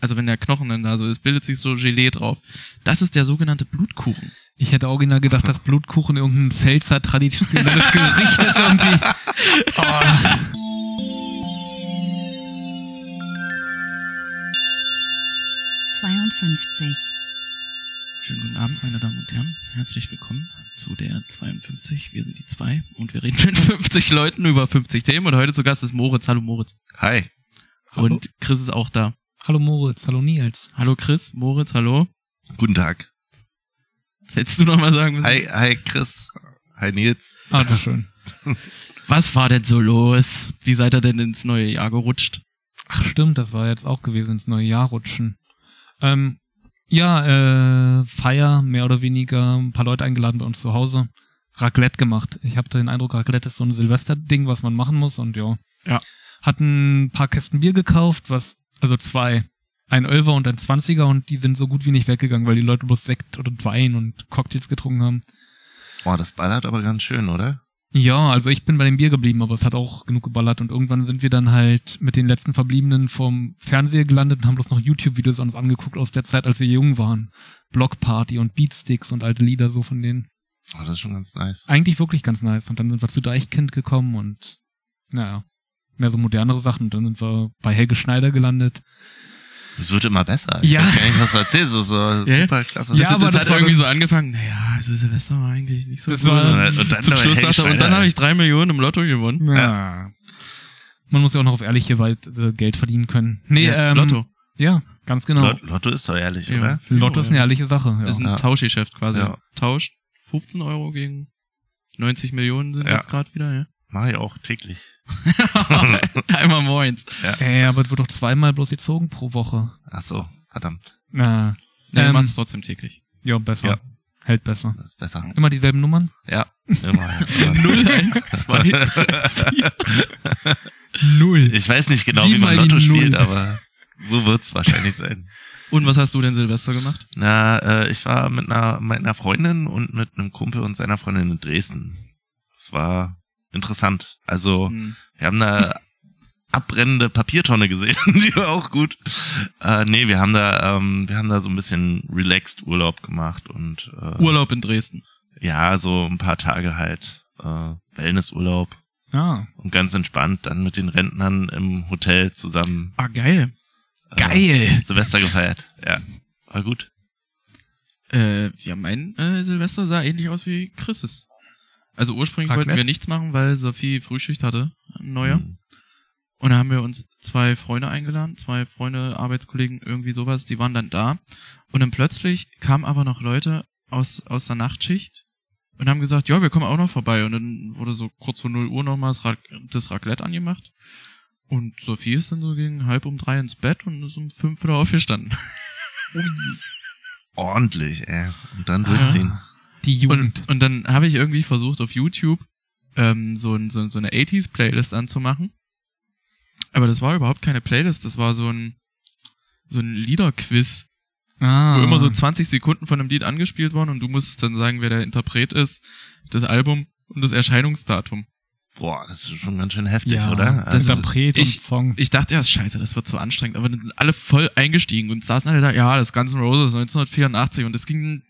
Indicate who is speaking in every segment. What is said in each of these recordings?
Speaker 1: also wenn der Knochen dann da so ist, bildet sich so Gelee drauf. Das ist der sogenannte Blutkuchen.
Speaker 2: Ich hätte original gedacht, dass Blutkuchen irgendein Pfälzer traditionelles Gericht ist irgendwie. Oh.
Speaker 1: Schönen guten Abend, meine Damen und Herren. Herzlich willkommen zu der 52. Wir sind die zwei und wir reden mit 50 Leuten über 50 Themen und heute zu Gast ist Moritz. Hallo Moritz.
Speaker 3: Hi.
Speaker 2: Hallo.
Speaker 1: Und Chris ist auch da.
Speaker 2: Hallo Moritz, hallo Nils.
Speaker 1: Hallo Chris, Moritz, hallo.
Speaker 3: Guten Tag.
Speaker 1: Was hättest du nochmal sagen müssen?
Speaker 3: Hi, hi Chris. Hi Nils.
Speaker 2: Ah, das ist schön.
Speaker 1: Was war denn so los? Wie seid ihr denn ins neue Jahr gerutscht?
Speaker 2: Ach stimmt, das war jetzt auch gewesen, ins neue Jahr rutschen. Ähm, ja, äh, Feier, mehr oder weniger, ein paar Leute eingeladen bei uns zu Hause. Raclette gemacht. Ich habe den Eindruck, Raclette ist so ein Silvester-Ding, was man machen muss und jo.
Speaker 1: Ja.
Speaker 2: Hatten ein paar Kästen Bier gekauft, was, also zwei. Ein Ölver und ein Zwanziger und die sind so gut wie nicht weggegangen, weil die Leute bloß Sekt und Wein und Cocktails getrunken haben.
Speaker 3: Boah, das ballert aber ganz schön, oder?
Speaker 2: Ja, also ich bin bei dem Bier geblieben, aber es hat auch genug geballert und irgendwann sind wir dann halt mit den letzten Verbliebenen vom Fernseher gelandet und haben bloß noch YouTube-Videos uns angeguckt aus der Zeit, als wir jung waren. Blockparty und Beatsticks und alte Lieder so von denen.
Speaker 3: Oh, das ist schon ganz nice.
Speaker 2: Eigentlich wirklich ganz nice. Und dann sind wir zu Deichkind gekommen und naja, mehr so modernere Sachen. Und dann sind wir bei Helge Schneider gelandet.
Speaker 3: Es wird immer besser. Ich
Speaker 2: Ja.
Speaker 3: weiß gar nicht, was du erzählst. Das ist so
Speaker 1: Ja.
Speaker 3: super klasse.
Speaker 2: Ja,
Speaker 1: das,
Speaker 2: aber
Speaker 1: das,
Speaker 2: das
Speaker 1: hat
Speaker 2: war
Speaker 1: irgendwie so angefangen, naja, also Silvester war eigentlich nicht so
Speaker 2: Das
Speaker 1: cool.
Speaker 2: war-
Speaker 1: Zum Schluss
Speaker 3: hey,
Speaker 1: sagte er, und dann habe ich drei Millionen im Lotto gewonnen.
Speaker 2: Ja. Man muss ja auch noch auf ehrliche Weit äh, Geld verdienen können. Nee,
Speaker 1: Ja,
Speaker 2: ähm,
Speaker 1: Lotto.
Speaker 2: Ja, ganz genau.
Speaker 3: Lot- Lotto ist doch ehrlich,
Speaker 1: Ja.
Speaker 3: oder?
Speaker 2: Lotto ist eine ehrliche Sache. Ja.
Speaker 1: ist ein
Speaker 3: Ja.
Speaker 1: Tauschgeschäft quasi.
Speaker 3: Ja.
Speaker 1: Tauscht 15 Euro gegen 90 Millionen sind
Speaker 3: Ja.
Speaker 1: jetzt gerade wieder, ja.
Speaker 3: Mach ich auch täglich.
Speaker 1: Einmal moins.
Speaker 2: Ey, aber es wird doch zweimal bloß gezogen pro Woche.
Speaker 3: Ach so, verdammt.
Speaker 2: Na,
Speaker 1: Nee,
Speaker 2: Ähm.
Speaker 1: ähm, macht's trotzdem täglich.
Speaker 2: ja, besser.
Speaker 3: Ja.
Speaker 2: Hält besser.
Speaker 3: Das ist besser.
Speaker 2: Immer dieselben Nummern?
Speaker 3: Ja, immer. immer.
Speaker 1: 0, 1, 2, 3, 4.
Speaker 2: Null.
Speaker 3: Ich weiß nicht genau,
Speaker 2: Wie
Speaker 3: wie,
Speaker 2: mal
Speaker 3: man
Speaker 2: die
Speaker 3: Lotto spielt,
Speaker 2: Null.
Speaker 3: aber so wird's wahrscheinlich sein.
Speaker 1: Und was hast du denn Silvester gemacht?
Speaker 3: Na, äh, ich war mit einer, mit einer Freundin und mit einem Kumpel und seiner Freundin in Dresden. Das war interessant. Also,
Speaker 1: Hm.
Speaker 3: wir haben eine abbrennende Papiertonne gesehen, die war auch gut. Äh, nee, wir haben da, ähm, wir haben da so ein bisschen relaxed Urlaub gemacht und äh,
Speaker 1: Urlaub in Dresden.
Speaker 3: ja, so ein paar Tage halt äh, Wellnessurlaub
Speaker 2: Ah.
Speaker 3: und ganz entspannt dann mit den Rentnern im Hotel zusammen
Speaker 1: Ah, geil.
Speaker 3: äh, Silvester gefeiert. Ja, war gut.
Speaker 1: Äh, ja, mein äh, Silvester sah ähnlich aus wie Chris's. Also ursprünglich
Speaker 2: Raclette?
Speaker 1: wollten wir nichts machen, weil Sophie Frühschicht hatte am Neujahr.
Speaker 3: Hm.
Speaker 1: Und da haben wir uns zwei Freunde eingeladen, zwei Freunde, Arbeitskollegen, irgendwie sowas, die waren dann da. Und dann plötzlich kamen aber noch Leute aus, aus der Nachtschicht und haben gesagt, ja, wir kommen auch noch vorbei. Und dann wurde so kurz vor 0 Uhr nochmal das, Rac das Raclette angemacht. Und Sophie ist dann so gegen halb um drei ins Bett und ist um fünf wieder aufgestanden.
Speaker 3: Ordentlich, ey. Und dann durchziehen.
Speaker 2: Die Jugend.
Speaker 1: Und, und dann habe ich irgendwie versucht, auf YouTube ähm, so, ein, so, ein- so eine 80s-Playlist anzumachen. Aber das war überhaupt keine Playlist, das war so ein, so ein Liederquiz,
Speaker 2: ah.
Speaker 1: wo immer so 20 Sekunden von einem Lied angespielt wurden und du musstest dann sagen, wer der Interpret ist, das Album und das Erscheinungsdatum.
Speaker 3: Boah, das ist schon ganz schön heftig,
Speaker 2: ja,
Speaker 3: oder?
Speaker 2: Das
Speaker 1: Also,
Speaker 2: Interpret
Speaker 1: ich-
Speaker 2: und Song.
Speaker 1: Ich dachte erst, scheiße, das wird zu anstrengend, aber dann sind alle voll eingestiegen und saßen alle da, ja, das Guns N' Roses 1984 und das ging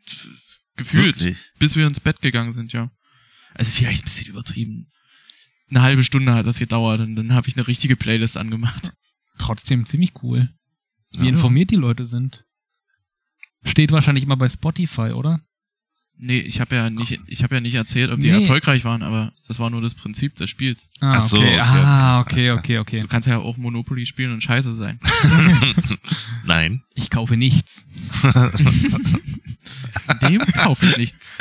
Speaker 1: gefühlt
Speaker 3: Wirklich.
Speaker 1: bis wir ins Bett gegangen sind, ja. Also vielleicht ein bisschen übertrieben. Eine halbe Stunde hat das gedauert und dann habe ich eine richtige Playlist angemacht.
Speaker 2: Trotzdem ziemlich cool. Wie
Speaker 3: Ja.
Speaker 2: informiert die Leute sind. Steht wahrscheinlich immer bei Spotify, oder?
Speaker 1: Nee, ich habe ja nicht, ich habe ja nicht erzählt, ob die
Speaker 2: Nee.
Speaker 1: erfolgreich waren, aber das war nur das Prinzip des Spiels.
Speaker 2: Ah,
Speaker 3: Ach so,
Speaker 2: okay.
Speaker 3: okay,
Speaker 2: Ah,
Speaker 3: okay.
Speaker 2: okay,
Speaker 3: Alles
Speaker 2: okay, okay.
Speaker 1: Du kannst ja auch Monopoly spielen und scheiße sein.
Speaker 3: Nein.
Speaker 2: Ich kaufe nichts.
Speaker 1: Dem kaufe ich nichts.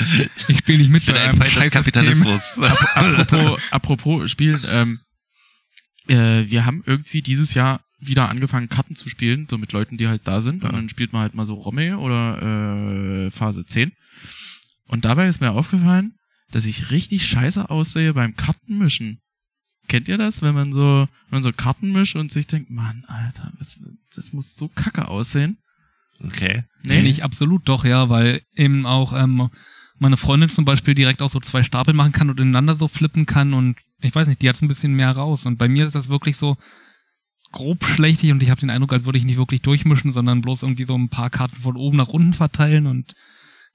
Speaker 2: Ich spiele nicht mit
Speaker 3: Ich bin
Speaker 2: bei
Speaker 3: ein
Speaker 2: einem
Speaker 3: Feind des
Speaker 2: scheiß
Speaker 3: Kapitalismus.
Speaker 1: Apropos, apropos Spielen, ähm, äh, wir haben irgendwie dieses Jahr wieder angefangen, Karten zu spielen, so mit Leuten, die halt da sind. Und
Speaker 3: Ja.
Speaker 1: dann spielt man halt mal so Romme oder äh, Phase 10. Und dabei ist mir aufgefallen, dass ich richtig scheiße aussehe beim Kartenmischen. Kennt ihr das, wenn man so, wenn man so Karten mischt und sich denkt, Mann, Alter, was, das muss so kacke aussehen.
Speaker 3: Okay.
Speaker 2: Nee. Kenne ich absolut doch, ja, weil eben auch ähm, meine Freundin zum Beispiel direkt auch so zwei Stapel machen kann und ineinander so flippen kann und ich weiß nicht, die hat's ein bisschen mehr raus. Und bei mir ist das wirklich so, grob schlechtig und ich habe den Eindruck, als würde ich nicht wirklich durchmischen, sondern bloß irgendwie so ein paar Karten von oben nach unten verteilen und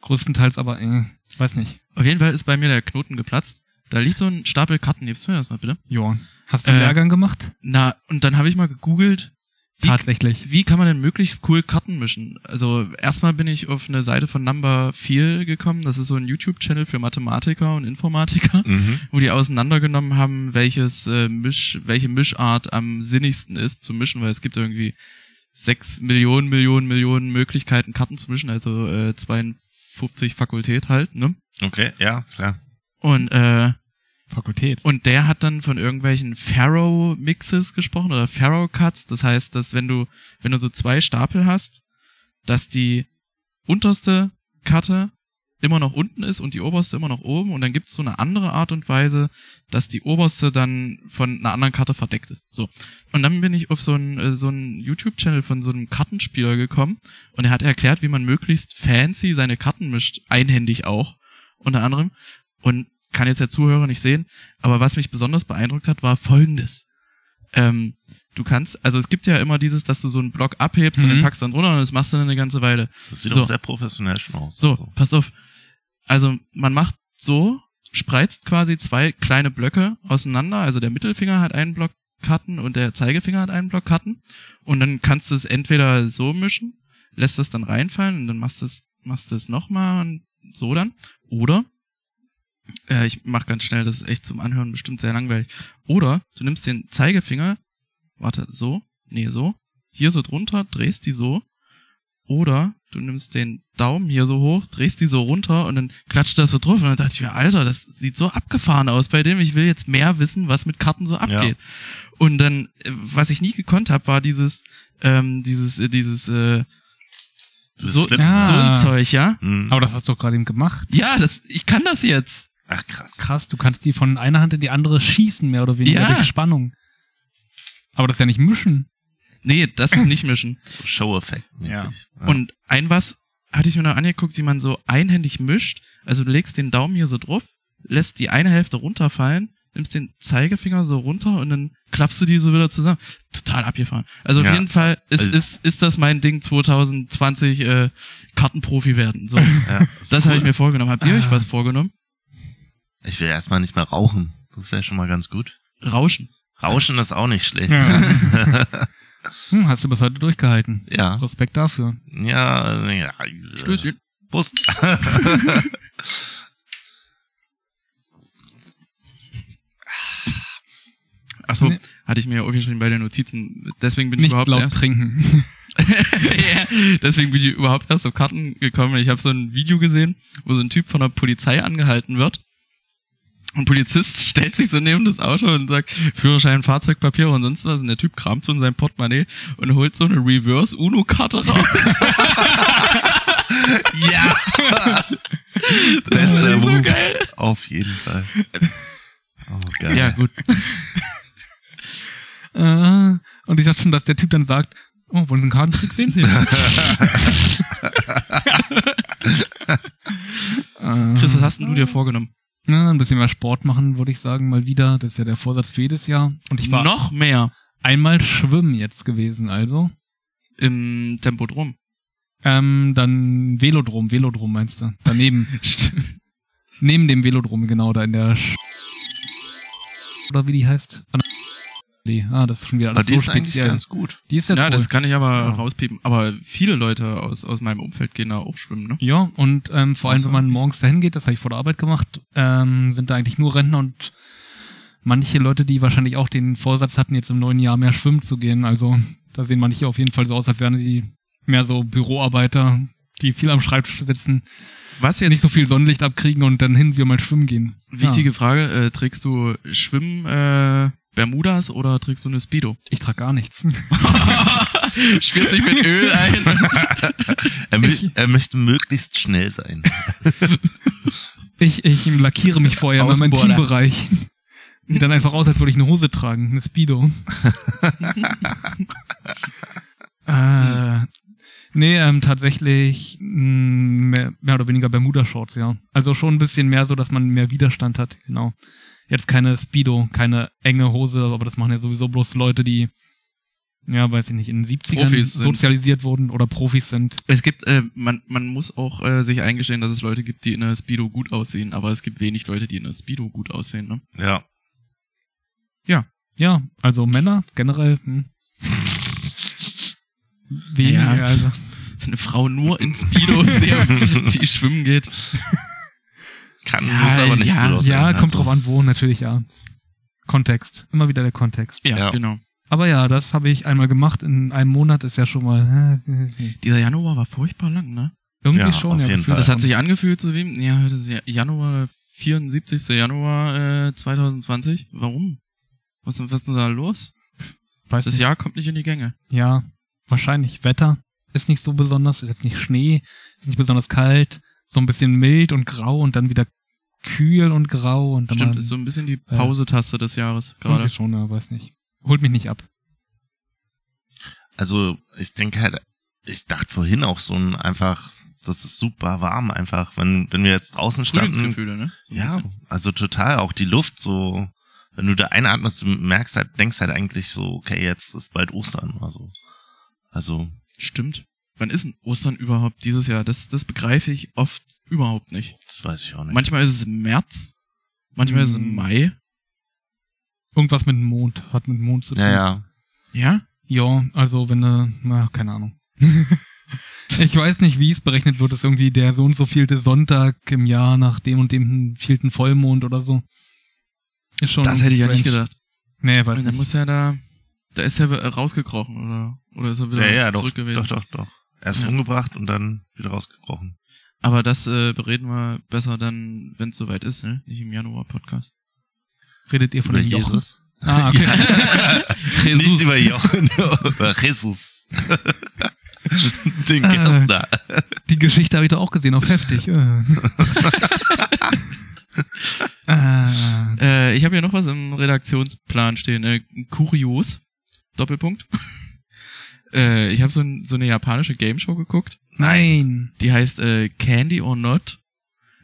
Speaker 2: größtenteils aber, äh, ich weiß nicht.
Speaker 1: Auf jeden Fall ist bei mir der Knoten geplatzt. Da liegt so ein Stapel Karten. Nebst mir das mal bitte.
Speaker 2: Joa. Hast du einen
Speaker 1: Äh,
Speaker 2: Lehrgang gemacht?
Speaker 1: Na, und dann habe ich mal gegoogelt, wie,
Speaker 2: Tatsächlich.
Speaker 1: wie kann man denn möglichst cool Karten mischen? Also erstmal bin ich auf eine Seite von Number 4 gekommen. Das ist so ein YouTube-Channel für Mathematiker und Informatiker,
Speaker 3: Mhm.
Speaker 1: wo die auseinandergenommen haben, welches äh, Misch, welche Mischart am sinnigsten ist zu mischen, weil es gibt irgendwie sechs Millionen, Millionen, Millionen Möglichkeiten, Karten zu mischen, also äh, 52 Fakultät halt, ne?
Speaker 3: Okay, ja, klar.
Speaker 1: Und äh,
Speaker 2: Fakultät.
Speaker 1: und der hat dann von irgendwelchen Pharaoh-Mixes gesprochen oder Pharaoh-Cuts. Das heißt, dass wenn du, wenn du so zwei Stapel hast, dass die unterste Karte immer noch unten ist und die oberste immer noch oben und dann gibt's so eine andere Art und Weise, dass die oberste dann von einer anderen Karte verdeckt ist. So. Und dann bin ich auf so einen, äh, so einen YouTube-Channel von so einem Kartenspieler gekommen und er hat erklärt, wie man möglichst fancy seine Karten mischt, einhändig auch, unter anderem. Und kann jetzt der Zuhörer nicht sehen, aber was mich besonders beeindruckt hat, war folgendes. Ähm, du kannst, also es gibt ja immer dieses, dass du so einen Block abhebst und
Speaker 2: Mhm.
Speaker 1: den packst dann runter und das machst du dann eine ganze Weile.
Speaker 3: Das sieht
Speaker 1: So.
Speaker 3: auch sehr professionell schon aus.
Speaker 1: So,
Speaker 3: Also.
Speaker 1: pass auf. Also man macht so, spreizt quasi zwei kleine Blöcke auseinander. Also der Mittelfinger hat einen Block Karten und der Zeigefinger hat einen Block Karten. Und dann kannst du es entweder so mischen, lässt es dann reinfallen und dann machst du es, machst du es nochmal und so dann. Oder, äh, ich mach ganz schnell, das ist echt zum Anhören bestimmt sehr langweilig. Oder du nimmst den Zeigefinger, warte, so, nee, so, hier so drunter, drehst die so oder du nimmst den Daumen hier so hoch, drehst die so runter und dann klatscht das so drauf. Und dann dachte ich mir, Alter, das sieht so abgefahren aus bei dem. Ich will jetzt mehr wissen, was mit Karten so abgeht. Und dann, äh, was ich nie gekonnt habe, war dieses, ähm, dieses, äh, dieses, äh,
Speaker 3: Dieses
Speaker 1: so, so
Speaker 3: Flippen.
Speaker 2: Ja. Ah.
Speaker 1: ein Zeug, ja?
Speaker 3: Mhm.
Speaker 2: Aber das hast du doch gerade eben gemacht.
Speaker 1: Ja, das, ich kann das jetzt.
Speaker 3: Ach krass.
Speaker 2: Krass, du kannst die von einer Hand in die andere schießen, mehr oder weniger
Speaker 1: Ja.
Speaker 2: durch Spannung. Aber das ist ja nicht mischen.
Speaker 1: Nee, das ist nicht mischen.
Speaker 3: So Show-Effekt. mäßig.
Speaker 2: Ah.
Speaker 3: Ja.
Speaker 1: Und ein was hatte ich mir noch angeguckt, wie man so einhändig mischt. Also du legst den Daumen hier so drauf, lässt die eine Hälfte runterfallen, nimmst den Zeigefinger so runter und dann klappst du die so wieder zusammen. Total abgefahren. Also auf
Speaker 3: Ja.
Speaker 1: jeden Fall ist,
Speaker 3: Also-
Speaker 1: ist, ist das mein Ding 2020 äh, Kartenprofi werden. So,
Speaker 3: ja.
Speaker 1: das habe ich mir vorgenommen. Habt ihr
Speaker 2: Ah.
Speaker 1: euch was vorgenommen?
Speaker 3: Ich will erstmal nicht mehr rauchen. Das wäre schon mal ganz gut.
Speaker 1: Rauschen.
Speaker 3: Rauschen ist auch nicht schlecht.
Speaker 2: hm, hast du bis heute durchgehalten.
Speaker 3: Ja.
Speaker 2: Respekt dafür.
Speaker 3: Ja. ja.
Speaker 2: Äh.
Speaker 1: Stößchen.
Speaker 3: Prost.
Speaker 1: Achso,
Speaker 2: Nee.
Speaker 1: hatte ich mir ja aufgeschrieben bei den Notizen. Deswegen bin ich
Speaker 2: Nicht
Speaker 1: überhaupt
Speaker 2: laut
Speaker 1: erst-
Speaker 2: trinken.
Speaker 1: ja, deswegen bin ich überhaupt erst auf Karten gekommen. Ich habe so ein Video gesehen, wo so ein Typ von der Polizei angehalten wird. Ein Polizist stellt sich so neben das Auto und sagt, Führerschein, Fahrzeugpapiere und sonst was. Und der Typ kramt so in sein Portemonnaie und holt so eine Reverse-UNO-Karte raus.
Speaker 3: ja.
Speaker 1: Das
Speaker 3: Bester
Speaker 1: ist so
Speaker 3: Move.
Speaker 1: geil.
Speaker 3: Auf jeden Fall. Oh, geil.
Speaker 1: Ja, gut.
Speaker 2: Äh, und ich dachte schon, dass der Typ dann sagt, oh, wollen Sie einen Kartentrick sehen? Äh,
Speaker 1: Chris, was hast denn du dir vorgenommen?
Speaker 2: Na, ein bisschen mehr Sport machen, würde ich sagen, mal wieder. Das ist ja der Vorsatz für jedes Jahr. Und ich war
Speaker 1: Noch mehr
Speaker 2: einmal schwimmen jetzt gewesen, also.
Speaker 1: im Tempodrom.
Speaker 2: Ähm, dann Velodrom, Velodrom meinst du? Daneben. Neben dem Velodrom, genau, da in der Sch oder wie die heißt. An der Nee, Ah, das ist schon wieder
Speaker 3: Aber
Speaker 2: alles
Speaker 3: die
Speaker 2: so
Speaker 3: ist eigentlich
Speaker 2: speziell.
Speaker 3: ganz gut.
Speaker 2: die ist ja,
Speaker 1: Ja,
Speaker 2: cool.
Speaker 1: das kann ich aber
Speaker 3: Ja.
Speaker 1: rauspiepen. Aber viele Leute aus, aus meinem Umfeld gehen da auch schwimmen, ne?
Speaker 2: Ja, und ähm, vor allem,
Speaker 1: Außer
Speaker 2: wenn man
Speaker 1: ich.
Speaker 2: morgens dahin geht, das habe ich vor der Arbeit gemacht, ähm, sind da eigentlich nur Rentner und manche Leute, die wahrscheinlich auch den Vorsatz hatten, jetzt im neuen Jahr mehr schwimmen zu gehen. Also da sehen manche auf jeden Fall so aus, als wären sie mehr so Büroarbeiter, die viel am Schreibtisch sitzen,
Speaker 1: Was jetzt
Speaker 2: nicht so viel Sonnenlicht abkriegen und dann hin wir mal schwimmen gehen.
Speaker 1: Wichtige
Speaker 2: Ja,
Speaker 1: Frage, äh, trägst du Schwimmen äh, Bermudas oder trägst du eine Speedo?
Speaker 2: ich trage gar nichts.
Speaker 1: Schmierst dich mit Öl ein?
Speaker 3: Er, mö-
Speaker 2: Ich-
Speaker 3: er möchte möglichst schnell sein.
Speaker 2: Ich, ich lackiere mich vorher immer meinen
Speaker 1: Ausborder.
Speaker 2: Teambereich. Sieht dann einfach aus, als würde ich eine Hose tragen, eine Speedo. äh, nee, ähm, tatsächlich mh, mehr, mehr oder weniger Bermuda-Shorts, ja. Also schon ein bisschen mehr so, dass man mehr Widerstand hat, genau. Jetzt keine Speedo, keine enge Hose, aber das machen ja sowieso bloß Leute, die ja, weiß ich nicht, in den 70ern
Speaker 1: Profis sind.
Speaker 2: sozialisiert wurden oder Profis sind.
Speaker 1: Es gibt, äh, man, man muss auch äh, sich eingestehen, dass es Leute gibt, die in der Speedo gut aussehen, aber es gibt wenig Leute, die in der Speedo gut aussehen, ne?
Speaker 3: Ja.
Speaker 2: Ja, also Männer generell. Hm. Weniger,
Speaker 1: Ja.
Speaker 2: also.
Speaker 1: Dass eine Frau nur in Speedo sehr, die schwimmen geht.
Speaker 3: Kann,
Speaker 1: Ja,
Speaker 3: muss aber nicht
Speaker 1: ja,
Speaker 3: gut aussehen.
Speaker 2: Ja, kommt
Speaker 3: also.
Speaker 2: drauf an, wo, natürlich, ja. Kontext. Immer wieder der Kontext.
Speaker 1: Ja,
Speaker 3: Ja.
Speaker 1: genau.
Speaker 2: Aber ja, das habe ich einmal gemacht. In einem Monat ist ja schon mal. äh,
Speaker 1: Dieser Januar war furchtbar lang, ne?
Speaker 2: Irgendwie
Speaker 3: Ja,
Speaker 2: schon,
Speaker 3: auf
Speaker 2: ja.
Speaker 3: jeden
Speaker 2: gefühlt
Speaker 3: Fall.
Speaker 1: Das
Speaker 2: schon.
Speaker 1: hat sich angefühlt zu wem? Ja, heute ist ja Januar, 74. Januar äh, 2020. Warum? Was, was ist denn da los?
Speaker 2: Weiß
Speaker 1: Das
Speaker 2: nicht.
Speaker 1: Jahr kommt nicht in die Gänge.
Speaker 2: Ja, wahrscheinlich. Wetter ist nicht so besonders, ist jetzt nicht Schnee, ist nicht besonders kalt, so ein bisschen mild und grau und dann wieder kühl und grau und dann
Speaker 1: Stimmt,
Speaker 2: mal,
Speaker 1: ist so ein bisschen
Speaker 3: äh,
Speaker 1: die Pausetaste des Jahres gerade.
Speaker 2: Irgendwie schon, ja, weiß nicht. Holt mich nicht ab.
Speaker 3: Also, ich denke halt, ich dachte vorhin auch so ein einfach, das ist super warm einfach, wenn, wenn wir jetzt draußen standen.
Speaker 1: Frühlingsgefühle, ne? So ein
Speaker 3: Ja,
Speaker 1: bisschen.
Speaker 3: also total auch die Luft so, wenn du da einatmest, du merkst halt, denkst halt eigentlich so, okay, jetzt ist bald Ostern oder so. Also,
Speaker 1: Stimmt. Wann ist denn Ostern überhaupt dieses Jahr? Das, das begreife ich oft überhaupt nicht.
Speaker 3: das weiß ich auch nicht.
Speaker 1: Manchmal ist es im März, manchmal ist es im
Speaker 3: Mm.
Speaker 2: Hm.
Speaker 1: Mai.
Speaker 2: Irgendwas mit dem Mond, hat mit dem Mond zu tun.
Speaker 3: ja, ja.
Speaker 1: Ja?
Speaker 2: Ja, also wenn du, na, keine Ahnung. ich weiß nicht, wie es berechnet wird, ist irgendwie der so und so vielte Sonntag im Jahr nach dem und dem vielten Vollmond oder so. Ist schon
Speaker 1: das hätte ich ja nicht
Speaker 2: strange.
Speaker 1: gedacht.
Speaker 2: Nee, weiß
Speaker 1: Und dann
Speaker 2: nicht.
Speaker 1: muss er da, da ist er äh, rausgekrochen oder, oder ist er
Speaker 3: Ja,
Speaker 1: wieder
Speaker 3: ja, doch,
Speaker 1: zurück gewesen.
Speaker 3: doch, doch, doch. Erst
Speaker 1: Ja.
Speaker 3: umgebracht und dann wieder rausgekrochen.
Speaker 1: Aber das äh, bereden wir besser dann, wenn es soweit ist, ne? Nicht im Januar-Podcast.
Speaker 2: Redet ihr von
Speaker 3: Über
Speaker 2: den Jochen?
Speaker 3: Jesus?
Speaker 2: Ah, okay.
Speaker 3: Nicht über Jochen, über Jesus. Den
Speaker 2: Ah.
Speaker 3: Gärtner.
Speaker 2: Die Geschichte habe ich doch auch gesehen, auf heftig. Äh. Äh,
Speaker 1: Äh, ich habe hier noch was im Redaktionsplan stehen. Äh, kurios. Doppelpunkt. äh, ich habe so, ein, so eine japanische Gameshow geguckt.
Speaker 2: Nein.
Speaker 1: Die heißt äh, Candy or Not.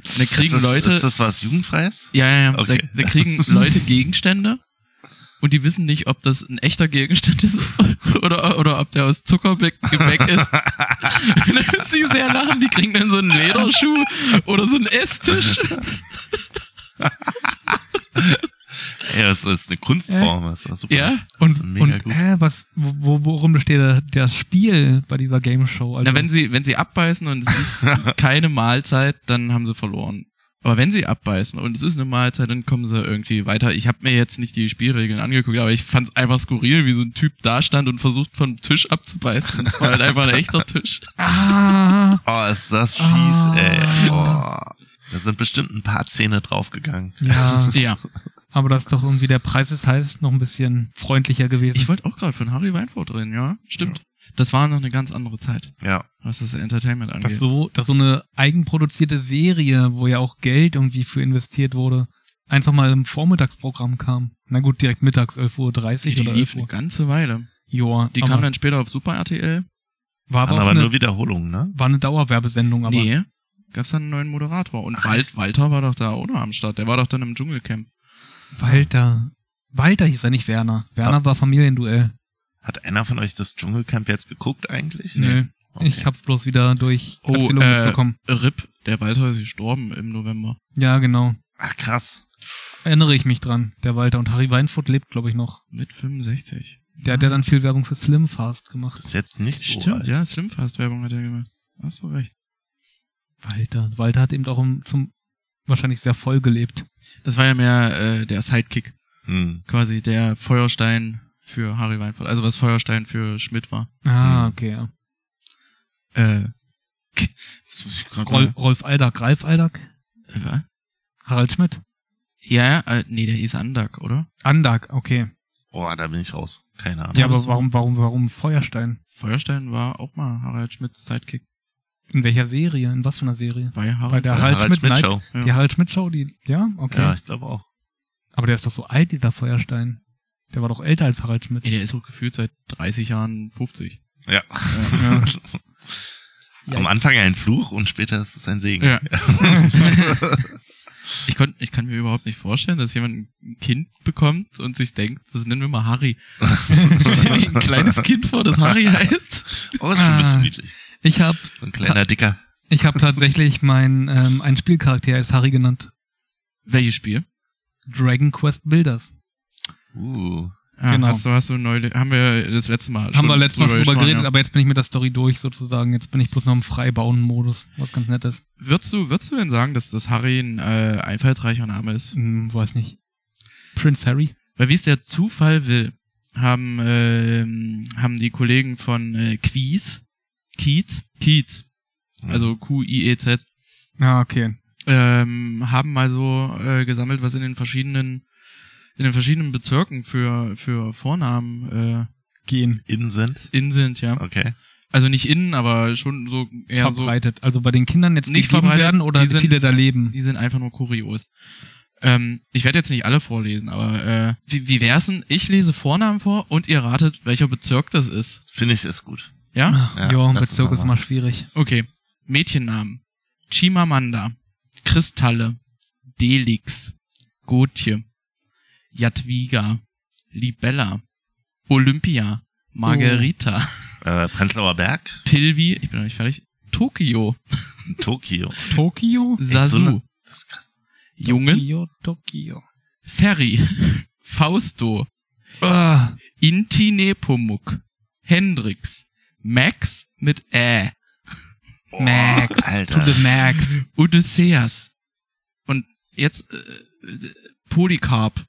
Speaker 1: Und da kriegen
Speaker 3: ist das,
Speaker 1: Leute.
Speaker 3: Ist das was Jugendfreies?
Speaker 1: ja, ja, ja.
Speaker 3: Okay.
Speaker 1: Da, da kriegen Leute Gegenstände. Und die wissen nicht, ob das ein echter Gegenstand ist oder, oder ob der aus Zuckergebäck ist. Und dann müssen Sie sehr lachen, die kriegen dann so einen Lederschuh oder so einen Esstisch.
Speaker 3: Ja, das ist eine Kunstform. Das ist super.
Speaker 1: Ja.
Speaker 3: Das
Speaker 2: Und,
Speaker 3: ist mega
Speaker 2: und
Speaker 3: gut.
Speaker 2: äh, was, wo, worum besteht da- das Spiel bei dieser Game Show? Also,
Speaker 1: Na, wenn sie, wenn sie abbeißen und es ist keine Mahlzeit, dann haben sie verloren. Aber wenn sie abbeißen und es ist eine Mahlzeit, dann kommen sie irgendwie weiter. Ich habe mir jetzt nicht die Spielregeln angeguckt, aber ich fand es einfach skurril, wie so ein Typ da stand und versucht vom Tisch abzubeißen. Und es war halt einfach ein echter Tisch.
Speaker 2: ah,
Speaker 3: Oh, ist das fies,
Speaker 2: Ah.
Speaker 3: ey. Oh. Da sind bestimmt ein paar Zähne draufgegangen.
Speaker 2: ja,
Speaker 1: Ja,
Speaker 2: aber das ist doch irgendwie, der Preis ist heiß noch ein bisschen freundlicher gewesen.
Speaker 1: ich wollte auch gerade von Harry Weinfurt reden, ja, stimmt. Das war noch eine ganz andere Zeit,
Speaker 3: Ja.
Speaker 1: was das Entertainment
Speaker 2: dass
Speaker 1: angeht.
Speaker 2: so, dass so eine eigenproduzierte Serie, wo ja auch Geld irgendwie für investiert wurde, einfach mal im Vormittagsprogramm kam. Na gut, direkt mittags, 11.30
Speaker 1: Die
Speaker 2: Uhr oder
Speaker 1: lief
Speaker 2: 11
Speaker 1: eine
Speaker 2: Uhr.
Speaker 1: ganze Weile.
Speaker 2: Joa,
Speaker 1: Die
Speaker 2: aber
Speaker 1: kam dann später auf Super RTL.
Speaker 2: war aber,
Speaker 3: Aber,
Speaker 2: auch
Speaker 3: aber
Speaker 2: eine,
Speaker 3: nur Wiederholungen, ne?
Speaker 2: war eine Dauerwerbesendung, aber
Speaker 1: nee, gab's dann einen neuen Moderator. Und
Speaker 3: Ach,
Speaker 1: Wal-
Speaker 3: echt?
Speaker 1: Walter war doch da auch noch am Start. Der war doch dann im Dschungelcamp.
Speaker 2: Walter. Walter hieß er nicht Werner. Werner
Speaker 1: Ah.
Speaker 2: war Familienduell.
Speaker 3: Hat einer von euch das Dschungelcamp jetzt geguckt eigentlich?
Speaker 2: Nö.
Speaker 3: Okay.
Speaker 2: Ich hab's bloß wieder durch
Speaker 1: Oh,
Speaker 2: Erzählung
Speaker 1: äh,
Speaker 2: mitbekommen.
Speaker 1: RIP, der Walter ist gestorben im November.
Speaker 2: Ja, genau.
Speaker 3: Ach krass.
Speaker 2: Erinnere ich mich dran. Der Walter und Harry Weinfurt lebt, glaube ich, noch.
Speaker 1: Mit 65.
Speaker 2: Der
Speaker 1: Ah.
Speaker 2: hat ja dann viel Werbung für Slimfast gemacht.
Speaker 3: Das ist jetzt nicht so
Speaker 1: Stimmt,
Speaker 3: alt.
Speaker 1: ja, Slimfast-Werbung hat er gemacht. Hast du recht.
Speaker 2: Walter. Walter hat eben auch im, zum wahrscheinlich sehr voll gelebt.
Speaker 1: Das war ja mehr äh, der Sidekick,
Speaker 3: Hm.
Speaker 1: quasi der Feuerstein für Harry Weinfurt. Also was Feuerstein für Schmidt war.
Speaker 2: Ah,
Speaker 3: Hm.
Speaker 2: okay. Ja.
Speaker 1: Äh, jetzt muss ich grad
Speaker 2: Rol,
Speaker 1: mal,
Speaker 2: Rolf Aldag, Ralf Aldag,
Speaker 1: äh, was?
Speaker 2: Harald Schmidt.
Speaker 1: ja, äh, nee, der hieß Andak, oder?
Speaker 2: Andag, okay.
Speaker 3: Boah, Oh, da bin ich raus. Keine Ahnung.
Speaker 2: Ja,
Speaker 1: Ja,
Speaker 2: aber
Speaker 1: das-
Speaker 2: warum, warum, warum Feuerstein?
Speaker 1: Feuerstein war auch mal Harald Schmidts Sidekick
Speaker 2: In welcher Serie? In was für einer Serie?
Speaker 1: bei Harald.
Speaker 2: Bei der
Speaker 1: Schmidt.
Speaker 2: Harald Schmidt Night-
Speaker 3: Show.
Speaker 1: Ja.
Speaker 2: Die Harald Schmidt Show, die, ja, okay.
Speaker 3: Ja, ich glaube auch.
Speaker 2: Aber der ist doch so alt, dieser Feuerstein. Der war doch älter als Harald
Speaker 1: Ey,
Speaker 2: Schmidt.
Speaker 1: der ist auch gefühlt seit 30 Jahren 50.
Speaker 3: Ja.
Speaker 2: Ja.
Speaker 3: Am Anfang ein Fluch und später ist es ein Segen.
Speaker 1: Ja. Ich, konnt, ich kann mir überhaupt nicht vorstellen, dass jemand ein Kind bekommt und sich denkt, das nennen wir mal Harry. Ich stell mir ein kleines Kind vor, das Harry heißt.
Speaker 3: Oh, ist schon ein bisschen
Speaker 2: Ah.
Speaker 3: niedlich.
Speaker 2: Ich habe
Speaker 3: So ein kleiner Dicker.
Speaker 2: ich hab tatsächlich meinen ähm, einen Spielcharakter als Harry genannt.
Speaker 1: Welches Spiel?
Speaker 2: Dragon Quest Builders.
Speaker 3: Uh.
Speaker 1: Ah,
Speaker 2: Genau.
Speaker 1: Hast du, hast du neulich, haben wir das letzte Mal
Speaker 2: Haben wir letztes Mal schon drüber
Speaker 1: gesprochen,
Speaker 2: geredet,
Speaker 1: ja.
Speaker 2: aber jetzt bin ich mit der Story durch sozusagen. Jetzt bin ich bloß noch im Freibauen-Modus, was ganz nett ist.
Speaker 1: Würdest du, würdest du denn sagen, dass das Harry ein äh, einfallsreicher Name ist?
Speaker 2: Hm, weiß nicht. Prince Harry?
Speaker 1: Weil wie es der Zufall will, haben, ähm, haben die Kollegen von äh, Quiz, Kiez, Kiez,
Speaker 2: Hm.
Speaker 1: also Q-I-E-Z,
Speaker 2: Ja, Ah, okay.
Speaker 1: ähm, haben mal so äh, gesammelt, was in den verschiedenen, in den verschiedenen Bezirken für, für Vornamen
Speaker 2: Gehen.
Speaker 3: Innen sind.
Speaker 1: äh, in sind, ja.
Speaker 3: Okay.
Speaker 1: Also nicht innen, aber schon so eher so,
Speaker 2: verbreitet. also bei den Kindern jetzt
Speaker 1: Nicht
Speaker 2: nicht gegeben
Speaker 1: verbreitet,
Speaker 2: werden oder
Speaker 1: die
Speaker 2: wie
Speaker 1: sind-
Speaker 2: viele da leben.
Speaker 1: die sind einfach nur kurios. Ähm, ich werde jetzt nicht alle vorlesen, aber äh, wie, wie wär's denn? Ich lese Vornamen vor und ihr ratet, welcher Bezirk das ist.
Speaker 3: Finde ich ist gut.
Speaker 1: Ja?
Speaker 2: Ach,
Speaker 3: Ja,
Speaker 2: Ja, ein
Speaker 3: lass
Speaker 2: Bezirk
Speaker 3: uns
Speaker 2: ist
Speaker 3: mal
Speaker 2: mal schwierig.
Speaker 1: Okay. Mädchennamen. Chimamanda. Kristalle. Delix. Gotje. Jadwiga. Libella. Olympia. Margarita.
Speaker 3: Äh, Prenzlauer Berg,
Speaker 1: Pilvi. Ich bin noch nicht fertig. Tokio.
Speaker 3: Tokio.
Speaker 2: Tokio?
Speaker 1: Sasu.
Speaker 3: so eine- Das ist krass.
Speaker 1: Jungen.
Speaker 2: Tokio, Tokio.
Speaker 1: Ferry. Fausto.
Speaker 2: Ah,
Speaker 1: Intinepomuk. Hendrix. Max mit Ä.
Speaker 2: Mac. To
Speaker 3: Alter.
Speaker 2: the Mac.
Speaker 1: Odysseas. Und jetzt äh, äh, Polycarp.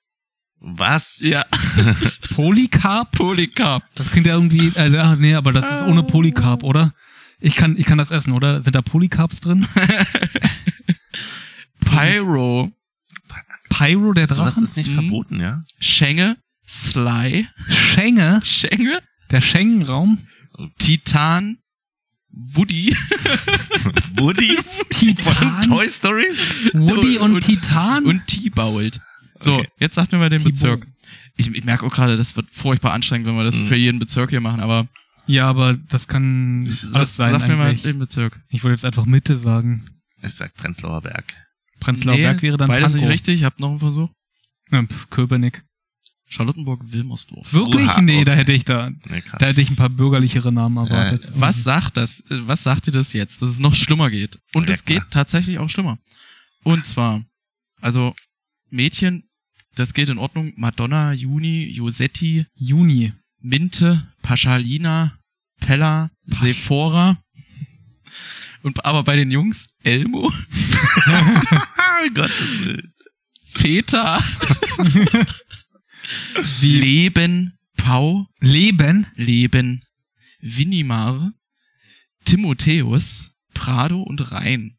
Speaker 3: Was?
Speaker 1: Ja,
Speaker 2: Polycarp?
Speaker 1: Polycarp.
Speaker 2: Das klingt ja irgendwie, äh, ah, nee, aber das ist ohne Polycarp, oder? Ich kann, ich kann das essen, oder? Sind da Polycarps drin?
Speaker 1: Pyro,
Speaker 2: Pyro, der
Speaker 3: Sowas
Speaker 2: Drachen?
Speaker 3: ist nicht
Speaker 1: Mhm.
Speaker 3: verboten, ja?
Speaker 1: Schenge, Sly,
Speaker 2: Schenge?
Speaker 1: Schenge,
Speaker 2: Der Schengen-Raum?
Speaker 1: Titan, Woody,
Speaker 3: Woody von
Speaker 2: Titan?
Speaker 3: Toy Story?
Speaker 2: Woody und,
Speaker 1: und-
Speaker 2: Titan?
Speaker 1: und T-Bold. So,
Speaker 3: Okay.
Speaker 1: jetzt sagt mir mal den
Speaker 2: T-Bow.
Speaker 1: Bezirk. Ich, ich merke auch gerade, das wird furchtbar anstrengend, wenn wir das
Speaker 3: Mhm.
Speaker 1: für jeden Bezirk hier machen, aber
Speaker 2: ja, aber das kann alles sein
Speaker 1: sag mir mal
Speaker 2: eigentlich.
Speaker 1: den Bezirk.
Speaker 2: Ich wollte jetzt einfach Mitte sagen.
Speaker 3: Ich sag Prenzlauer Berg.
Speaker 2: Prenzlauer Berg wäre dann
Speaker 1: beides
Speaker 2: Pankow.
Speaker 1: nicht richtig, ich hab noch einen Versuch.
Speaker 2: Ja, pf, Köpenick.
Speaker 1: Charlottenburg-Wilmersdorf.
Speaker 2: Wirklich?
Speaker 3: Oha,
Speaker 2: nee, da
Speaker 3: okay. Äh,
Speaker 2: hätte ich da,
Speaker 3: Nee, krass.
Speaker 2: da hätte ich ein paar bürgerlichere Namen erwartet.
Speaker 1: Was sagt das? äh, Was sagt ihr das jetzt, dass es noch schlimmer geht? Und es
Speaker 3: Lecker.
Speaker 1: geht tatsächlich auch schlimmer. Und zwar, also Mädchen, das geht in Ordnung. Madonna, Juni, Josetti,
Speaker 2: Juni.
Speaker 1: Minte, Paschalina, Pella, Sephora. Und, aber bei den Jungs, Elmo,
Speaker 3: Ah, Gottes Willen.
Speaker 1: Feta,
Speaker 2: Wie
Speaker 1: Leben, Pau,
Speaker 2: Leben?
Speaker 1: Leben, Winimar, Timotheus, Prado und Rhein.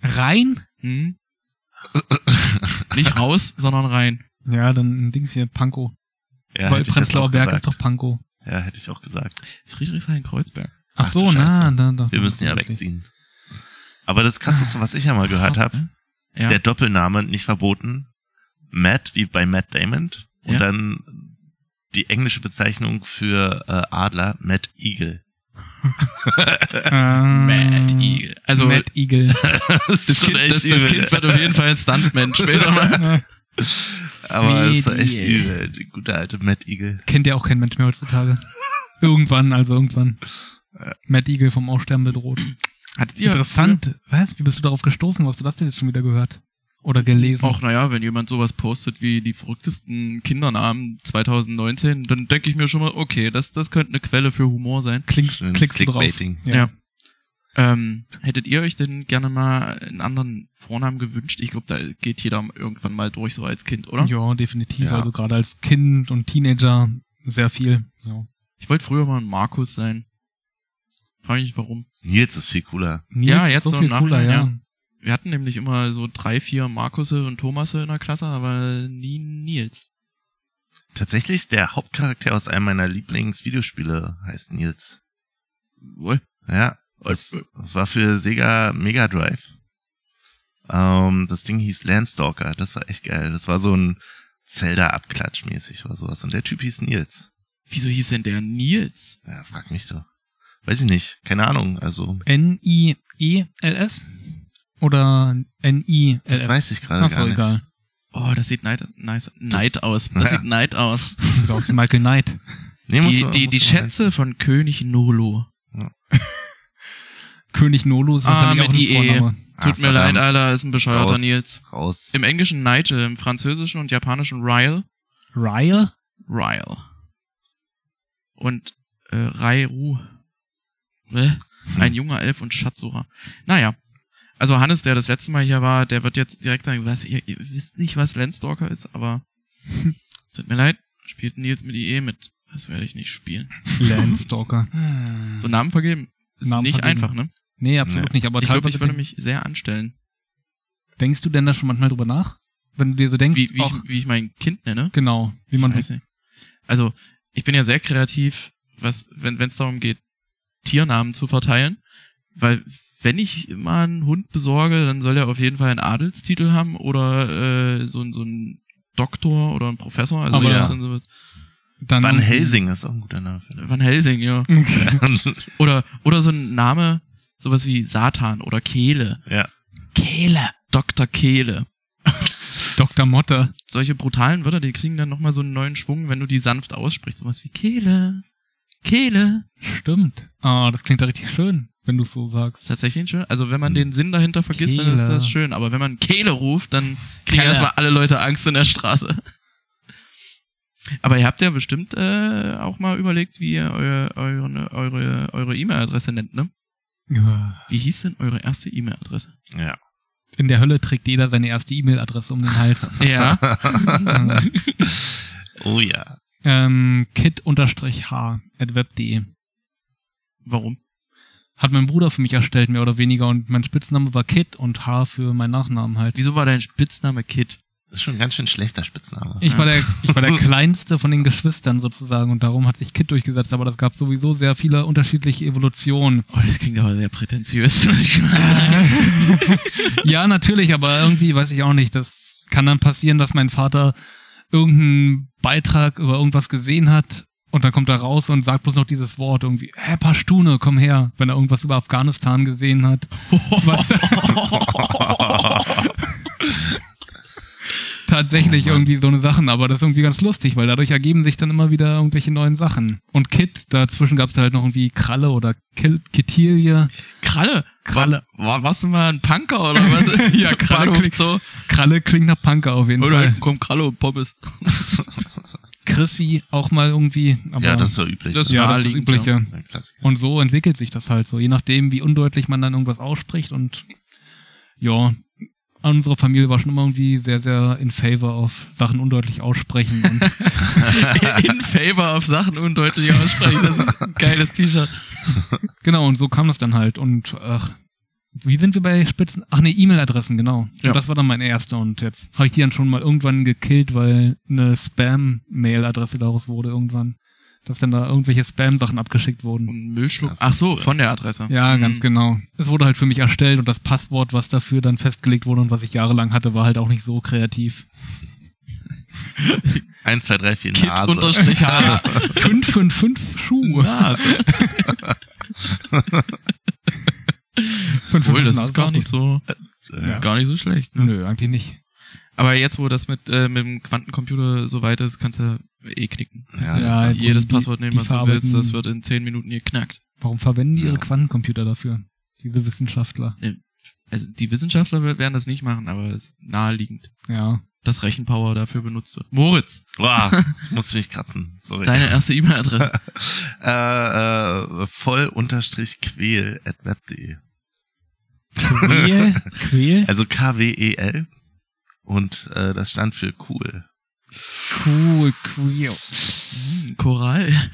Speaker 2: Rhein?
Speaker 1: Hm? Nicht raus, sondern rein.
Speaker 2: Ja, dann ein Dings hier, Pankow.
Speaker 3: Ja,
Speaker 2: Weil
Speaker 3: hätte ich jetzt
Speaker 2: Prenzlauer
Speaker 3: auch
Speaker 2: Berg ist
Speaker 3: gesagt.
Speaker 2: doch Pankow.
Speaker 3: Ja, hätte ich auch gesagt.
Speaker 1: Friedrichshain-Kreuzberg.
Speaker 2: Ach,
Speaker 3: Ach du
Speaker 2: so, na,
Speaker 3: Scheiße.
Speaker 2: na, na.
Speaker 3: Wir müssen ja
Speaker 2: Okay. Ah.
Speaker 3: wegziehen. Aber das krasseste, was ich ja mal gehört habe,
Speaker 1: ne? Ja.
Speaker 3: der Doppelname nicht verboten. Matt, wie bei Matt Damon. Und
Speaker 1: Ja.
Speaker 3: dann die englische Bezeichnung für äh, Adler, Matt Eagle.
Speaker 2: Ähm,
Speaker 1: Mad Eagle. Also
Speaker 2: Mad Eagle.
Speaker 3: Das,
Speaker 1: das,
Speaker 3: ist schon
Speaker 1: kind, das, das
Speaker 3: übel.
Speaker 1: Kind wird auf jeden Fall ein Stuntman später. mal.
Speaker 3: Aber das war echt
Speaker 2: Schwede.
Speaker 3: übel. Die gute alte Matt Eagle.
Speaker 2: Kennt ja auch kein Mensch mehr heutzutage. irgendwann, also irgendwann. Mad Eagle vom Aussterben bedroht.
Speaker 1: Hattet ihr
Speaker 2: Interessant. Was? Wie bist du darauf gestoßen? Wo hast du das denn jetzt schon wieder gehört? Oder gelesen?
Speaker 1: Auch naja, wenn jemand sowas postet wie die verrücktesten Kindernamen 2019, dann denke ich mir schon mal, okay, das, das könnte eine Quelle für Humor sein.
Speaker 2: Klingst,
Speaker 3: Schönes
Speaker 2: klickst du drauf.
Speaker 3: Clickbaiting.
Speaker 1: Ja. Ähm, hättet ihr euch denn gerne mal einen anderen Vornamen gewünscht? Ich glaube, da geht jeder irgendwann mal durch, so als Kind, oder?
Speaker 2: Ja, definitiv.
Speaker 3: Ja.
Speaker 2: Also gerade als Kind und Teenager sehr viel. Ja.
Speaker 1: Ich wollte früher mal ein Markus sein. Frag ich nicht warum.
Speaker 3: Nils ist viel cooler.
Speaker 2: Nils
Speaker 1: Ja,
Speaker 2: ist
Speaker 1: jetzt so
Speaker 2: viel
Speaker 1: im
Speaker 2: cooler, ja.
Speaker 1: Nachhinein, Wir hatten nämlich immer so drei, vier Markusse und Thomasse in der Klasse, aber nie Nils.
Speaker 3: Tatsächlich, der Hauptcharakter aus einem meiner Lieblingsvideospiele heißt Nils.
Speaker 1: Wohl. Äh,
Speaker 3: Ja, es, es war für Sega Mega Drive. Ähm, das Ding hieß Landstalker. Das war echt geil. Das war so ein Zelda-Abklatsch mäßig oder sowas. Und der Typ hieß Nils.
Speaker 1: Wieso hieß denn der Nils?
Speaker 3: Ja, frag mich doch. Weiß ich nicht. Keine Ahnung. Also,
Speaker 2: N-I-E-L-S. E oder E NI?
Speaker 1: Äh,
Speaker 3: Das weiß ich gerade gar nicht.
Speaker 2: egal.
Speaker 1: Oh, das sieht nice, nice, night aus. Das
Speaker 3: Ja.
Speaker 1: sieht night aus.
Speaker 2: Sogar aus wie Michael Knight.
Speaker 3: Nee, musst
Speaker 1: Die,
Speaker 3: du-
Speaker 1: die,
Speaker 3: musst
Speaker 1: die
Speaker 3: du
Speaker 1: Schätze von König Nolo.
Speaker 2: König Nolo ist
Speaker 1: Ah,
Speaker 2: wahrscheinlich
Speaker 1: mit
Speaker 2: auch ein
Speaker 1: IE.
Speaker 2: Vorname.
Speaker 3: mal-
Speaker 1: Tut
Speaker 3: Ah,
Speaker 1: mir leid,
Speaker 3: verdammt.
Speaker 1: Alter, ist ein bescheuerter
Speaker 3: Raus.
Speaker 1: Nils.
Speaker 3: Raus.
Speaker 1: Im Englischen Nigel, im Französischen und Japanischen Ryle.
Speaker 2: Ryle?
Speaker 1: Ryle. Und äh, Rairu. Ne?
Speaker 2: Hm.
Speaker 1: Ein junger Elf und Schatzsucher. Naja. Also Hannes, der das letzte Mal hier war, der wird jetzt direkt sagen, was, ihr, ihr wisst nicht, was Landstalker ist, aber tut mir leid, spielt Nils mit IE mit. Das werde ich nicht spielen.
Speaker 2: Landstalker.
Speaker 1: So Namen vergeben ist
Speaker 2: Hm. Namen
Speaker 1: nicht
Speaker 2: vergeben.
Speaker 1: einfach, ne?
Speaker 2: Nee, absolut
Speaker 3: Nee.
Speaker 2: nicht. Aber
Speaker 1: ich glaube,
Speaker 2: teilweise
Speaker 1: ich würde
Speaker 2: denk-
Speaker 1: mich sehr anstellen,
Speaker 2: denkst du denn da schon manchmal drüber nach? Wenn du dir so denkst,
Speaker 1: wie, wie,
Speaker 2: ach,
Speaker 1: ich, wie ich mein Kind nenne.
Speaker 2: genau, wie man
Speaker 1: Ich weiß nicht. Also, ich bin ja sehr kreativ, was, wenn es darum geht, Tiernamen zu verteilen. Weil, wenn ich mal einen Hund besorge, dann soll er auf jeden Fall einen Adelstitel haben oder äh, so, ein- so ein Doktor oder ein Professor. Also
Speaker 2: Aber
Speaker 1: ja.
Speaker 3: ja.
Speaker 1: so,
Speaker 2: dann
Speaker 3: Van Helsing ist auch ein guter Name. für
Speaker 1: Van Helsing, ja.
Speaker 3: den.
Speaker 1: Oder, oder so ein Name, sowas wie Satan oder Kehle.
Speaker 3: ja.
Speaker 1: Kehle. Dr. Kehle.
Speaker 2: Dr. Motte.
Speaker 1: Solche brutalen Wörter, die kriegen dann nochmal so einen neuen Schwung, wenn du die sanft aussprichst. Sowas wie Kehle. Kehle.
Speaker 2: Stimmt. Ah, das klingt ja richtig schön, wenn du es so sagst.
Speaker 1: ist tatsächlich schön. Also wenn man den Sinn dahinter vergisst, dann ist
Speaker 2: Hm. Kehle.
Speaker 1: das schön. Aber wenn man Kehle ruft, dann kriegen
Speaker 2: Keller.
Speaker 1: erstmal alle Leute Angst in der Straße. Aber ihr habt ja bestimmt äh, auch mal überlegt, wie ihr eure eure eure eure E-Mail-Adresse nennt, ne?
Speaker 2: Ja.
Speaker 1: Wie hieß denn eure erste E-Mail-Adresse?
Speaker 3: ja.
Speaker 2: In der Hölle trägt jeder seine erste E-Mail-Adresse um den Hals.
Speaker 1: Ja.
Speaker 3: Oh ja.
Speaker 2: ähm, kit-h at web.de.
Speaker 1: Warum?
Speaker 2: Hat mein Bruder für mich erstellt, mehr oder weniger. Und mein Spitzname war Kit und H für meinen Nachnamen halt.
Speaker 1: Wieso war dein Spitzname Kid?
Speaker 3: Ist schon ein ganz schön schlechter Spitzname.
Speaker 2: Ich war, der, ich war der kleinste von den Geschwistern sozusagen und darum hat sich Kit durchgesetzt, aber das gab sowieso sehr viele unterschiedliche Evolutionen.
Speaker 1: Oh, das klingt aber sehr prätentiös.
Speaker 2: Ja, natürlich, aber irgendwie weiß ich auch nicht. Das kann dann passieren, dass mein Vater irgendeinen Beitrag über irgendwas gesehen hat und dann kommt er raus und sagt bloß noch dieses Wort irgendwie, hä, Pashtune, komm her, wenn er irgendwas über Afghanistan gesehen hat. Was Tatsächlich
Speaker 3: Oh Mann.
Speaker 2: irgendwie so eine Sachen, aber das ist irgendwie ganz lustig, weil dadurch ergeben sich dann immer wieder irgendwelche neuen Sachen. Und Kit, dazwischen gab es halt noch irgendwie Kralle oder Kil Kittilie.
Speaker 1: Kralle.
Speaker 2: Kralle.
Speaker 1: War, warst du mal ein Punker oder was?
Speaker 2: Ja, Kralle
Speaker 1: Bahnhof
Speaker 2: klingt-
Speaker 1: so.
Speaker 2: Kralle klingt nach Punker auf jeden
Speaker 1: Oder
Speaker 2: Fall.
Speaker 1: komm Kralle und Pommes.
Speaker 2: Chrissy auch mal irgendwie. Aber
Speaker 3: ja, das ist so üblich. ne?
Speaker 1: Das-
Speaker 3: ja.
Speaker 2: ja, das ist das
Speaker 1: naheliegend, ja.
Speaker 2: Übliche.
Speaker 3: Ein Klassiker.
Speaker 2: Und so entwickelt sich das halt so, je nachdem, wie undeutlich man dann irgendwas ausspricht. Und ja, unsere Familie war schon immer irgendwie sehr, sehr in favor auf Sachen undeutlich aussprechen. Und
Speaker 1: in favor auf Sachen undeutlich aussprechen. Das ist ein geiles T-Shirt.
Speaker 2: genau, und so kam das dann halt. Und ach, wie sind wir bei Spitzen? Ach ne, E-Mail-Adressen, genau.
Speaker 1: Ja.
Speaker 2: Und das war dann mein erster. Und jetzt habe ich die dann schon mal irgendwann gekillt, weil eine Spam-Mail-Adresse daraus wurde irgendwann. Dass dann da irgendwelche Spam-Sachen abgeschickt wurden.
Speaker 1: Und Müllschluck.
Speaker 3: Das-
Speaker 1: Ach so, von der Adresse.
Speaker 2: Ja,
Speaker 1: Mhm.
Speaker 2: ganz genau. Es wurde halt für mich erstellt und das Passwort, was dafür dann festgelegt wurde und was ich jahrelang hatte, war halt auch nicht so kreativ.
Speaker 3: Eins, zwei, drei, vier,
Speaker 1: Kid
Speaker 3: Nase.
Speaker 1: unterstrich H.
Speaker 2: 555 Schuh.
Speaker 1: Nase. Obwohl, das ist gar nicht so,
Speaker 3: Äh, ja.
Speaker 1: gar nicht so schlecht. Ne?
Speaker 2: Nö, eigentlich nicht.
Speaker 1: Aber jetzt, wo das mit, äh, mit dem Quantencomputer so weit ist, kannst du eh knicken.
Speaker 3: Ja,
Speaker 1: Kannst du
Speaker 2: ja,
Speaker 1: jetzt
Speaker 2: die-
Speaker 1: jedes
Speaker 2: die-
Speaker 1: Passwort nehmen,
Speaker 2: die
Speaker 1: was du willst.
Speaker 2: verarbeiten-
Speaker 1: Das wird in zehn Minuten hier knackt.
Speaker 2: Warum verwenden die ihre
Speaker 3: Ja.
Speaker 2: Quantencomputer dafür? Diese Wissenschaftler.
Speaker 1: Also die Wissenschaftler werden das nicht machen, aber es ist naheliegend,
Speaker 2: Ja.
Speaker 1: dass Rechenpower dafür benutzt wird. Moritz,
Speaker 3: Boah, ich muss mich kratzen. Sorry.
Speaker 1: deine erste E-Mail-Adresse.
Speaker 3: äh, äh, voll unterstrich quel at web.de.
Speaker 2: Quäl, quäl,
Speaker 3: Also K-W-E-L. Und äh, das stand für cool.
Speaker 2: cool, quäl.
Speaker 1: Hm, Choral.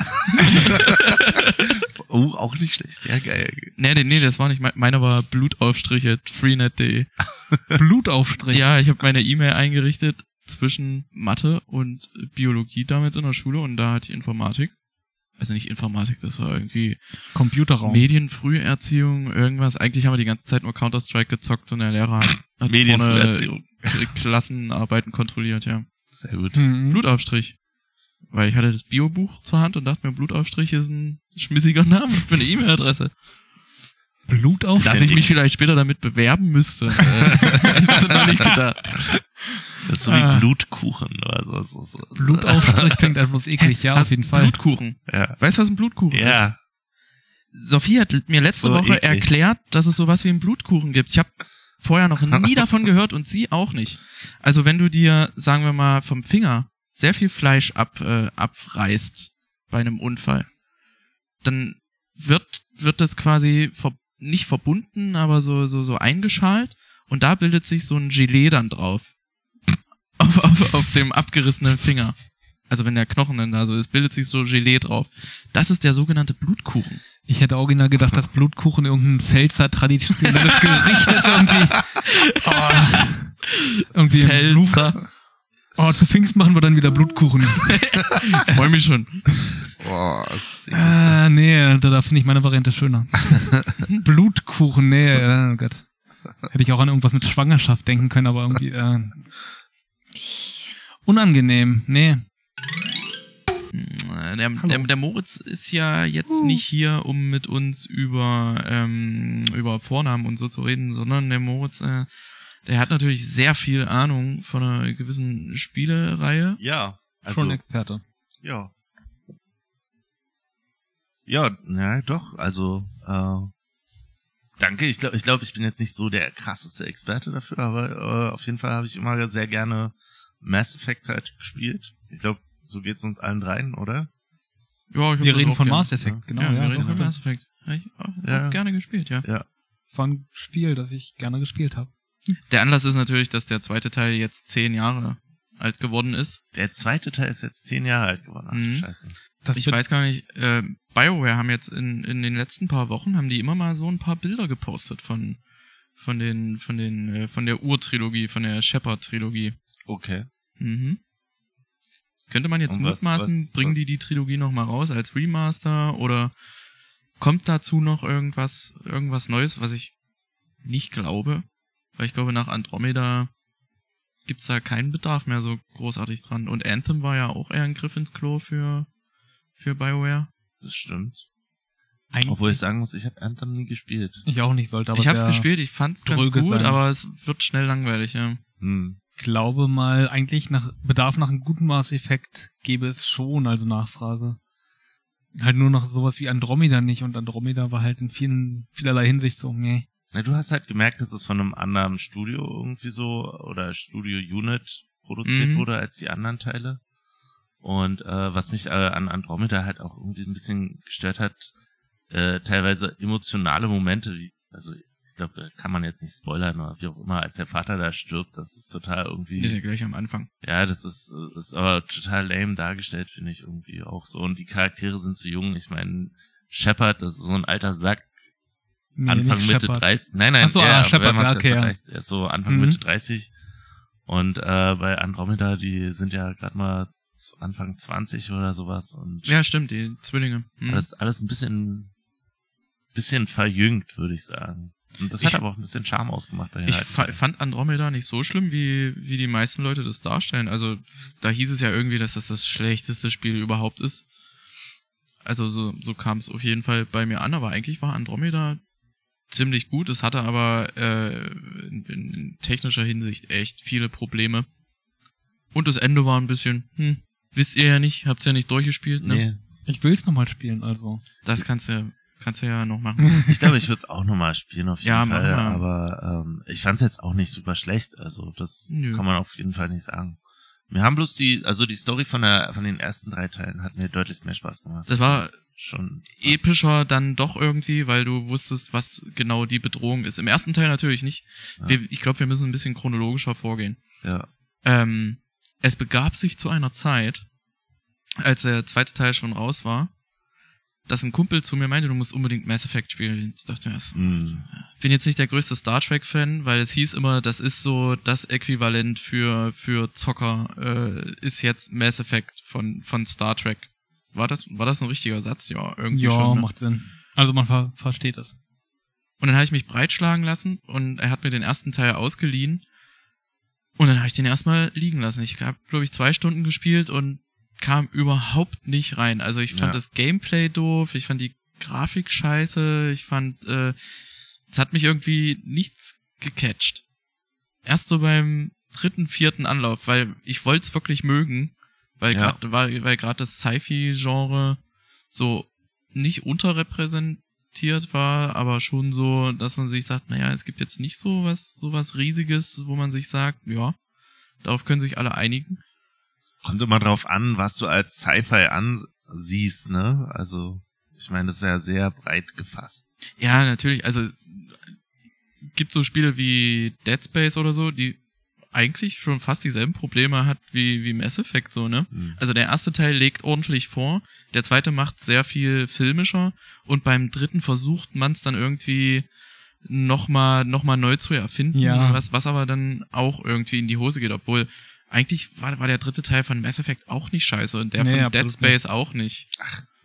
Speaker 3: Oh, auch nicht schlecht. Ja, geil.
Speaker 1: Nee, nee, nee, das war nicht mein, meiner war Blutaufstriche, freenet.de.
Speaker 2: Blutaufstrich.
Speaker 1: Ja, ich habe meine E-Mail eingerichtet zwischen Mathe und Biologie damals in der Schule und da hat die Informatik, also nicht Informatik, das war irgendwie
Speaker 2: Computerraum.
Speaker 1: Medienfrüherziehung, irgendwas. Eigentlich haben wir die ganze Zeit nur Counter-Strike gezockt und der Lehrer hat, hat vorne äh,
Speaker 3: Medienfrüherziehung.
Speaker 1: Klassenarbeiten kontrolliert, ja.
Speaker 3: Sehr gut.
Speaker 2: Mhm.
Speaker 1: Blutaufstrich. Weil ich hatte das Biobuch zur Hand und dachte mir, Blutaufstrich ist ein schmissiger Name für eine E-Mail-Adresse.
Speaker 2: Blut auf?
Speaker 1: Dass ich mich vielleicht später damit bewerben müsste. Äh, ich hatte noch nicht gedacht.
Speaker 3: Das ist so wie
Speaker 2: Ah.
Speaker 3: Blutkuchen oder so. so, so.
Speaker 2: Blutaufstrich klingt einfach bloß eklig, ja,
Speaker 1: Hast
Speaker 2: auf jeden Fall.
Speaker 1: Blutkuchen.
Speaker 3: Ja.
Speaker 1: Weißt du, was ein
Speaker 2: Oh,
Speaker 1: Blutkuchen ist?
Speaker 3: Ja.
Speaker 1: Sophie hat mir letzte
Speaker 3: So
Speaker 1: Woche
Speaker 3: eklig.
Speaker 1: erklärt, dass es sowas wie einen Blutkuchen gibt. Ich habe vorher noch nie davon gehört und sie auch nicht. Also wenn du dir, sagen wir mal, vom Finger sehr viel Fleisch ab, äh, abreißt bei einem Unfall, dann wird, wird das quasi ver nicht verbunden, aber so, so, so eingeschalt und da bildet sich so ein Gelee dann drauf. Auf, auf, auf dem abgerissenen Finger. Also wenn der Knochen dann da so ist, bildet sich so Gelee drauf. Das ist der sogenannte Blutkuchen.
Speaker 2: Ich hätte original gedacht, dass Blutkuchen irgendein Pfälzer traditionelles Gericht ist irgendwie. Oh. Irgendwie im
Speaker 1: Pfälzer.
Speaker 2: Oh, zu Pfingst machen wir dann wieder Blutkuchen.
Speaker 1: Freue mich schon.
Speaker 3: Boah, das ist-
Speaker 2: Ah, nee, da, da finde ich meine Variante schöner. Blutkuchen, nee, äh, Gott. Hätte ich auch an irgendwas mit Schwangerschaft denken können, aber irgendwie, äh, unangenehm, nee.
Speaker 1: Äh, Der,
Speaker 2: Hallo.
Speaker 1: der, der Moritz ist ja jetzt nicht hier, um mit uns über, ähm, über Vornamen und so zu reden, sondern der Moritz, äh, der hat natürlich sehr viel Ahnung von einer gewissen Spielereihe.
Speaker 3: ja.
Speaker 2: Schon
Speaker 3: Also,
Speaker 2: Experte.
Speaker 3: ja. Ja, ja, doch. Also, äh, danke. Ich glaube, ich, glaub, ich bin jetzt nicht so der krasseste Experte dafür, aber äh, auf jeden Fall habe ich immer sehr gerne Mass Effect halt gespielt. Ich glaube, so geht's uns allen dreien, oder?
Speaker 1: Ja, ich hab
Speaker 2: Wir
Speaker 1: das
Speaker 2: reden
Speaker 1: auch
Speaker 2: von
Speaker 1: gerne.
Speaker 2: Mass Effect, genau.
Speaker 1: ja, wir reden
Speaker 2: doch,
Speaker 1: von
Speaker 2: doch.
Speaker 1: Mass Effect. Hab ich auch,
Speaker 3: Ja.
Speaker 1: auch gerne gespielt, ja.
Speaker 2: Das war ein Spiel, das ich gerne gespielt habe.
Speaker 1: Der Anlass ist natürlich, dass der zweite Teil jetzt zehn Jahre alt geworden ist.
Speaker 3: Der zweite Teil ist jetzt zehn Jahre alt geworden. Ach, du
Speaker 1: Mhm.
Speaker 3: Scheiße.
Speaker 2: Das
Speaker 1: ich
Speaker 2: wird-
Speaker 1: weiß gar nicht, äh, BioWare haben jetzt in, in den letzten paar Wochen, haben die immer mal so ein paar Bilder gepostet von, von den, von den, äh, von der Ur-Trilogie, von der Shepard-Trilogie.
Speaker 3: Okay.
Speaker 1: Mhm. Könnte man jetzt
Speaker 3: Und was-
Speaker 1: mutmaßen,
Speaker 3: was-
Speaker 1: bringen
Speaker 3: was-
Speaker 1: die die Trilogie nochmal raus als Remaster oder kommt dazu noch irgendwas, irgendwas Neues, was ich nicht glaube? Weil ich glaube, nach Andromeda gibt's da keinen Bedarf mehr so großartig dran. Und Anthem war ja auch eher ein Griff ins Klo für, für Bioware.
Speaker 3: Das stimmt.
Speaker 2: Eigentlich-
Speaker 3: Obwohl ich sagen muss, ich habe Anthem nie gespielt.
Speaker 2: ich auch nicht sollte, aber
Speaker 1: ich hab's
Speaker 2: der-
Speaker 1: gespielt, ich fand's ganz
Speaker 2: dröge
Speaker 1: gut,
Speaker 2: sein.
Speaker 1: aber es wird schnell langweilig, ja.
Speaker 3: Hm.
Speaker 2: glaube mal, eigentlich nach Bedarf nach einem guten Maßeffekt gäbe es schon, also Nachfrage. Halt nur noch sowas wie Andromeda nicht und Andromeda war halt in vielen, vielerlei Hinsicht so, nee.
Speaker 3: Na, du hast halt gemerkt, dass es von einem anderen Studio irgendwie so oder Studio Unit produziert
Speaker 1: Mhm.
Speaker 3: wurde als die anderen Teile. Und äh, was mich äh, an Andromeda halt auch irgendwie ein bisschen gestört hat, äh, teilweise emotionale Momente, wie, also ich glaube, da kann man jetzt nicht spoilern oder wie auch immer, als der Vater da stirbt, das ist total irgendwie.
Speaker 1: Ist ja gleich am Anfang.
Speaker 3: Ja, das ist, äh, ist aber total lame dargestellt, finde ich irgendwie auch so. Und die Charaktere sind zu jung. Ich meine, Shepard, das ist so ein alter Sack,
Speaker 2: nee
Speaker 3: Anfang
Speaker 2: nicht
Speaker 3: Mitte
Speaker 2: Shepard.
Speaker 3: 30. Nein, nein,
Speaker 2: Ach so,
Speaker 3: er,
Speaker 2: ah, Shepard,
Speaker 3: wenn man's
Speaker 2: ja,
Speaker 3: jetzt
Speaker 2: okay, ja.
Speaker 3: vergleicht, er ist so Anfang
Speaker 2: Mhm.
Speaker 3: Mitte 30. Und äh, bei Andromeda, die sind ja gerade mal z- Anfang 20 oder sowas. Und
Speaker 1: Ja, stimmt, die Zwillinge. Hm.
Speaker 2: Also
Speaker 3: alles, alles ein bisschen, bisschen verjüngt, würde ich sagen. Und das
Speaker 1: Ich-
Speaker 3: hat aber auch ein bisschen Charme ausgemacht. Bei den
Speaker 1: Ich
Speaker 3: alten
Speaker 1: fa
Speaker 3: Teilen.
Speaker 1: fand Andromeda nicht so schlimm, wie, wie die meisten Leute das darstellen. Also, da hieß es ja irgendwie, dass das das schlechteste Spiel überhaupt ist. Also, so, so kam es auf jeden Fall bei mir an, aber eigentlich war Andromeda ziemlich gut. Es hatte aber äh, in, in, in technischer Hinsicht echt viele Probleme. Und das Ende war ein bisschen, hm, wisst ihr ja nicht, habt's ja nicht durchgespielt, ne?
Speaker 3: nee,
Speaker 2: Ich will's nochmal spielen, also.
Speaker 1: Das kannst du, kannst du ja noch machen.
Speaker 3: Ich glaube, ich würde es auch nochmal spielen, auf jeden
Speaker 1: Ja, mach
Speaker 3: Fall.
Speaker 1: mal.
Speaker 3: Aber ähm, ich fand es jetzt auch nicht super schlecht. Also, das
Speaker 1: Nö.
Speaker 3: kann man auf jeden Fall nicht sagen. Wir haben bloß die, also die Story von der, von den ersten drei Teilen hat mir deutlich mehr Spaß gemacht.
Speaker 1: Das war
Speaker 3: schon.
Speaker 1: epischer dann doch irgendwie, weil du wusstest, was genau die Bedrohung ist. Im ersten Teil natürlich nicht.
Speaker 3: Ja.
Speaker 1: Wir, ich glaube, wir müssen ein bisschen chronologischer vorgehen.
Speaker 3: Ja.
Speaker 1: Ähm, es begab sich zu einer Zeit, als der zweite Teil schon raus war, dass ein Kumpel zu mir meinte, du musst unbedingt Mass Effect spielen. Ich dachte mir, das
Speaker 3: Mhm.
Speaker 1: bin jetzt nicht der größte Star Trek Fan, weil es hieß immer, das ist so das Äquivalent für für Zocker äh, ist jetzt Mass Effect von von Star Trek. War das war das ein richtiger Satz? Ja, irgendwie
Speaker 2: ja,
Speaker 1: schon. ne?
Speaker 2: macht Sinn. Also man ver versteht es.
Speaker 1: Und dann habe ich mich breitschlagen lassen und er hat mir den ersten Teil ausgeliehen. Und dann habe ich den erstmal liegen lassen. Ich habe, glaube ich, zwei Stunden gespielt und kam überhaupt nicht rein. Also ich fand
Speaker 3: Ja.
Speaker 1: das Gameplay doof, ich fand die Grafik scheiße, ich fand äh, Es hat mich irgendwie nichts gecatcht. Erst so beim dritten, vierten Anlauf, weil ich wollte es wirklich mögen, weil
Speaker 3: Ja.
Speaker 1: gerade weil, weil grad das Sci-Fi-Genre so nicht unterrepräsentiert war, aber schon so, dass man sich sagt, naja, es gibt jetzt nicht so was, so was Riesiges, wo man sich sagt, ja, darauf können sich alle einigen.
Speaker 3: Kommt immer drauf an, was du als Sci-Fi ansiehst, ne? Also, ich meine, das ist ja sehr breit gefasst.
Speaker 1: Ja, natürlich. Also gibt so Spiele wie Dead Space oder so, die eigentlich schon fast dieselben Probleme hat wie, wie Mass Effect so, ne?
Speaker 3: Hm.
Speaker 1: Also der erste Teil legt ordentlich vor, der zweite macht sehr viel filmischer und beim dritten versucht man es dann irgendwie nochmal noch mal neu zu erfinden,
Speaker 2: Ja.
Speaker 1: was, was aber dann auch irgendwie in die Hose geht, obwohl eigentlich war, war der dritte Teil von Mass Effect auch nicht scheiße und der
Speaker 2: Nee,
Speaker 1: von Dead
Speaker 2: absolut
Speaker 1: Space auch nicht.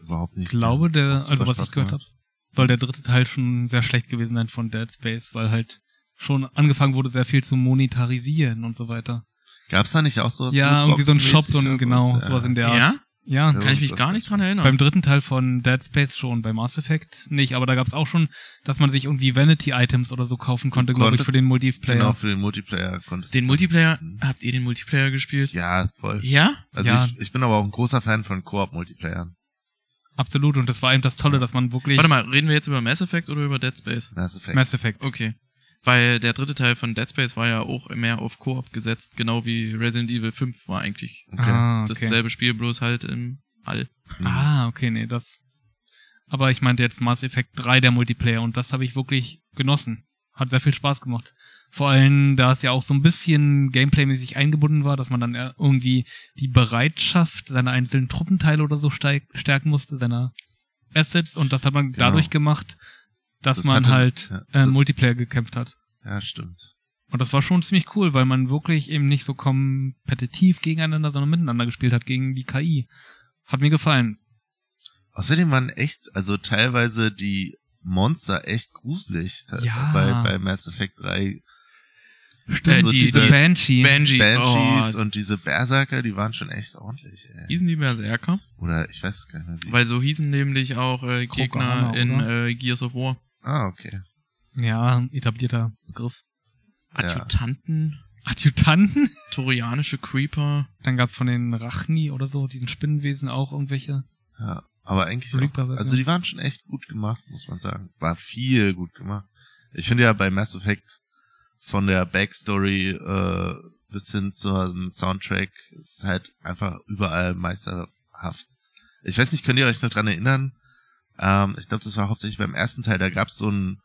Speaker 3: Überhaupt nicht.
Speaker 2: Ich glaube, der,
Speaker 3: Super
Speaker 2: also was
Speaker 3: Spaß
Speaker 2: ich gehört
Speaker 3: gemacht.
Speaker 2: habe, soll der dritte Teil schon sehr schlecht gewesen sein von Dead Space, weil halt schon angefangen wurde, sehr viel zu monetarisieren und so weiter.
Speaker 3: Gab's da nicht auch sowas?
Speaker 2: ja, irgendwie so ein Shop, so ein,
Speaker 3: Lootbox-mäßig
Speaker 2: genau,
Speaker 3: oder
Speaker 2: sowas in der
Speaker 1: Ja?
Speaker 2: Art. Ja,
Speaker 3: Ja,
Speaker 1: Kann ich
Speaker 3: das
Speaker 1: mich gar
Speaker 3: weiß
Speaker 1: nicht
Speaker 3: ich
Speaker 1: dran
Speaker 3: nicht.
Speaker 1: erinnern.
Speaker 2: beim dritten Teil von Dead Space schon, bei Mass Effect nicht, aber da gab's auch schon, dass man sich irgendwie Vanity-Items oder so kaufen konnte, glaube ich,
Speaker 3: konntest-
Speaker 2: für den Multiplayer.
Speaker 3: Genau, für den Multiplayer konntest
Speaker 1: Den
Speaker 3: du-
Speaker 1: Multiplayer,
Speaker 3: Mhm.
Speaker 1: habt ihr den Multiplayer gespielt?
Speaker 3: Ja, voll.
Speaker 1: Ja?
Speaker 3: Also
Speaker 2: Ja.
Speaker 3: Ich, ich bin aber auch ein großer Fan von Koop-Multiplayern.
Speaker 2: Absolut, und das war eben das Tolle, dass man wirklich
Speaker 1: Warte mal, reden wir jetzt über Mass Effect oder über Dead Space?
Speaker 3: Mass Effect.
Speaker 2: Mass Effect.
Speaker 1: Okay. Weil der dritte Teil von Dead Space war ja auch mehr auf Koop gesetzt, genau wie Resident Evil 5 war eigentlich
Speaker 3: Okay.
Speaker 2: Ah, okay.
Speaker 1: dasselbe Spiel, bloß halt im All.
Speaker 3: Mhm.
Speaker 2: Ah, okay, nee, das. Aber ich meinte jetzt Mass Effect 3, der Multiplayer, und das habe ich wirklich genossen. Hat sehr viel Spaß gemacht. Vor allem, da es ja auch so ein bisschen gameplaymäßig eingebunden war, dass man dann äh, irgendwie die Bereitschaft seiner einzelnen Truppenteile oder so steig- stärken musste, seiner Assets, und das hat man
Speaker 3: Genau.
Speaker 2: dadurch gemacht, dass
Speaker 3: Das
Speaker 2: man
Speaker 3: hatte-
Speaker 2: halt
Speaker 3: ja,
Speaker 2: äh,
Speaker 3: das-
Speaker 2: Multiplayer gekämpft hat.
Speaker 3: Ja, stimmt.
Speaker 2: Und das war schon ziemlich cool, weil man wirklich eben nicht so kompetitiv gegeneinander, sondern miteinander gespielt hat, gegen die KI. Hat mir gefallen.
Speaker 3: Außerdem waren echt, also teilweise die Monster echt gruselig te-
Speaker 2: Ja.
Speaker 3: bei, bei Mass Effect 3.
Speaker 2: Stimmt,
Speaker 1: Äh,
Speaker 2: so
Speaker 1: die-
Speaker 2: diese
Speaker 3: die-
Speaker 2: Banshee.
Speaker 1: Banshee.
Speaker 3: Banshees
Speaker 1: oh,
Speaker 3: und diese Berserker, die waren schon echt ordentlich, ey.
Speaker 1: hießen die Berserker?
Speaker 3: Oder ich weiß gar nicht. Wie.
Speaker 1: Weil so hießen nämlich auch äh, Gegner
Speaker 2: Krokohammer,
Speaker 1: in
Speaker 2: oder?
Speaker 1: äh, Gears of War.
Speaker 3: ah, okay.
Speaker 2: ja, etablierter Begriff.
Speaker 3: Ja.
Speaker 1: Adjutanten,
Speaker 2: Adjutanten?
Speaker 1: Torianische Creeper.
Speaker 2: Dann gab's von den Rachni oder so, diesen Spinnenwesen auch irgendwelche.
Speaker 3: Ja. Aber eigentlich. Auch,
Speaker 2: Reaper-Versionen.
Speaker 3: also die waren schon echt gut gemacht, muss man sagen. War viel gut gemacht. Ich finde ja bei Mass Effect von der Backstory äh, bis hin zum Soundtrack ist halt einfach überall meisterhaft. Ich weiß nicht, könnt ihr euch noch dran erinnern? Ähm, ich glaube, das war hauptsächlich beim ersten Teil. Da gab's so ein,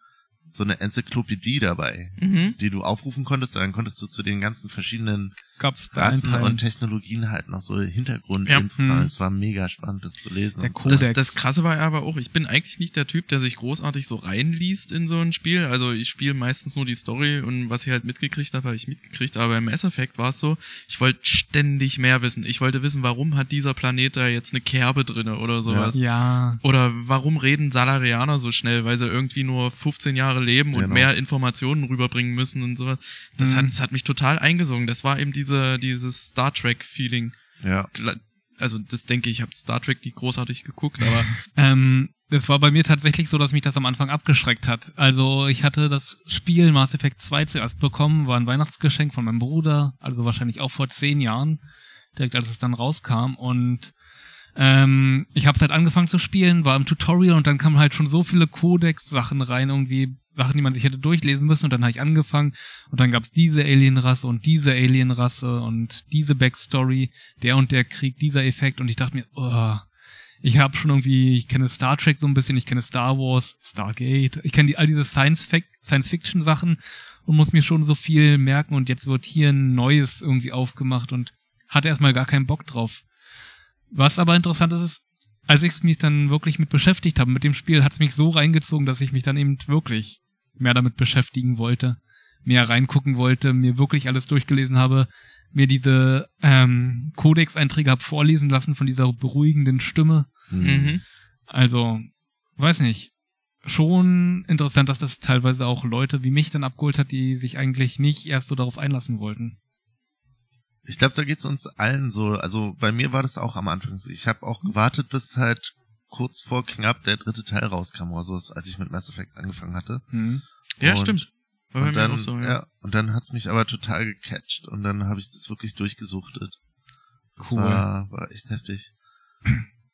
Speaker 3: so eine Enzyklopädie dabei,
Speaker 1: Mhm.
Speaker 3: die du aufrufen konntest. Und dann konntest du zu den ganzen verschiedenen
Speaker 2: Gab's bei allen
Speaker 3: Rassen
Speaker 2: Teilen.
Speaker 3: und Technologien halt noch so Hintergrundinfos.
Speaker 2: Ja.
Speaker 3: Ja.
Speaker 2: Mhm.
Speaker 3: Es war mega spannend, das zu lesen.
Speaker 2: Der
Speaker 3: und
Speaker 2: Kodex.
Speaker 1: Das, das krasse war ja aber auch, ich bin eigentlich nicht der Typ, der sich großartig so reinliest in so ein Spiel. Also ich spiele meistens nur die Story und was ich halt mitgekriegt habe, habe ich mitgekriegt. Aber im Mass Effect war es so, ich wollte ständig mehr wissen. Ich wollte wissen, warum hat dieser Planet da jetzt eine Kerbe drinne oder sowas.
Speaker 2: ja,
Speaker 1: Oder warum reden Salarianer so schnell, weil sie irgendwie nur 15 Jahre leben und
Speaker 3: Genau.
Speaker 1: mehr Informationen rüberbringen müssen und sowas. Das,
Speaker 2: Mhm.
Speaker 1: hat, das hat mich total eingesungen. Das war eben diese, dieses Star Trek-Feeling.
Speaker 3: So. Ja.
Speaker 1: Gla- Also das denke ich, ich habe Star Trek nicht großartig geguckt, aber
Speaker 2: Ähm, das war bei mir tatsächlich so, dass mich das am Anfang abgeschreckt hat. Also ich hatte das Spiel Mass Effect 2 zuerst bekommen, war ein Weihnachtsgeschenk von meinem Bruder, also wahrscheinlich auch vor zehn Jahren, direkt als es dann rauskam. Und ähm, ich habe halt angefangen zu spielen, war im Tutorial und dann kamen halt schon so viele Codex-Sachen rein, irgendwie Sachen, die man sich hätte durchlesen müssen. Und dann habe ich angefangen und dann gab's diese Alienrasse und diese Alienrasse und diese Backstory, der und der Krieg, dieser Effekt. Und ich dachte mir, oh, ich habe schon irgendwie, ich kenne Star Trek so ein bisschen, ich kenne Star Wars, Stargate, ich kenne die, all diese Science-Fic- Science-Fiction-Sachen und muss mir schon so viel merken und jetzt wird hier ein neues irgendwie aufgemacht und hatte erstmal gar keinen Bock drauf. Was aber interessant ist, ist, als ich mich dann wirklich mit beschäftigt habe, mit dem Spiel, hat es mich so reingezogen, dass ich mich dann eben wirklich mehr damit beschäftigen wollte, mehr reingucken wollte, mir wirklich alles durchgelesen habe, mir diese ähm, Codex-Einträge habe vorlesen lassen von dieser beruhigenden Stimme.
Speaker 3: Mhm.
Speaker 2: Also, weiß nicht. Schon interessant, dass das teilweise auch Leute wie mich dann abgeholt hat, die sich eigentlich nicht erst so darauf einlassen wollten.
Speaker 3: Ich
Speaker 1: Mhm.
Speaker 3: glaube, da geht's uns allen so. Also bei mir war das auch am Anfang so. Ich habe auch gewartet, bis halt kurz vor knapp der dritte Teil rauskam oder sowas, als ich mit Mass Effect angefangen hatte.
Speaker 2: Mhm.
Speaker 1: Ja,
Speaker 3: Und-
Speaker 1: stimmt. War bei
Speaker 3: Und
Speaker 1: mir
Speaker 3: dann,
Speaker 1: auch so, ja.
Speaker 3: und dann hat's mich aber total gecatcht und dann habe ich das wirklich durchgesuchtet. Das
Speaker 2: Cool.
Speaker 3: war, war echt heftig.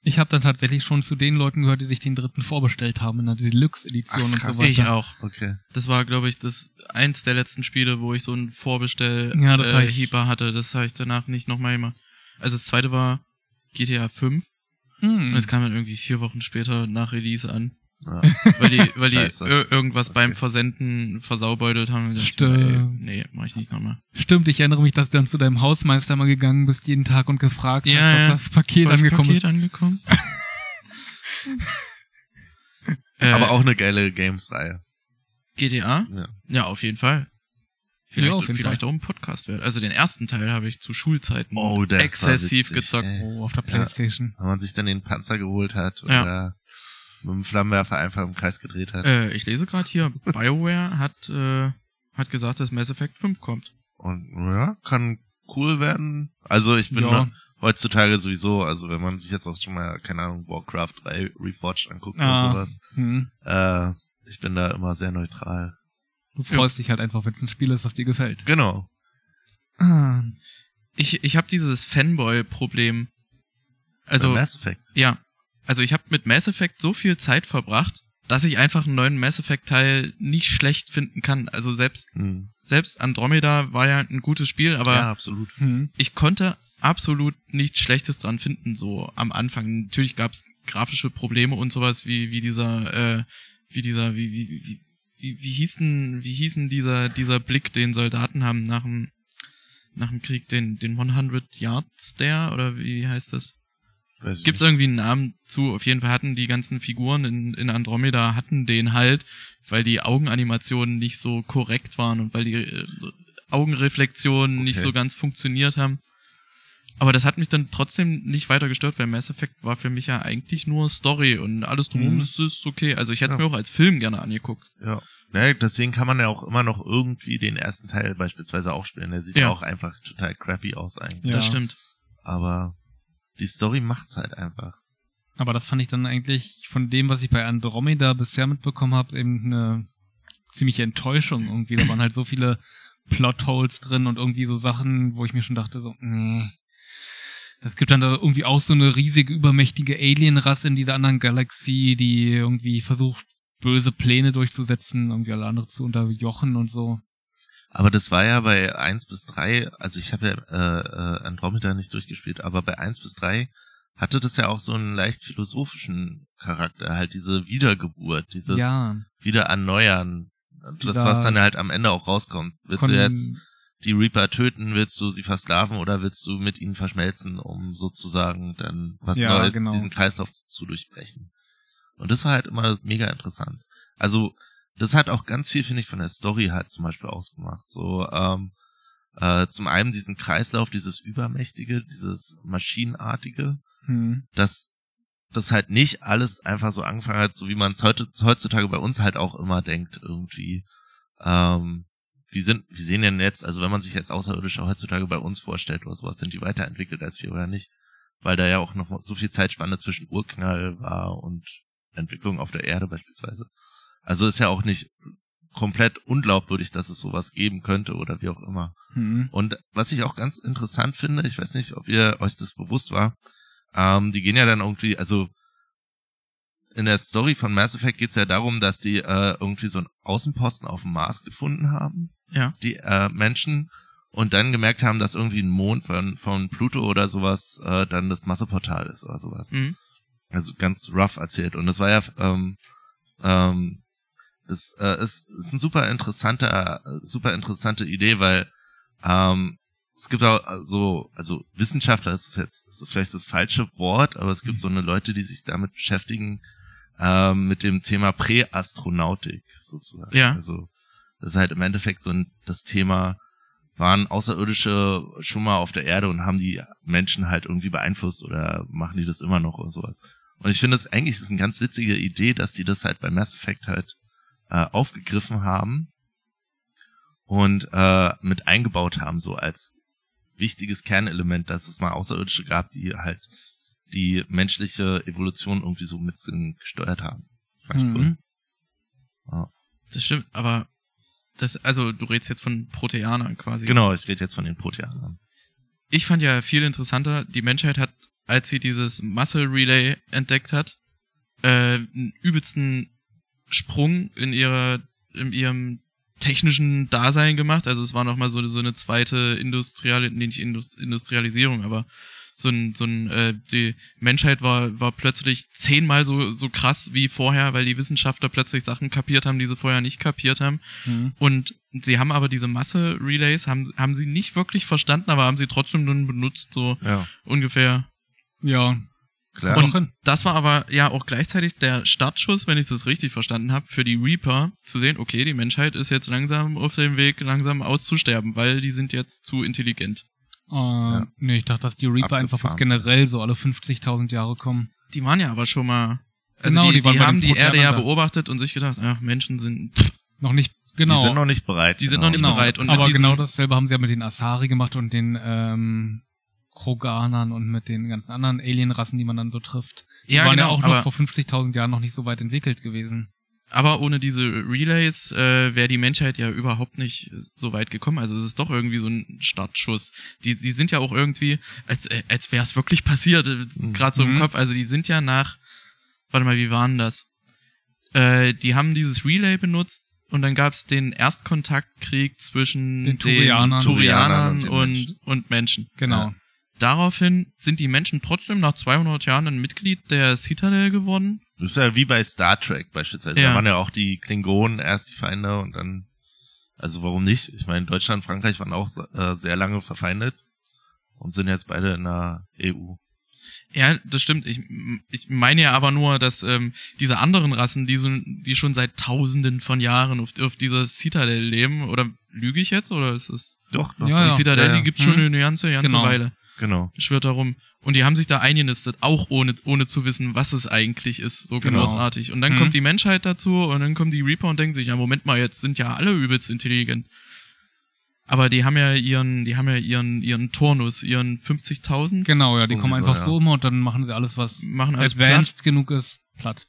Speaker 2: Ich habe dann tatsächlich schon zu den Leuten gehört, die sich den dritten vorbestellt haben in der Deluxe-Edition
Speaker 3: Ach,
Speaker 2: und
Speaker 3: krass.
Speaker 2: so weiter.
Speaker 1: Ich auch.
Speaker 3: Okay.
Speaker 1: Das war, glaube ich, das eins der letzten Spiele, wo ich so einen Vorbestell
Speaker 2: Ja, das hab
Speaker 1: äh,
Speaker 2: ich-
Speaker 1: Hieber hatte. Das habe ich danach nicht nochmal gemacht. Also das zweite war GTA 5
Speaker 2: Hm.
Speaker 3: Mhm.
Speaker 1: und es kam dann irgendwie vier Wochen später nach Release an.
Speaker 3: Ja.
Speaker 1: Weil die, weil die
Speaker 3: Scheiße.
Speaker 1: ir- irgendwas beim
Speaker 3: Okay.
Speaker 1: Versenden versaubeutelt haben und gesagt,
Speaker 2: Stimmt.
Speaker 1: ey, nee, mach ich nicht nochmal.
Speaker 2: Stimmt, ich erinnere mich, dass du dann zu deinem Hausmeister mal gegangen bist jeden Tag und gefragt
Speaker 1: Ja,
Speaker 2: hast,
Speaker 1: ja.
Speaker 2: ob das Paket
Speaker 1: War das
Speaker 2: angekommen
Speaker 1: Paket angekommen? äh,
Speaker 3: aber auch eine geile Games-Reihe.
Speaker 1: GTA?
Speaker 3: Ja.
Speaker 1: Ja, auf jeden Fall. Vielleicht,
Speaker 2: auf jeden
Speaker 1: vielleicht auch ein Podcast wert. Also den ersten Teil habe ich zu Schulzeiten
Speaker 3: Oh, der ist
Speaker 1: exzessiv
Speaker 3: witzig,
Speaker 1: gezockt.
Speaker 3: ey.
Speaker 2: ist. Oh, auf der
Speaker 3: Ja.
Speaker 2: Playstation.
Speaker 3: Wenn man sich dann den Panzer geholt hat
Speaker 1: Ja.
Speaker 3: oder mit dem Flammenwerfer einfach im Kreis gedreht hat.
Speaker 1: Äh, ich lese gerade hier, BioWare hat, äh, hat gesagt, dass Mass Effect 5 kommt.
Speaker 3: Und ja, kann cool werden. Also ich bin
Speaker 2: Ja.
Speaker 3: heutzutage sowieso, also wenn man sich jetzt auch schon mal, keine Ahnung, Warcraft 3 Reforged anguckt
Speaker 2: Ah.
Speaker 3: oder sowas,
Speaker 2: Hm.
Speaker 3: äh, ich bin da immer sehr neutral.
Speaker 2: Du freust dich halt einfach, wenn es ein Spiel ist, das dir gefällt.
Speaker 3: Genau.
Speaker 2: Ah.
Speaker 1: Ich, ich habe dieses Fanboy-Problem. Also,
Speaker 3: Also Mass Effect.
Speaker 1: ja. Also ich habe mit Mass Effect so viel Zeit verbracht, dass ich einfach einen neuen Mass Effect-Teil nicht schlecht finden kann. Also selbst,
Speaker 3: Hm.
Speaker 1: selbst Andromeda war ja ein gutes Spiel, aber
Speaker 3: Ja, absolut.
Speaker 2: Hm.
Speaker 1: ich konnte absolut nichts Schlechtes dran finden, so am Anfang. Natürlich gab's grafische Probleme und sowas, wie, wie dieser, äh, wie dieser, wie, wie, wie, wie, wie hießen, wie hießen dieser, dieser Blick, den Soldaten haben nach dem, nach dem Krieg, den, den 100 Yard Stare, oder wie heißt das?
Speaker 3: Weiß ich
Speaker 1: Gibt's irgendwie einen Namen zu? Auf jeden Fall hatten die ganzen Figuren in, in Andromeda hatten den halt, weil die Augenanimationen nicht so korrekt waren und weil die äh, Augenreflexionen nicht
Speaker 3: Okay.
Speaker 1: so ganz funktioniert haben. Aber das hat mich dann trotzdem nicht weiter gestört, weil Mass Effect war für mich ja eigentlich nur Story und alles drumherum
Speaker 2: Mhm.
Speaker 1: ist, ist okay. Also ich hätte es
Speaker 3: Ja.
Speaker 1: mir auch als Film gerne angeguckt.
Speaker 3: nicht. Ja. Ne, deswegen kann man ja auch immer noch irgendwie den ersten Teil beispielsweise auch spielen. Der sieht ja,
Speaker 1: Ja.
Speaker 3: auch einfach total crappy aus eigentlich.
Speaker 2: Ja.
Speaker 1: Das stimmt.
Speaker 3: Aber die Story macht's halt einfach.
Speaker 2: Aber das fand ich dann eigentlich von dem, was ich bei Andromeda bisher mitbekommen habe, eben eine ziemliche Enttäuschung irgendwie. Da waren halt so viele Plotholes drin und irgendwie so Sachen, wo ich mir schon dachte, so, nee. Das gibt dann da irgendwie auch so eine riesige, übermächtige Alienrasse in dieser anderen Galaxie, die irgendwie versucht, böse Pläne durchzusetzen, irgendwie alle anderen zu unterjochen und so.
Speaker 3: Aber das war ja bei 1 bis 3, also ich habe ja äh, äh, Andromeda nicht durchgespielt, aber bei 1 bis 3 hatte das ja auch so einen leicht philosophischen Charakter, halt diese Wiedergeburt, dieses
Speaker 2: ja.
Speaker 3: Wiedererneuern, das
Speaker 2: Dieser-
Speaker 3: was dann halt am Ende auch rauskommt. Willst
Speaker 2: Kon-
Speaker 3: du jetzt die Reaper töten, willst du sie versklaven oder willst du mit ihnen verschmelzen, um sozusagen dann was
Speaker 2: Ja,
Speaker 3: Neues,
Speaker 2: genau.
Speaker 3: diesen Kreislauf zu durchbrechen. Und das war halt immer mega interessant. Also, das hat auch ganz viel, finde ich, von der Story halt zum Beispiel ausgemacht. So, ähm, äh, zum einen diesen Kreislauf, dieses Übermächtige, dieses Maschinenartige,
Speaker 2: Hm.
Speaker 3: dass das halt nicht alles einfach so angefangen hat, so wie man es heute, heutzutage bei uns halt auch immer denkt, irgendwie. Ähm, wie sind, wie sehen denn jetzt, also wenn man sich jetzt Außerirdische heutzutage bei uns vorstellt oder sowas, sind die weiterentwickelt als wir oder nicht? Weil da ja auch noch mal so viel Zeitspanne zwischen Urknall war und Entwicklung auf der Erde beispielsweise. Also ist ja auch nicht komplett unglaubwürdig, dass es sowas geben könnte oder wie auch immer.
Speaker 1: Mhm.
Speaker 2: Hm.
Speaker 3: Und was ich auch ganz interessant finde, ich weiß nicht, ob ihr euch das bewusst war, ähm, die gehen ja dann irgendwie, also in der Story von Mass Effect geht's ja darum, dass die äh, irgendwie so einen Außenposten auf dem Mars gefunden haben,
Speaker 1: Ja.
Speaker 3: die äh, Menschen, und dann gemerkt haben, dass irgendwie ein Mond von, von Pluto oder sowas äh, dann das Masseportal ist oder sowas
Speaker 1: Mhm.
Speaker 3: also ganz rough erzählt. Und das war ja, ähm, ähm, das äh, ist, ist ein super interessanter, äh, super interessante Idee, weil ähm, es gibt auch so, also Wissenschaftler ist es jetzt ist vielleicht das falsche Wort, aber es gibt so eine Leute, die sich damit beschäftigen, ähm, mit dem Thema Präastronautik sozusagen.
Speaker 1: Ja.
Speaker 3: Also das ist halt im Endeffekt so ein, das Thema, waren Außerirdische schon mal auf der Erde und haben die Menschen halt irgendwie beeinflusst oder machen die das immer noch und sowas. Und ich finde es eigentlich ist eine ganz witzige Idee, dass die das halt bei Mass Effect halt äh, aufgegriffen haben und äh, mit eingebaut haben, so als wichtiges Kernelement, dass es mal Außerirdische gab, die halt die menschliche Evolution irgendwie so mit in- gesteuert haben. Fand ich cool.
Speaker 2: Mhm.
Speaker 1: Das stimmt, aber das, also du redest jetzt von Proteanern quasi.
Speaker 3: Genau, ich rede jetzt von den Proteanern.
Speaker 1: Ich fand ja viel interessanter, die Menschheit hat, als sie dieses Muscle Relay entdeckt hat, äh, einen übelsten Sprung in ihrer, in ihrem technischen Dasein gemacht. Also es war nochmal so, so eine zweite industrielle, nee, nicht Indus- Industrialisierung, aber so ein, so ein, äh, die Menschheit war, war plötzlich zehnmal so, so krass wie vorher, weil die Wissenschaftler plötzlich Sachen kapiert haben, die sie vorher nicht kapiert haben.
Speaker 2: Mhm.
Speaker 1: Und sie haben aber diese Masse-Relays, haben, haben sie nicht wirklich verstanden, aber haben sie trotzdem nun benutzt, so
Speaker 3: Ja,
Speaker 1: ungefähr.
Speaker 2: Ja,
Speaker 3: klar.
Speaker 1: Und-
Speaker 2: noch hin.
Speaker 1: Das war aber ja auch gleichzeitig der Startschuss, wenn ich das richtig verstanden habe, für die Reaper zu sehen, okay, die Menschheit ist jetzt langsam auf dem Weg, langsam auszusterben, weil die sind jetzt zu intelligent.
Speaker 2: Äh, Nee, ich dachte, dass die Reaper einfach fast
Speaker 3: Abgefahren.
Speaker 2: generell so alle 50.000 Jahre kommen.
Speaker 1: Die waren ja aber schon mal. Also
Speaker 2: Genau,
Speaker 1: die,
Speaker 2: die waren
Speaker 1: die
Speaker 2: bei den
Speaker 1: haben die Erde ja
Speaker 2: Proteanern da.
Speaker 1: beobachtet und sich gedacht, ach, Menschen sind. Pff,
Speaker 2: Noch nicht, genau.
Speaker 3: Genau. Die sind noch nicht bereit.
Speaker 1: Die sind
Speaker 3: genau.
Speaker 1: noch nicht
Speaker 2: genau.
Speaker 1: bereit. Und mit
Speaker 2: Aber
Speaker 1: diesem-
Speaker 2: genau dasselbe haben sie ja mit den Asari gemacht und den ähm, Kroganern und mit den ganzen anderen Alienrassen, die man dann so trifft. Die waren ja auch noch
Speaker 1: genau, aber,
Speaker 2: vor 50.000 Jahren noch nicht so weit entwickelt gewesen.
Speaker 1: aber ohne diese Relays äh, wäre die Menschheit ja überhaupt nicht so weit gekommen. Also es ist doch irgendwie so ein Startschuss. Die, die sind ja auch irgendwie, als, äh, als wäre es wirklich passiert,
Speaker 3: Mhm.
Speaker 1: gerade so im
Speaker 2: Mhm.
Speaker 1: Kopf. Also die sind ja nach, warte mal, wie waren das? Äh, die haben dieses Relay benutzt und dann gab es den Erstkontaktkrieg zwischen
Speaker 2: Den Turianern.
Speaker 1: Turianern
Speaker 3: Turianern und den
Speaker 1: und,
Speaker 3: Menschen.
Speaker 1: und Menschen.
Speaker 2: Genau.
Speaker 1: Daraufhin sind die Menschen trotzdem nach 200 Jahren ein Mitglied der Citadel geworden.
Speaker 3: Das ist ja wie bei Star Trek beispielsweise.
Speaker 1: Ja.
Speaker 3: Da waren ja auch die Klingonen erst die Feinde und dann, also warum nicht? Ich meine, Deutschland, Frankreich waren auch äh, sehr lange verfeindet und sind jetzt beide in der E EU.
Speaker 1: Ja, das stimmt. Ich, ich meine ja aber nur, dass ähm, diese anderen Rassen, die, so, die schon seit Tausenden von Jahren auf, auf dieser Citadel leben, oder lüge ich jetzt, oder ist es?
Speaker 3: Doch, doch.
Speaker 2: Ja,
Speaker 1: die
Speaker 2: ja.
Speaker 1: Citadel,
Speaker 3: Ja, ja.
Speaker 1: die gibt's schon
Speaker 2: Mhm.
Speaker 1: eine ganze, ganze
Speaker 2: Genau.
Speaker 1: Weile.
Speaker 3: Genau.
Speaker 1: Ich schwör darum. Und die haben sich da eingenistet, auch ohne, ohne zu wissen, was es eigentlich ist, so
Speaker 2: Genau.
Speaker 1: großartig. Und dann
Speaker 2: Mhm.
Speaker 1: kommt die Menschheit dazu und dann kommen die Reaper und denken sich, ja, Moment mal, jetzt sind ja alle übelst intelligent. Aber die haben ja ihren, die haben ja ihren, ihren Turnus, ihren 50.000,
Speaker 2: Genau, ja, die
Speaker 3: Irgendwie
Speaker 2: kommen
Speaker 3: so,
Speaker 2: einfach
Speaker 3: ja.
Speaker 2: so um und dann machen sie alles, was
Speaker 1: machen alles platt.
Speaker 2: advanced genug ist, platt.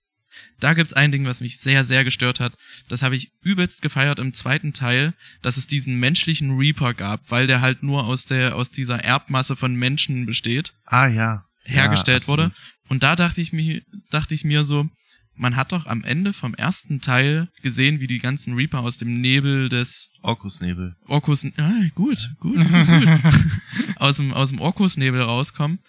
Speaker 1: Da gibt's ein Ding, was mich sehr, sehr gestört hat. Das habe ich übelst gefeiert im zweiten Teil, dass es diesen menschlichen Reaper gab, weil der halt nur aus der, aus dieser Erbmasse von Menschen besteht.
Speaker 3: Ah ja.
Speaker 1: hergestellt
Speaker 3: ja,
Speaker 1: wurde.
Speaker 3: absolut.
Speaker 1: Und da dachte ich mir, dachte ich mir so, man hat doch am Ende vom ersten Teil gesehen, wie die ganzen Reaper aus dem Nebel des
Speaker 3: Orkusnebel.
Speaker 1: Orkus, ah, gut, gut, gut, aus dem, aus dem Orkusnebel rauskommen.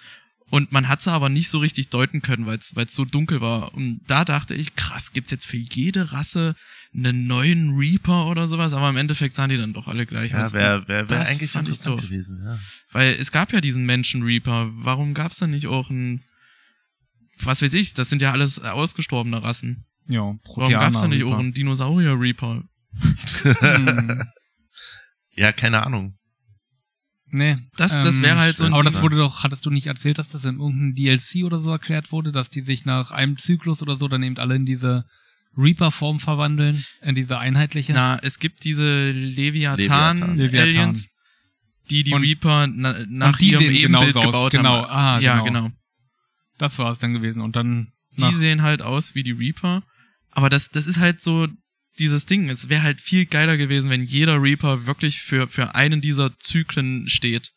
Speaker 1: Und man hat sie aber nicht so richtig deuten können, weil es so dunkel war. Und da dachte ich, krass, gibt's jetzt für jede Rasse einen neuen Reaper oder sowas? Aber im Endeffekt sahen die dann doch alle gleich
Speaker 3: Ja,
Speaker 1: aus.
Speaker 3: wäre wär, wär
Speaker 1: das
Speaker 3: eigentlich
Speaker 1: fand ich
Speaker 3: interessant
Speaker 1: doof.
Speaker 3: gewesen, ja.
Speaker 1: Weil es gab ja diesen Menschen Reaper. Warum gab's da nicht auch ein, was weiß ich, das sind ja alles ausgestorbene Rassen.
Speaker 2: Ja,
Speaker 1: Warum
Speaker 2: Proteaner.
Speaker 1: gab's da nicht
Speaker 2: Reaper.
Speaker 1: auch einen Dinosaurier Reaper?
Speaker 2: Hm.
Speaker 3: Ja, keine Ahnung.
Speaker 2: Nee.
Speaker 1: Das-
Speaker 2: Ähm,
Speaker 1: das wäre halt so ein
Speaker 2: Aber das
Speaker 3: Thema.
Speaker 2: wurde doch, hattest du nicht erzählt, dass das in irgendeinem DLC oder so erklärt wurde, dass die sich nach einem Zyklus oder so dann eben alle in diese Reaper-Form verwandeln, in diese einheitliche?
Speaker 1: Na, es gibt diese Leviathan,
Speaker 3: Leviathan.
Speaker 1: Aliens, die die
Speaker 2: Und-
Speaker 1: Reaper na, nach
Speaker 2: und die
Speaker 1: ihrem
Speaker 2: sehen
Speaker 1: Ebenbild
Speaker 2: genauso aus,
Speaker 1: gebaut
Speaker 2: genau.
Speaker 1: haben.
Speaker 2: Ah,
Speaker 1: ja,
Speaker 2: genau.
Speaker 1: genau.
Speaker 2: Das war es dann gewesen. Und dann
Speaker 1: Die
Speaker 2: nach,
Speaker 1: sehen halt aus wie die Reaper. Aber das, das ist halt so dieses Ding. Es wäre halt viel geiler gewesen, wenn jeder Reaper wirklich für, für einen dieser Zyklen steht.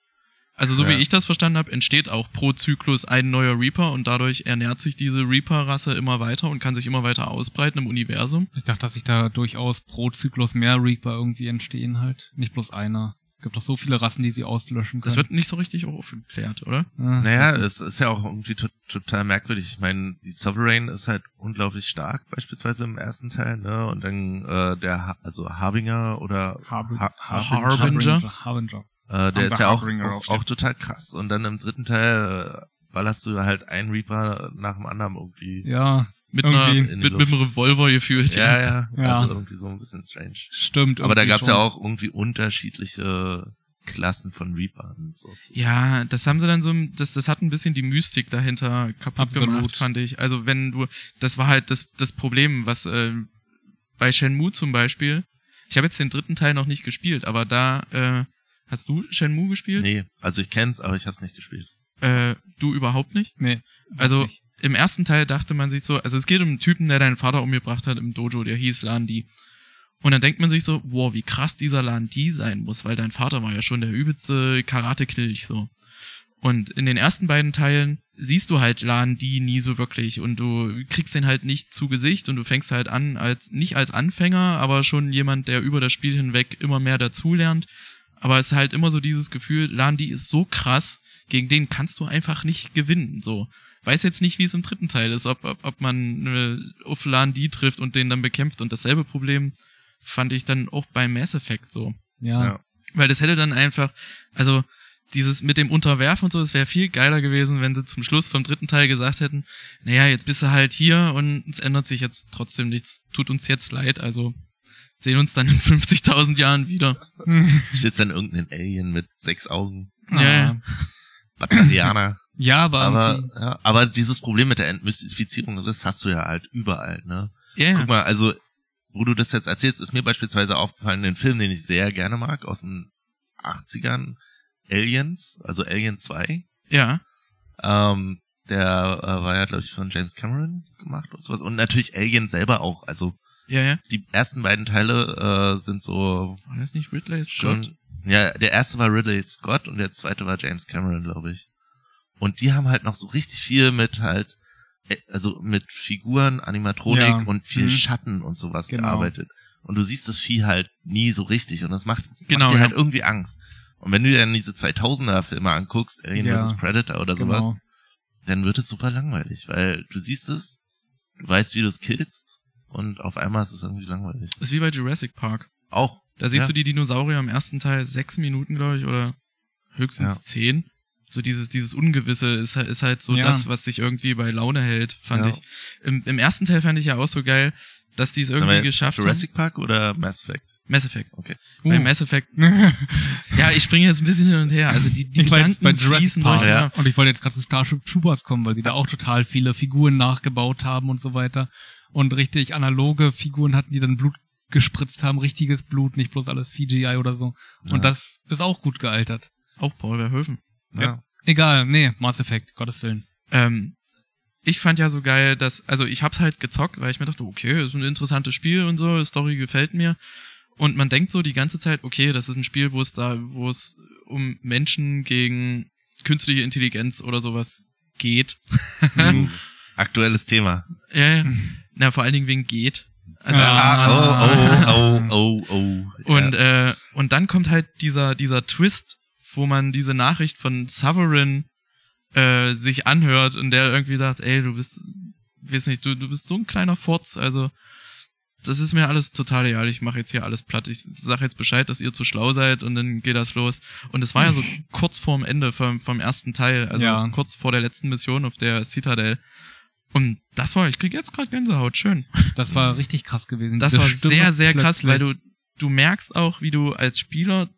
Speaker 1: Also so
Speaker 3: Ja.
Speaker 1: wie ich das verstanden habe, entsteht auch pro Zyklus ein neuer Reaper und dadurch ernährt sich diese Reaper-Rasse immer weiter und kann sich immer weiter ausbreiten im Universum.
Speaker 2: ich dachte, dass sich da durchaus pro Zyklus mehr Reaper irgendwie entstehen halt. Nicht bloß einer. Gibt doch so viele Rassen, die sie auslöschen können.
Speaker 1: Das wird nicht so richtig aufgeklärt, oder?
Speaker 2: Ah,
Speaker 3: Naja, es ist ja auch irgendwie to total merkwürdig. Ich meine, die Sovereign ist halt unglaublich stark, beispielsweise im ersten Teil, ne? Und dann äh, der, ha also Harbinger oder
Speaker 2: Harbi-
Speaker 3: Ha-
Speaker 1: Harbinger.
Speaker 2: Harbinger. Harbinger.
Speaker 3: äh, der
Speaker 2: Amber
Speaker 3: ist ja auch,
Speaker 2: Harbinger auf
Speaker 3: auch,
Speaker 2: dem-
Speaker 3: auch total krass. Und dann im dritten Teil äh, ballerst du halt einen Reaper nach dem anderen irgendwie.
Speaker 2: Ja,
Speaker 1: Mit,
Speaker 2: Irgendwie
Speaker 1: einer,
Speaker 2: in
Speaker 3: die
Speaker 1: mit, mit
Speaker 3: Luft.
Speaker 1: einem Revolver gefühlt.
Speaker 3: Ja, ja,
Speaker 2: Ja.
Speaker 3: Also irgendwie so ein bisschen strange.
Speaker 2: stimmt.
Speaker 3: Aber da
Speaker 2: irgendwie
Speaker 3: gab's ja
Speaker 2: schon.
Speaker 3: auch irgendwie unterschiedliche Klassen von Reapern. So.
Speaker 1: Ja, das haben sie dann so, ein- das, das hat ein bisschen die Mystik dahinter kaputt
Speaker 2: Absolut.
Speaker 1: gemacht, fand ich. Also wenn du, das war halt das, das Problem, was äh, bei Shenmue zum Beispiel, ich habe jetzt den dritten Teil noch nicht gespielt, aber da, äh, hast du Shenmue gespielt?
Speaker 3: Nee, also ich kenn's, aber ich hab's nicht gespielt.
Speaker 1: Äh, du überhaupt nicht?
Speaker 2: Nee.
Speaker 1: Also im ersten Teil dachte man sich so, also es geht um einen Typen, der deinen Vater umgebracht hat im Dojo, der hieß Landi. Und dann denkt man sich so, wow, wie krass dieser Landi sein muss, weil dein Vater war ja schon der übelste Karate-Knilch so. Und in den ersten beiden Teilen siehst du halt Landi nie so wirklich und du kriegst den halt nicht zu Gesicht und du fängst halt an als nicht als Anfänger, aber schon jemand, der über das Spiel hinweg immer mehr dazulernt. Aber es ist halt immer so dieses Gefühl, Landi ist so krass, gegen den kannst du einfach nicht gewinnen. So weiß jetzt nicht, wie es im dritten Teil ist, ob, ob, ob man äh, auf Landi trifft und den dann bekämpft. Und dasselbe Problem fand ich dann auch bei Mass Effect so.
Speaker 2: Ja.
Speaker 3: Ja.
Speaker 1: Weil das hätte dann einfach, also dieses mit dem Unterwerfen und so, es wäre viel geiler gewesen, wenn sie zum Schluss vom dritten Teil gesagt hätten, naja, jetzt bist du halt hier und es ändert sich jetzt trotzdem nichts. Tut uns jetzt leid, also sehen uns dann in 50.000 Jahren wieder.
Speaker 3: Steht dann irgendein Alien mit sechs Augen,
Speaker 1: Ja, ja.
Speaker 3: Batarianer.
Speaker 2: ja, aber,
Speaker 3: aber,
Speaker 2: irgendwie-
Speaker 3: ja, aber dieses Problem mit der Entmystifizierung, das hast du ja halt überall, ne?
Speaker 1: Ja, ja.
Speaker 3: Guck mal, also, wo du das jetzt erzählst, ist mir beispielsweise aufgefallen, den Film, den ich sehr gerne mag, aus den 80ern, Aliens, also Alien 2.
Speaker 1: ja.
Speaker 3: Ähm, der äh, war ja, glaube ich, von James Cameron gemacht und sowas. Und natürlich Alien selber auch. Also
Speaker 1: Ja, ja.
Speaker 3: die ersten beiden Teile äh, sind so
Speaker 1: War das nicht Ridley
Speaker 3: schon.
Speaker 1: Scott?
Speaker 3: Ja, der erste war Ridley Scott und der zweite war James Cameron, glaube ich. Und die haben halt noch so richtig viel mit halt, äh, also mit Figuren, Animatronik
Speaker 2: Ja.
Speaker 3: und viel
Speaker 2: Mhm.
Speaker 3: Schatten und sowas
Speaker 2: Genau.
Speaker 3: gearbeitet. Und du siehst das Vieh halt nie so richtig und das macht,
Speaker 1: Genau,
Speaker 3: macht dir
Speaker 1: ja.
Speaker 3: halt irgendwie Angst. Und wenn du dir dann diese 2000er Filme anguckst, Alien
Speaker 2: Ja.
Speaker 3: vs. Predator oder
Speaker 1: also
Speaker 3: sowas,
Speaker 2: genau.
Speaker 3: dann wird es super langweilig, weil du siehst es, du weißt, wie du es killst und auf einmal ist es irgendwie langweilig.
Speaker 1: Ist wie bei Jurassic Park.
Speaker 3: Auch.
Speaker 1: Da siehst
Speaker 3: Ja.
Speaker 1: du die Dinosaurier im ersten Teil sechs Minuten, glaube ich, oder höchstens
Speaker 3: Ja.
Speaker 1: zehn. So dieses, dieses Ungewisse ist, halt- ist halt so
Speaker 2: Ja.
Speaker 1: das, was dich irgendwie bei Laune hält, fand
Speaker 3: Ja.
Speaker 1: ich. Im, Im ersten Teil fand ich ja auch so geil, dass die es
Speaker 3: Sagen wir
Speaker 1: irgendwie
Speaker 3: jetzt
Speaker 1: geschafft
Speaker 3: Jurassic Park oder Mass Effect?
Speaker 1: haben. Mass Effect. Bei
Speaker 2: Uh.
Speaker 1: Mass Effect. Ja, ich springe jetzt ein bisschen hin und her. Also die, die
Speaker 2: ich war jetzt
Speaker 1: Gedanken
Speaker 2: bei Jurassic
Speaker 1: fließen
Speaker 2: Park
Speaker 1: durch.
Speaker 3: ja.
Speaker 2: und ich wollte jetzt gerade zu Starship Troopers kommen, weil die da auch total viele Figuren nachgebaut haben und so weiter und richtig analoge Figuren hatten, die dann Blut gespritzt haben, richtiges Blut, nicht bloß alles CGI oder so.
Speaker 3: Ja.
Speaker 2: Und das ist auch gut gealtert.
Speaker 1: Auch Paul Verhoeven.
Speaker 3: Ja.
Speaker 2: Ja. Egal, nee, Mass Effect, Gottes Willen.
Speaker 1: Ähm, ich fand ja so geil, dass, also ich hab's halt gezockt, weil ich mir dachte, okay, ist ein interessantes Spiel und so, die Story gefällt mir. Und man denkt so die ganze Zeit, okay, das ist ein Spiel, wo es da, wo es um Menschen gegen künstliche Intelligenz oder sowas geht.
Speaker 2: Hm,
Speaker 3: Hm. Aktuelles Thema.
Speaker 1: Ja, ja. Na, vor allen Dingen wegen geht. Also,
Speaker 2: Ah,
Speaker 3: Ah, oh, oh, oh, oh.
Speaker 1: Und,
Speaker 3: ja.
Speaker 1: äh, und dann kommt halt dieser, dieser Twist, wo man diese Nachricht von Sovereign äh, sich anhört und der irgendwie sagt, ey, du bist, weiß nicht, du, du bist so ein kleiner Furz, also das ist mir alles total egal, ich mache jetzt hier alles platt, ich sag jetzt Bescheid, dass ihr zu schlau seid und dann geht das los. Und das war ja so kurz vorm Ende vom, vom ersten Teil, also
Speaker 2: Ja.
Speaker 1: kurz vor der letzten Mission auf der Citadel. Und das war, ich krieg jetzt gerade Gänsehaut, schön.
Speaker 2: Das war richtig krass gewesen.
Speaker 1: Das
Speaker 2: Diese
Speaker 1: war
Speaker 2: Stimme
Speaker 1: sehr, sehr krass, weil du,
Speaker 2: plötzlich.
Speaker 1: du merkst auch, wie du als Spieler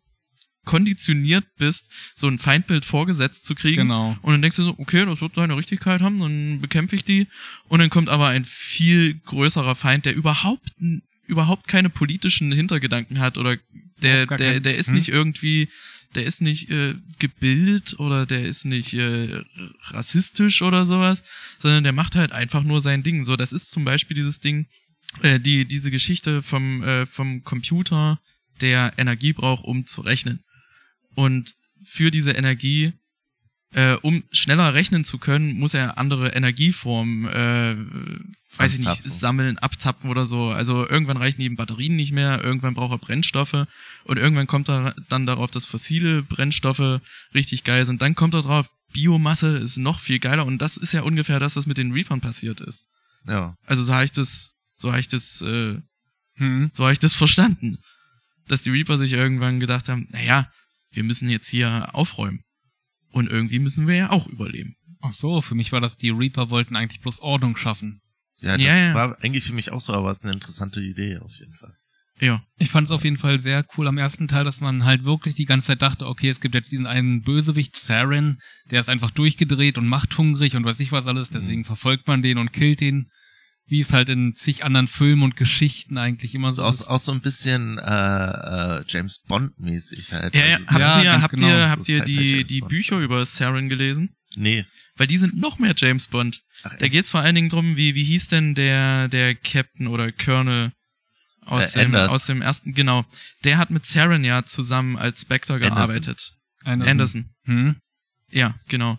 Speaker 1: konditioniert bist, so ein Feindbild vorgesetzt zu kriegen.
Speaker 2: Genau.
Speaker 1: Und dann denkst du so, okay, das wird seine Richtigkeit haben, dann bekämpfe ich die. Und dann kommt aber ein viel größerer Feind, der überhaupt, n- überhaupt keine politischen Hintergedanken hat oder der,
Speaker 2: Überhaupt gar
Speaker 1: der,
Speaker 2: keinen.
Speaker 1: der ist
Speaker 2: Hm.
Speaker 1: nicht irgendwie, der ist nicht äh, gebildet oder der ist nicht äh, rassistisch oder sowas, sondern der macht halt einfach nur sein Ding. So, das ist zum Beispiel dieses Ding, äh, die, diese Geschichte vom, äh, vom Computer, der Energie braucht, um zu rechnen. Und für diese Energie äh, um schneller rechnen zu können, muss er andere Energieformen, äh, weiß ich nicht,
Speaker 3: Anzapfen.
Speaker 1: sammeln, abzapfen oder so. Also irgendwann reichen die Batterien nicht mehr, irgendwann braucht er Brennstoffe und irgendwann kommt er dann darauf, dass fossile Brennstoffe richtig geil sind. Dann kommt er drauf, Biomasse ist noch viel geiler und das ist ja ungefähr das, was mit den Reapern passiert ist.
Speaker 3: ja.
Speaker 1: Also so habe ich das, so habe ich das, äh,
Speaker 2: Hm.
Speaker 1: so habe ich das verstanden. Dass die Reaper sich irgendwann gedacht haben, naja, wir müssen jetzt hier aufräumen. Und irgendwie müssen wir ja auch überleben.
Speaker 2: Ach so, für mich war das, die Reaper wollten eigentlich bloß Ordnung schaffen.
Speaker 3: ja, das
Speaker 1: Ja, ja.
Speaker 3: war eigentlich für mich auch so, aber es ist eine interessante Idee auf jeden Fall.
Speaker 1: Ja,
Speaker 2: Ich fand es auf jeden Fall sehr cool am ersten Teil, dass man halt wirklich die ganze Zeit dachte, okay, es gibt jetzt diesen einen Bösewicht, Saren, der ist einfach durchgedreht und machthungrig und weiß ich was alles, deswegen verfolgt man den und killt den, wie es halt in zig anderen Filmen und Geschichten eigentlich immer
Speaker 3: Also
Speaker 2: so
Speaker 3: auch,
Speaker 2: ist.
Speaker 3: auch so ein bisschen äh, äh, James Bond mäßig halt.
Speaker 1: ja, ja.
Speaker 3: Also,
Speaker 1: habt
Speaker 2: Ja,
Speaker 1: ihr,
Speaker 2: ganz
Speaker 1: habt
Speaker 2: genau.
Speaker 1: ihr, habt
Speaker 3: So
Speaker 1: ihr
Speaker 3: Sci-Fi
Speaker 1: die,
Speaker 3: halt James
Speaker 1: die
Speaker 3: Bond
Speaker 1: Bücher
Speaker 3: Style.
Speaker 1: über Saren gelesen?
Speaker 3: Nee.
Speaker 1: Weil die sind noch mehr James Bond.
Speaker 3: Ach,
Speaker 1: Da
Speaker 3: echt?
Speaker 1: geht's vor allen Dingen drum, wie, wie hieß denn der, der Captain oder Colonel aus,
Speaker 3: Äh,
Speaker 1: dem,
Speaker 3: Anders.
Speaker 1: aus dem ersten, genau. Der hat mit Saren ja zusammen als Spectre
Speaker 3: Anderson.
Speaker 1: gearbeitet.
Speaker 2: Anderson.
Speaker 1: Anderson.
Speaker 2: Hm?
Speaker 1: Ja, genau.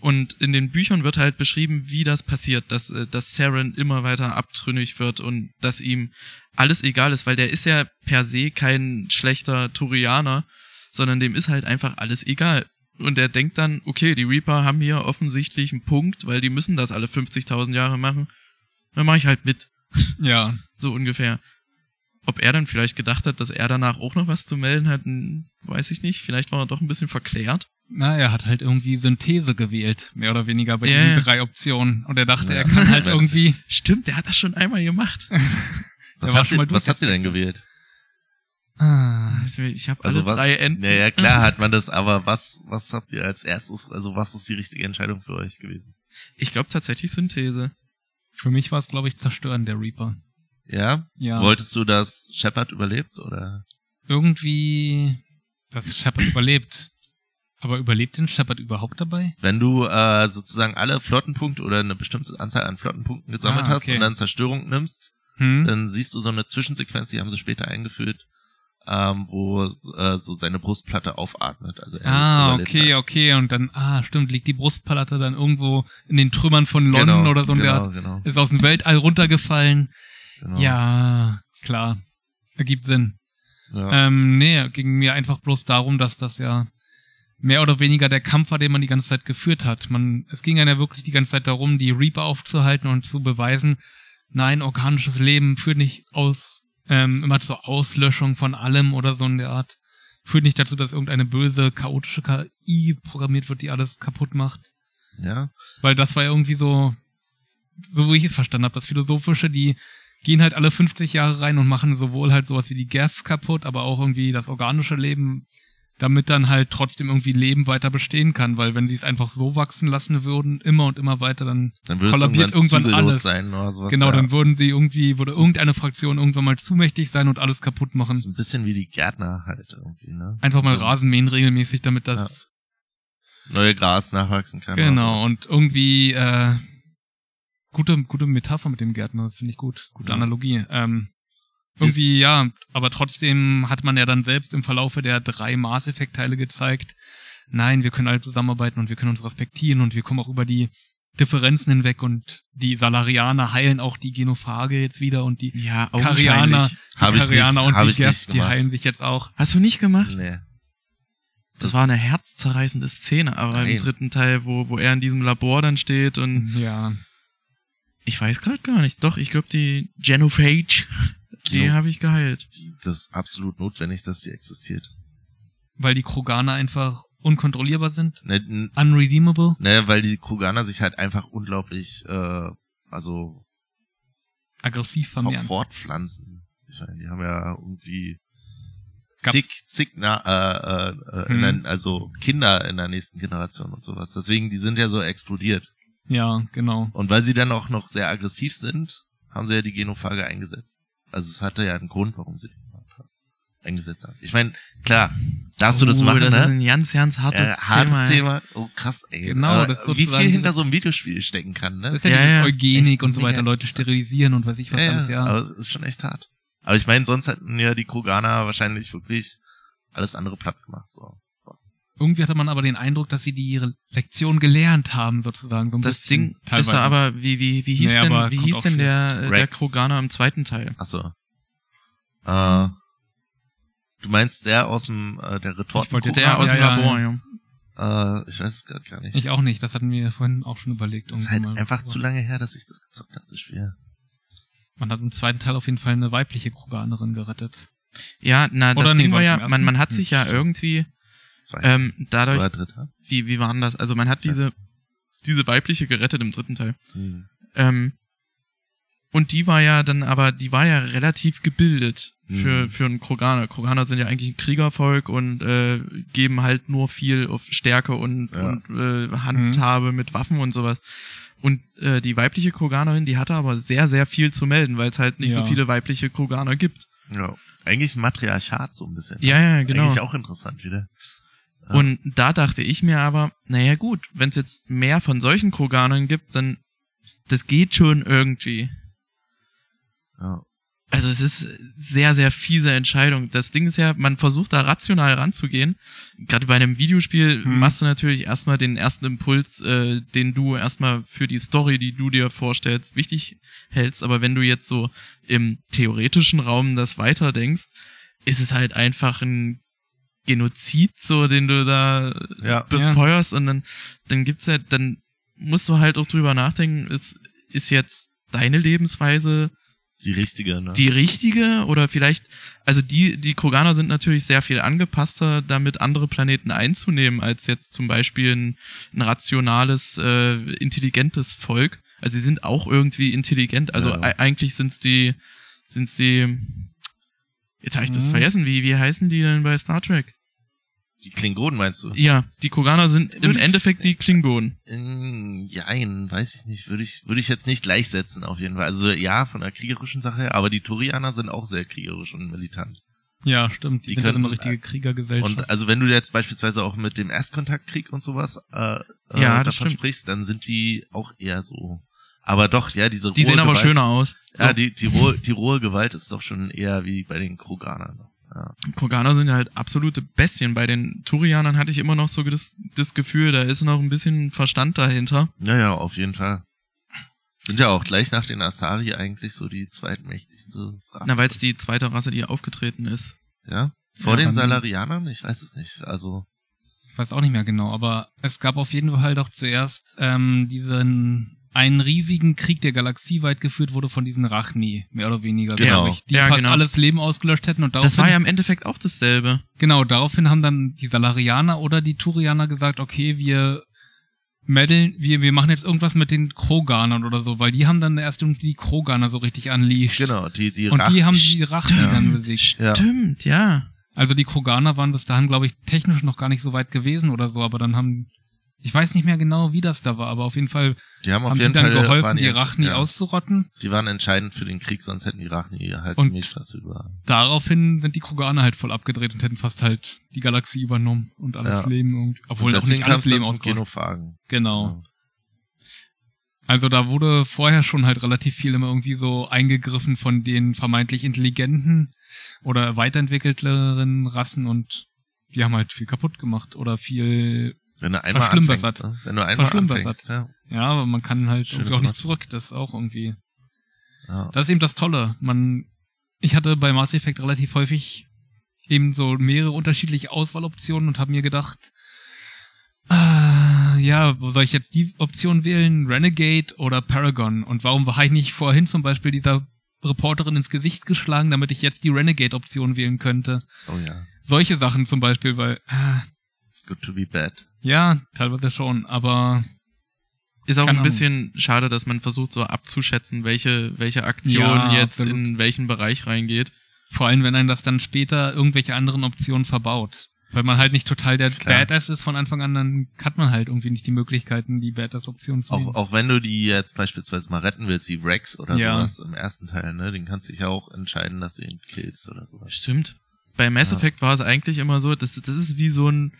Speaker 1: Und in den Büchern wird halt beschrieben, wie das passiert, dass, äh, dass Saren immer weiter abtrünnig wird und dass ihm alles egal ist, weil der ist ja per se kein schlechter Turianer, sondern dem ist halt einfach alles egal. Und er denkt dann, okay, die Reaper haben hier offensichtlich einen Punkt, weil die müssen das alle 50.000 Jahre machen. Dann mache ich halt mit,
Speaker 2: Ja.
Speaker 1: so ungefähr. Ob er dann vielleicht gedacht hat, dass er danach auch noch was zu melden hat, hm, weiß ich nicht. Vielleicht war er doch ein bisschen verklärt.
Speaker 2: Na, er hat halt irgendwie Synthese gewählt, mehr oder weniger bei
Speaker 1: Ja, ja.
Speaker 2: diesen drei Optionen. Und er dachte,
Speaker 3: Ja.
Speaker 2: er kann halt irgendwie.
Speaker 1: Stimmt, der hat das schon einmal gemacht.
Speaker 3: Was,
Speaker 2: Der war
Speaker 3: habt
Speaker 2: schon
Speaker 3: ihr,
Speaker 2: mal durch
Speaker 3: was habt
Speaker 2: jetzt.
Speaker 3: ihr denn gewählt?
Speaker 2: Ah,
Speaker 1: Ich habe
Speaker 3: Also
Speaker 1: alle
Speaker 3: was-
Speaker 1: drei Enden.
Speaker 3: Naja, klar hat man das, aber was, was habt ihr als erstes, also was ist die richtige Entscheidung für euch gewesen?
Speaker 1: Ich glaube tatsächlich Synthese.
Speaker 2: für mich war es, glaube ich, zerstören der Reaper.
Speaker 3: Ja?
Speaker 2: Ja.
Speaker 3: Wolltest du, dass Shepard überlebt, oder?
Speaker 2: Irgendwie, dass Shepard überlebt. Aber überlebt den Shepard überhaupt dabei?
Speaker 3: Wenn du äh, sozusagen alle Flottenpunkte oder eine bestimmte Anzahl an Flottenpunkten gesammelt
Speaker 2: Ah,
Speaker 3: hast
Speaker 2: okay.
Speaker 3: und dann Zerstörung nimmst,
Speaker 2: Hm?
Speaker 3: dann siehst du so eine Zwischensequenz, die haben sie später eingeführt, ähm, wo äh, so seine Brustplatte aufatmet. Also er
Speaker 2: Ah,
Speaker 3: überlebt
Speaker 2: okay,
Speaker 3: hat.
Speaker 2: okay. Und dann, ah, stimmt, liegt die Brustpalette dann irgendwo in den Trümmern von London oder so. Und der
Speaker 3: genau,
Speaker 2: hat,
Speaker 3: genau,
Speaker 2: ist aus dem Weltall runtergefallen.
Speaker 3: genau.
Speaker 2: Ja, klar. Ergibt Sinn.
Speaker 3: ja.
Speaker 2: Ähm, nee, ging mir einfach bloß darum, dass das ja mehr oder weniger der Kampf war, den man die ganze Zeit geführt hat. Man, es ging einem ja wirklich die ganze Zeit darum, die Reaper aufzuhalten und zu beweisen, nein, organisches Leben führt nicht aus, ähm, immer zur Auslöschung von allem oder so in der Art. Führt nicht dazu, dass irgendeine böse, chaotische KI programmiert wird, die alles kaputt macht.
Speaker 3: ja.
Speaker 2: Weil das war ja irgendwie so, so wie ich es verstanden habe, das Philosophische, die gehen halt alle 50 Jahre rein und machen sowohl halt sowas wie die Gaff kaputt, aber auch irgendwie das organische Leben, damit dann halt trotzdem irgendwie Leben weiter bestehen kann, weil wenn sie es einfach so wachsen lassen würden, immer und immer weiter, dann
Speaker 3: Dann würdest du
Speaker 2: kollabiert
Speaker 3: irgendwann,
Speaker 2: irgendwann
Speaker 3: zügellos
Speaker 2: alles.
Speaker 3: sein oder sowas.
Speaker 2: genau,
Speaker 3: ja.
Speaker 2: dann würden sie irgendwie, würde
Speaker 3: So.
Speaker 2: irgendeine Fraktion irgendwann mal zu mächtig sein und alles kaputt machen.
Speaker 3: Das ist ein bisschen wie die Gärtner halt irgendwie, ne?
Speaker 2: Einfach mal
Speaker 3: so
Speaker 2: Rasen mähen regelmäßig, damit das
Speaker 3: Neue Gras nachwachsen kann.
Speaker 2: Genau,
Speaker 3: Und
Speaker 2: und irgendwie, äh, gute, gute Metapher mit dem Gärtner, das finde ich gut. Gute
Speaker 3: Ja.
Speaker 2: Analogie. Ähm, irgendwie, ja, aber trotzdem hat man ja dann selbst im Verlaufe der drei Maßeffektteile gezeigt, nein, wir können alle zusammenarbeiten und wir können uns respektieren und wir kommen auch über die Differenzen hinweg und die Salarianer heilen auch die Genophage jetzt wieder und die
Speaker 1: Ja,
Speaker 2: Karianer,
Speaker 1: augenscheinlich.
Speaker 2: die
Speaker 3: Hab ich nicht-
Speaker 2: Karianer und
Speaker 3: hab
Speaker 2: die
Speaker 3: ich nicht
Speaker 2: Gerst, die
Speaker 3: gemacht.
Speaker 2: heilen sich jetzt auch.
Speaker 1: Hast du nicht gemacht?
Speaker 3: nee.
Speaker 1: Das war eine herzzerreißende Szene, aber
Speaker 3: Nein.
Speaker 1: im dritten Teil, wo, wo er in diesem Labor dann steht und
Speaker 2: Ja,
Speaker 1: ich weiß gerade gar nicht. Doch, ich glaube, die Genophage, die
Speaker 3: Geno-
Speaker 1: habe ich geheilt.
Speaker 3: die- Das ist absolut notwendig, dass die existiert.
Speaker 2: weil die Kroganer einfach unkontrollierbar sind,
Speaker 3: Ne, n-
Speaker 2: unredeemable.
Speaker 3: ne, weil die Kroganer sich halt einfach unglaublich, äh, also
Speaker 2: aggressiv
Speaker 3: vom
Speaker 2: vermehren.
Speaker 3: fortpflanzen. Ich meine, die haben ja irgendwie
Speaker 2: Gab's-
Speaker 3: zig, zig, na, äh, äh, äh,
Speaker 2: Hm.
Speaker 3: in der, also Kinder in der nächsten Generation und sowas. Deswegen, die sind ja so explodiert.
Speaker 2: Ja, genau.
Speaker 3: Und weil sie dann auch noch sehr aggressiv sind, haben sie ja die Genophage eingesetzt. Also es hatte ja einen Grund, warum sie die gemacht haben, eingesetzt haben. Ich meine, klar, darfst du das
Speaker 1: Oh,
Speaker 3: machen,
Speaker 1: das ist
Speaker 3: ne?
Speaker 1: ein ganz, ganz hartes,
Speaker 3: Ja, hartes
Speaker 1: Thema.
Speaker 3: Thema. Oh krass, ey.
Speaker 2: Genau,
Speaker 3: Aber
Speaker 2: das ist
Speaker 3: wie
Speaker 2: sozusagen
Speaker 3: viel hinter
Speaker 2: dieses-
Speaker 3: so einem Videospiel stecken kann, ne?
Speaker 2: Das ist ja,
Speaker 1: Ja,
Speaker 2: dieses
Speaker 1: ja.
Speaker 2: Eugenik
Speaker 3: Echt
Speaker 2: und so weiter,
Speaker 3: mega
Speaker 2: Leute
Speaker 3: interessant.
Speaker 2: sterilisieren und weiß ich was alles, ja.
Speaker 3: Aber es ist schon echt hart. Aber ich meine, sonst hätten ja die Kroganer wahrscheinlich wirklich alles andere platt gemacht. So.
Speaker 2: Irgendwie hatte man aber den Eindruck, dass sie die ihre Lektion gelernt haben, sozusagen. So ein
Speaker 1: Das
Speaker 2: bisschen,
Speaker 1: Ding ist da aber, wie, wie, wie hieß
Speaker 2: Nee, aber
Speaker 1: denn, wie
Speaker 2: kommt
Speaker 1: hieß
Speaker 2: auch
Speaker 1: denn
Speaker 2: viel.
Speaker 1: der, äh, der
Speaker 3: Rex.
Speaker 1: Kroganer im zweiten Teil?
Speaker 3: Achso. Äh, du meinst der aus dem äh, der
Speaker 2: Ich wollte
Speaker 3: Retorten?
Speaker 2: jetzt-
Speaker 1: Der aus
Speaker 2: ja,
Speaker 1: dem
Speaker 2: ja,
Speaker 1: Labor,
Speaker 2: ja.
Speaker 1: ja.
Speaker 3: äh, ich weiß es gerade gar nicht.
Speaker 2: Ich auch nicht, das hatten wir vorhin auch schon überlegt.
Speaker 3: Das ist halt
Speaker 2: irgendwie mal.
Speaker 3: einfach zu lange her, dass ich das gezockt habe, das Spiel.
Speaker 2: Man hat im zweiten Teil auf jeden Fall eine weibliche Kroganerin gerettet.
Speaker 1: Ja, na, das
Speaker 2: Oder nee,
Speaker 1: Ding
Speaker 2: war
Speaker 1: war
Speaker 2: das
Speaker 1: ja,
Speaker 2: im
Speaker 1: man, man
Speaker 2: ersten?
Speaker 1: hat sich ja
Speaker 3: Hm,
Speaker 1: irgendwie,
Speaker 3: Zwei
Speaker 1: ähm, dadurch,
Speaker 3: oder dritter.
Speaker 1: wie, wie waren das? Also man hat diese, diese weibliche gerettet im dritten Teil.
Speaker 3: Hm.
Speaker 1: Ähm, und die war ja dann aber, die war ja relativ gebildet für,
Speaker 3: Mhm.
Speaker 1: für einen Kroganer. Kroganer sind ja eigentlich ein Kriegervolk und äh, geben halt nur viel auf Stärke und,
Speaker 3: Ja. Hm.
Speaker 1: und äh, Handhabe mit Waffen und sowas. Und äh, die weibliche Kroganerin, die hatte aber sehr, sehr viel zu melden, weil es halt nicht
Speaker 2: Ja.
Speaker 1: so viele weibliche Kroganer gibt.
Speaker 3: Ja. Eigentlich ein Matriarchat so ein bisschen.
Speaker 1: Ja, ja, genau.
Speaker 3: Eigentlich auch interessant wieder. Äh, Ja.
Speaker 1: Und da dachte ich mir aber, naja gut, wenn es jetzt mehr von solchen Kroganern gibt, dann das geht schon irgendwie.
Speaker 3: Ja.
Speaker 1: Also es ist sehr, sehr fiese Entscheidung. Das Ding ist ja, man versucht da rational ranzugehen. Gerade bei einem Videospiel
Speaker 2: Hm.
Speaker 1: machst du natürlich erstmal den ersten Impuls, äh, den du erstmal für die Story, die du dir vorstellst, wichtig hältst. Aber wenn du jetzt so im theoretischen Raum das weiterdenkst, ist es halt einfach ein Genozid, so den du da äh,
Speaker 3: Ja.
Speaker 1: befeuerst und dann, dann gibt's ja, dann musst du halt auch drüber nachdenken, ist, ist jetzt deine Lebensweise
Speaker 3: Die richtige, ne?
Speaker 1: die richtige oder vielleicht, also die, die Kroganer sind natürlich sehr viel angepasster, damit andere Planeten einzunehmen, als jetzt zum Beispiel ein, ein rationales, äh, intelligentes Volk. Also sie sind auch irgendwie intelligent, also
Speaker 3: Ja.
Speaker 1: ei- eigentlich sind's die, sind's die, jetzt habe ich das
Speaker 2: Mhm.
Speaker 1: vergessen, wie, wie heißen die denn bei Star Trek?
Speaker 3: die Klingonen meinst du?
Speaker 1: Ja, die Kroganer sind im
Speaker 3: Würde ich-
Speaker 1: Endeffekt die Klingonen.
Speaker 3: Mm, Jein, weiß ich nicht. Würde ich, würde ich jetzt nicht gleichsetzen, auf jeden Fall. Also ja, von der kriegerischen Sache her, aber die Turianer sind auch sehr kriegerisch und militant.
Speaker 2: Ja, stimmt. Die,
Speaker 3: Die
Speaker 2: sind ja so eine
Speaker 3: können,
Speaker 2: richtige
Speaker 3: äh,
Speaker 2: Kriegergesellschaft.
Speaker 3: Und also wenn du jetzt beispielsweise auch mit dem Erstkontaktkrieg und sowas äh, äh,
Speaker 1: Ja,
Speaker 3: davon
Speaker 1: das stimmt.
Speaker 3: sprichst, dann sind die auch eher so. Aber doch, ja, diese
Speaker 1: Die
Speaker 3: rohe
Speaker 1: sehen aber
Speaker 3: Gewalt,
Speaker 1: schöner aus.
Speaker 3: Ja, die, die, rohe, die rohe Gewalt ist doch schon eher wie bei den Kroganern. Ja.
Speaker 1: Kroganer sind ja halt absolute Bestien. Bei den Turianern hatte ich immer noch so das, das Gefühl, da ist noch ein bisschen Verstand dahinter.
Speaker 3: Naja, auf jeden Fall. Sind ja auch gleich nach den Asari eigentlich so die zweitmächtigste Rasse.
Speaker 1: Na, weil es die zweite Rasse, die aufgetreten ist.
Speaker 3: ja? Vor
Speaker 2: Ja,
Speaker 3: den
Speaker 2: dann-
Speaker 3: Salarianern? Ich weiß es nicht. Also,
Speaker 2: Ich weiß auch nicht mehr genau, aber es gab auf jeden Fall doch zuerst ähm, diesen einen riesigen Krieg, der galaxieweit geführt wurde von diesen Rachni, mehr oder weniger,
Speaker 3: Genau.
Speaker 2: glaub ich, die
Speaker 1: Ja,
Speaker 2: fast
Speaker 1: genau.
Speaker 2: alles Leben ausgelöscht hätten und daraufhin,
Speaker 1: Das war ja im Endeffekt auch dasselbe.
Speaker 2: genau, daraufhin haben dann die Salarianer oder die Turianer gesagt, okay, wir meddeln, wir, wir machen jetzt irgendwas mit den Kroganern oder so, weil die haben dann erst irgendwie die Kroganer so richtig unleashed.
Speaker 3: genau, die, die
Speaker 2: Und die
Speaker 3: Rach-
Speaker 2: haben die Rachni
Speaker 1: Stimmt.
Speaker 2: dann besiegt.
Speaker 3: Ja.
Speaker 1: Stimmt, ja.
Speaker 2: Also die Kroganer waren bis dahin, glaube ich, technisch noch gar nicht so weit gewesen oder so, aber dann haben ich weiß nicht mehr genau, wie das da war, aber auf jeden Fall
Speaker 3: die haben auf
Speaker 2: haben die
Speaker 3: jeden
Speaker 2: dann
Speaker 3: Fall
Speaker 2: geholfen,
Speaker 3: waren
Speaker 2: die
Speaker 3: jetzt-
Speaker 2: Rachni
Speaker 3: ja,
Speaker 2: auszurotten.
Speaker 3: Die waren entscheidend für den Krieg, sonst hätten die Rachni halt
Speaker 2: Und-
Speaker 3: nicht was über.
Speaker 2: Daraufhin sind die Kroganer halt voll abgedreht und hätten fast halt die Galaxie übernommen und alles
Speaker 3: Ja.
Speaker 2: Leben irgendwie, obwohl
Speaker 3: Und
Speaker 2: auch nicht
Speaker 3: deswegen
Speaker 2: alles
Speaker 3: kam's
Speaker 2: Leben
Speaker 3: dann zum
Speaker 2: ausgerottet.
Speaker 3: Genophagen.
Speaker 2: Genau.
Speaker 3: Ja.
Speaker 2: Also da wurde vorher schon halt relativ viel immer irgendwie so eingegriffen von den vermeintlich intelligenten oder weiterentwickelteren Rassen und die haben halt viel kaputt gemacht oder viel,
Speaker 3: Wenn du einmal
Speaker 2: Verschlimmbessert.
Speaker 3: anfängst, ne? wenn du einmal
Speaker 2: Verschlimmbessert.
Speaker 3: anfängst, ja.
Speaker 2: ja, aber man kann halt
Speaker 3: Schönes
Speaker 2: irgendwie auch nicht
Speaker 3: Wort.
Speaker 2: zurück, das ist auch irgendwie
Speaker 3: ja.
Speaker 2: Das ist eben das Tolle. Man, ich hatte bei Mass Effect relativ häufig eben so mehrere unterschiedliche Auswahloptionen und habe mir gedacht, ah, ja, wo soll ich jetzt die Option wählen? Renegade oder Paragon? Und warum war ich nicht vorhin zum Beispiel dieser Reporterin ins Gesicht geschlagen, damit ich jetzt die Renegade-Option wählen könnte?
Speaker 3: Oh ja.
Speaker 2: Solche Sachen zum Beispiel, weil, ah,
Speaker 3: It's good to be bad.
Speaker 2: ja, teilweise schon, aber
Speaker 1: Ist auch ein
Speaker 2: Keine Ahnung.
Speaker 1: bisschen schade, dass man versucht so abzuschätzen, welche, welche Aktion
Speaker 2: Ja,
Speaker 1: jetzt
Speaker 2: absolut.
Speaker 1: in welchen Bereich reingeht.
Speaker 2: Vor allem, wenn einen das dann später irgendwelche anderen Optionen verbaut. Weil man halt nicht total der
Speaker 3: Klar.
Speaker 2: Badass ist von Anfang an, dann hat man halt irgendwie nicht die Möglichkeiten, die Badass-Optionen zu
Speaker 3: Auch,
Speaker 2: nehmen.
Speaker 3: auch wenn du die jetzt beispielsweise mal retten willst, wie Rex oder
Speaker 2: Ja.
Speaker 3: sowas im ersten Teil, ne? Den kannst du dich ja auch entscheiden, dass du ihn killst oder sowas.
Speaker 1: Stimmt. Bei Mass
Speaker 3: Ja.
Speaker 1: Effect war es eigentlich immer so, das, das ist wie so ein,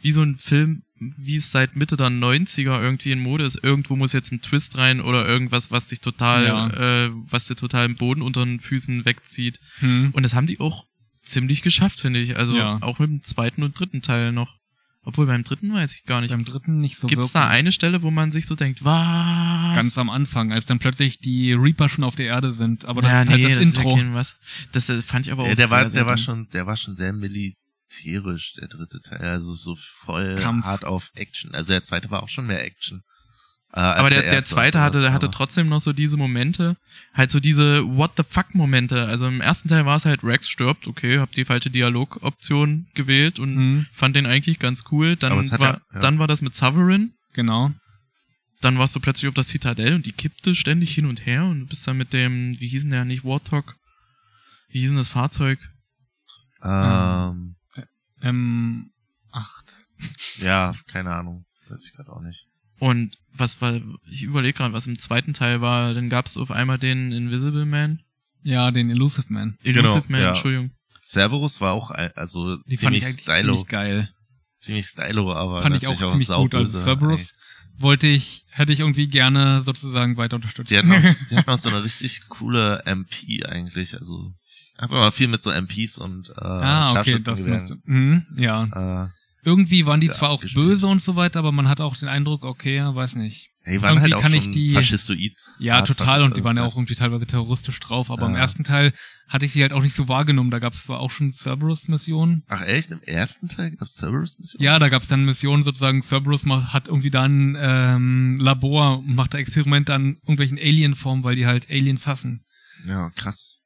Speaker 1: wie so ein Film, wie es seit Mitte der 90er irgendwie in Mode ist. Irgendwo muss jetzt ein Twist rein oder irgendwas, was dich total, äh, was dir total im Boden unter den Füßen wegzieht.
Speaker 2: Hm.
Speaker 1: Und das haben die auch ziemlich geschafft, finde ich. Also
Speaker 2: Ja.
Speaker 1: auch mit dem zweiten und dritten Teil noch. Obwohl beim dritten weiß ich gar nicht.
Speaker 2: Beim dritten nicht so
Speaker 1: Gibt es da
Speaker 2: wirklich.
Speaker 1: eine Stelle, wo man sich so denkt, was?
Speaker 2: Ganz am Anfang, als dann plötzlich die Reaper schon auf der Erde sind. Aber das
Speaker 1: Ja,
Speaker 2: ist halt das,
Speaker 1: ist ja
Speaker 2: Intro.
Speaker 1: kein was. Das äh, fand ich aber auch
Speaker 3: Ja, der war,
Speaker 1: sehr, sehr
Speaker 3: der war
Speaker 1: dumm.
Speaker 3: schon, der war schon sehr militärisch, der dritte Teil. Also so voll
Speaker 2: Kampf.
Speaker 3: hart auf Action. Also der zweite war auch schon mehr Action. äh, als
Speaker 1: Aber der, der
Speaker 3: erste genau. und
Speaker 1: zweite
Speaker 3: sowas,
Speaker 1: hatte, der hatte
Speaker 3: aber-
Speaker 1: trotzdem noch so diese Momente, halt so diese What the fuck Momente. Also im ersten Teil war es halt Rex stirbt, okay, hab die falsche Dialogoption gewählt und
Speaker 2: Hm,
Speaker 1: fand den eigentlich ganz cool. Dann
Speaker 3: Aber es
Speaker 1: war,
Speaker 3: hat ja- ja.
Speaker 1: dann war das mit Sovereign,
Speaker 2: genau.
Speaker 1: dann warst du plötzlich auf der Citadel und die kippte ständig hin und her und du bist dann mit dem, wie hießen der nicht, Warthog? Wie hieß denn das Fahrzeug?
Speaker 3: Ähm,
Speaker 2: Ähm, acht.
Speaker 3: ja, keine Ahnung. Weiß ich gerade auch nicht.
Speaker 1: Und was war, ich überlege gerade, was im zweiten Teil war, dann gab's auf einmal den Invisible Man.
Speaker 2: Ja, den Elusive Man.
Speaker 1: Elusive
Speaker 3: Genau,
Speaker 1: Man,
Speaker 3: ja.
Speaker 1: Entschuldigung.
Speaker 3: Cerberus war auch, ein- also
Speaker 2: Die fand
Speaker 3: ziemlich
Speaker 2: ich eigentlich
Speaker 3: stylo.
Speaker 2: ziemlich geil.
Speaker 3: ziemlich stylo, aber
Speaker 2: Fand ich auch
Speaker 3: natürlich
Speaker 2: ziemlich gut. Also
Speaker 3: sauböse, ey.
Speaker 2: Cerberus wollte ich, hätte ich irgendwie gerne sozusagen weiter unterstützt.
Speaker 3: Die hatten, auch, die hatten auch so eine richtig coole MP eigentlich. Also ich habe immer viel mit so MPs und äh,
Speaker 2: ah, okay, das
Speaker 3: Scharfschützengewehren,
Speaker 2: meinst du. Mhm, ja.
Speaker 3: äh,
Speaker 2: Irgendwie waren die
Speaker 3: Ja,
Speaker 2: zwar auch
Speaker 3: gespielt.
Speaker 2: böse und so weiter, aber man hat auch den Eindruck, okay, ja, weiß nicht.
Speaker 3: Hey, waren
Speaker 2: Irgendwie
Speaker 3: halt auch
Speaker 2: kann ich
Speaker 3: schon
Speaker 2: die-
Speaker 3: faschistoid. also
Speaker 2: Ja,
Speaker 3: Art
Speaker 2: total. Und die
Speaker 3: Faschismus,
Speaker 2: waren ja
Speaker 3: ja.
Speaker 2: auch irgendwie teilweise terroristisch drauf. Aber im
Speaker 3: Ja.
Speaker 2: ersten Teil hatte ich sie halt auch nicht so wahrgenommen. Da gab es zwar auch schon Cerberus-Missionen.
Speaker 3: Ach echt? Im ersten Teil gab's Cerberus-Missionen?
Speaker 2: Ja, da gab es dann Missionen sozusagen. Cerberus macht, hat irgendwie da ein ähm, Labor und macht da Experimente an irgendwelchen Alien-Formen, weil die halt Aliens hassen.
Speaker 3: Ja, krass.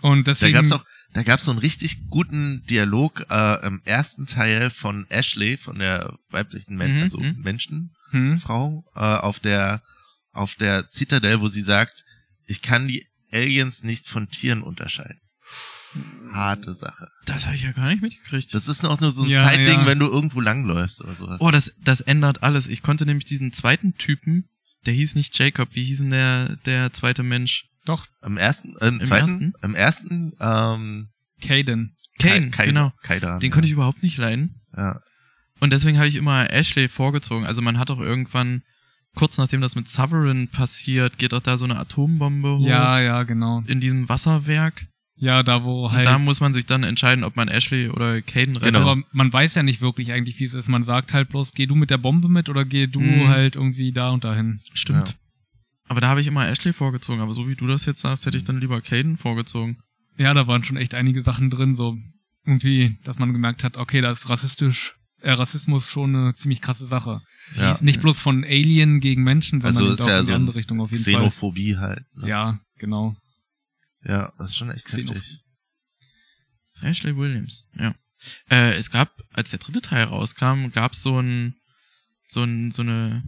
Speaker 2: Und
Speaker 3: Da
Speaker 2: deswegen.
Speaker 3: gab's auch, da gab's so einen richtig guten Dialog äh, im ersten Teil von Ashley, von der weiblichen Men
Speaker 1: Mhm,
Speaker 3: also
Speaker 1: mhm.
Speaker 3: Menschenfrau,
Speaker 2: hm?
Speaker 3: äh, auf der auf der Zitadelle, wo sie sagt, ich kann die Aliens nicht von Tieren unterscheiden. Harte Sache.
Speaker 1: Das habe ich ja gar nicht mitgekriegt.
Speaker 3: Das ist auch nur so ein
Speaker 2: Ja,
Speaker 3: Side-Ding,
Speaker 2: ja.
Speaker 3: wenn du irgendwo langläufst oder sowas.
Speaker 1: Oh, das, das ändert alles. Ich konnte nämlich diesen zweiten Typen, der hieß nicht Jacob, wie hieß denn der, der zweite Mensch?
Speaker 2: Doch,
Speaker 3: Im ersten, äh, im,
Speaker 1: Im
Speaker 3: zweiten,
Speaker 1: ersten?
Speaker 3: im ersten, ähm,
Speaker 2: Caden.
Speaker 1: Kane,
Speaker 3: Kai- Kai-
Speaker 1: genau.
Speaker 3: Kaidan,
Speaker 1: Den konnte ich überhaupt nicht leiden.
Speaker 3: ja.
Speaker 1: Und deswegen habe ich immer Ashley vorgezogen. Also man hat doch irgendwann, kurz nachdem das mit Sovereign passiert, geht doch da so eine Atombombe
Speaker 3: Oh.
Speaker 1: hoch
Speaker 2: Ja, ja, genau.
Speaker 1: in diesem Wasserwerk.
Speaker 2: Ja, da wo
Speaker 1: Und
Speaker 2: halt.
Speaker 1: da muss man sich dann entscheiden, ob man Ashley oder Caden rettet.
Speaker 3: Genau.
Speaker 2: Aber man weiß ja nicht wirklich eigentlich, wie es ist. Man sagt halt bloß, geh du mit der Bombe mit oder geh du
Speaker 3: Mhm.
Speaker 1: Hm.
Speaker 2: halt irgendwie da und dahin.
Speaker 1: Stimmt.
Speaker 3: Ja.
Speaker 1: Aber da habe ich immer Ashley vorgezogen. Aber so wie du das jetzt sagst, hätte ich dann lieber Caden vorgezogen.
Speaker 2: Ja, da waren schon echt einige Sachen drin, so irgendwie, dass man gemerkt hat, okay, da ist rassistisch, äh, Rassismus schon eine ziemlich krasse Sache.
Speaker 3: Ja.
Speaker 2: Die ist nicht bloß von Alien gegen Menschen, sondern
Speaker 3: Also
Speaker 2: also
Speaker 3: ist
Speaker 2: auch
Speaker 3: ja
Speaker 2: in
Speaker 3: so
Speaker 2: die andere Richtung auf jeden Fall.
Speaker 3: Xenophobie halt. Ne?
Speaker 2: Ja, genau.
Speaker 3: Ja, das ist schon echt
Speaker 2: Xenoph-
Speaker 3: heftig.
Speaker 1: Ashley Williams, ja. Äh, es gab, als der dritte Teil rauskam, gab so ein, so ein, so eine,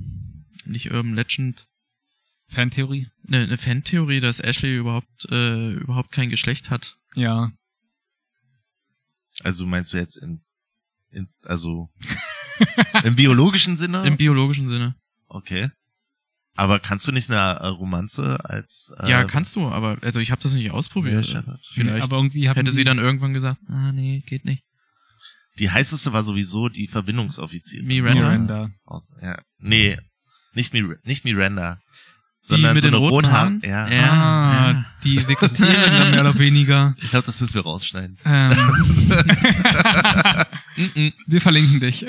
Speaker 1: nicht Urban Legend,
Speaker 2: Fantheorie.
Speaker 1: eine, eine Fantheorie, dass Ashley überhaupt, äh, überhaupt kein Geschlecht hat.
Speaker 2: Ja.
Speaker 3: Also meinst du jetzt in, in also im biologischen
Speaker 2: Ah.
Speaker 3: Sinne?
Speaker 1: Im biologischen Sinne.
Speaker 3: okay. Aber kannst du nicht eine äh, Romanze als äh,
Speaker 2: Ähm.
Speaker 1: ja, kannst du, aber, also ich habe das nicht
Speaker 3: Mary
Speaker 1: ausprobiert.
Speaker 3: Shepard?
Speaker 1: Vielleicht
Speaker 2: aber irgendwie hatten
Speaker 1: hätte sie
Speaker 2: die-
Speaker 1: dann irgendwann gesagt, ah nee, geht nicht.
Speaker 3: Die heißeste war sowieso die Verbindungsoffizierin.
Speaker 1: Miranda?
Speaker 2: Miranda.
Speaker 3: Aus, ja. Nee, nicht, Mir nicht Miranda. Sondern
Speaker 1: mit
Speaker 3: so
Speaker 1: den
Speaker 3: eine
Speaker 1: roten
Speaker 3: Rothaar-
Speaker 1: Haaren?
Speaker 3: Ja.
Speaker 1: Ja,
Speaker 2: ah,
Speaker 1: ja.
Speaker 2: die Sekretärin dann mehr oder weniger.
Speaker 3: Ich glaube, das müssen wir rausschneiden.
Speaker 2: Ähm,
Speaker 1: Mm-mm.
Speaker 2: wir verlinken dich.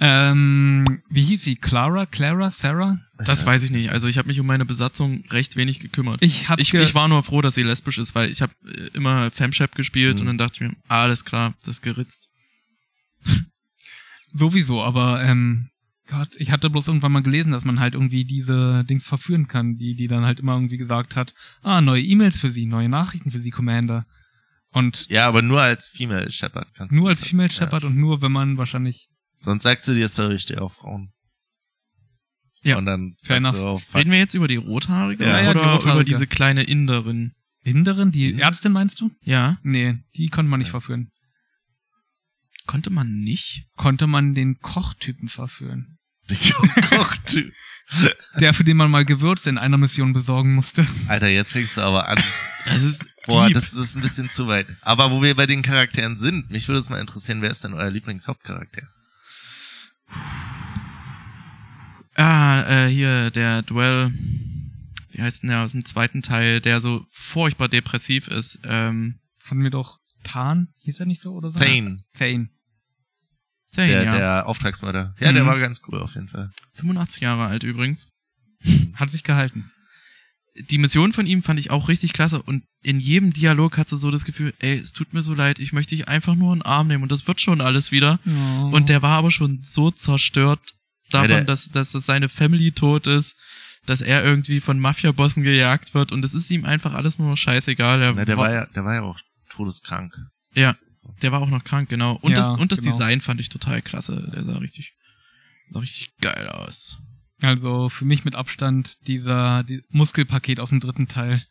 Speaker 2: ähm, wie hieß sie? Clara? Clara? Sarah?
Speaker 1: Das weiß ich nicht. Also ich habe mich um meine Besatzung recht wenig gekümmert.
Speaker 2: Ich hab
Speaker 1: Ich,
Speaker 2: ge-
Speaker 1: ich war nur froh, dass sie lesbisch ist, weil ich habe immer Femshap gespielt
Speaker 2: Hm.
Speaker 3: Mhm.
Speaker 1: und dann dachte ich mir, alles klar, das ist geritzt.
Speaker 2: Sowieso, aber ähm, Gott, ich hatte bloß irgendwann mal gelesen, dass man halt irgendwie diese Dings verführen kann, die, die dann halt immer irgendwie gesagt hat, ah, neue E-Mails für sie, neue Nachrichten für sie, Commander. Und
Speaker 3: Ja, aber nur als Female Shepard kannst du
Speaker 2: nur als
Speaker 3: das-
Speaker 2: Female
Speaker 3: ja.
Speaker 2: Shepherd und nur, wenn man wahrscheinlich.
Speaker 3: Sonst sagt sie dir, sorry, ich stehe auf Frauen.
Speaker 1: Ja.
Speaker 3: Und dann
Speaker 2: Fair
Speaker 3: sagst
Speaker 2: enough.
Speaker 3: du auf,
Speaker 1: Reden wir jetzt über die Rothaarige
Speaker 3: Ja,
Speaker 1: oder
Speaker 2: ja, die Rothaarige.
Speaker 1: über diese kleine Inderin?
Speaker 2: Inderin, die
Speaker 3: Mhm.
Speaker 2: Ärztin meinst du?
Speaker 1: Ja,
Speaker 2: Nee, die konnte man nicht
Speaker 3: Ja.
Speaker 2: verführen.
Speaker 1: konnte man nicht.
Speaker 2: Konnte man den Kochtypen verführen. Oh
Speaker 3: Kochtyp.
Speaker 2: Der, für den man mal Gewürze in einer Mission besorgen musste.
Speaker 3: Alter, jetzt fängst du aber an.
Speaker 1: Das ist
Speaker 3: Boah,
Speaker 1: deep.
Speaker 3: das ist ein bisschen zu weit. Aber wo wir bei den Charakteren sind, mich würde es mal interessieren, wer ist denn euer Lieblingshauptcharakter?
Speaker 2: Äh,
Speaker 1: Ah, äh, hier der Duell, wie heißt denn der aus dem zweiten Teil, der so furchtbar depressiv ist. Ähm,
Speaker 2: Hatten wir doch Tarn, hieß er nicht so oder so?
Speaker 3: Thane,
Speaker 2: Thane.
Speaker 1: Thane,
Speaker 3: der,
Speaker 1: ja.
Speaker 3: der Auftragsmörder. Ja, der
Speaker 2: Mhm.
Speaker 3: war ganz cool auf jeden Fall.
Speaker 1: 85 Jahre alt übrigens.
Speaker 2: Hat sich gehalten.
Speaker 1: Die Mission von ihm fand ich auch richtig klasse und in jedem Dialog hat sie so das Gefühl, ey, es tut mir so leid, ich möchte dich einfach nur in den Arm nehmen und das wird schon alles wieder.
Speaker 3: Mhm.
Speaker 1: Und der war aber schon so zerstört davon,
Speaker 3: Ja, der-
Speaker 1: dass, dass das seine Family tot ist, dass er irgendwie von Mafia-Bossen gejagt wird und es ist ihm einfach alles nur noch scheißegal.
Speaker 2: Äh,
Speaker 1: Er
Speaker 3: Na, der war ja, der war ja auch todeskrank.
Speaker 1: Ja.
Speaker 3: So.
Speaker 1: der war auch noch krank, genau. Und
Speaker 2: Ja,
Speaker 1: das, und das
Speaker 2: genau.
Speaker 1: Design fand ich total klasse. Der sah richtig, sah richtig geil aus.
Speaker 2: Also für mich mit Abstand dieser die Muskelpaket aus dem dritten Teil.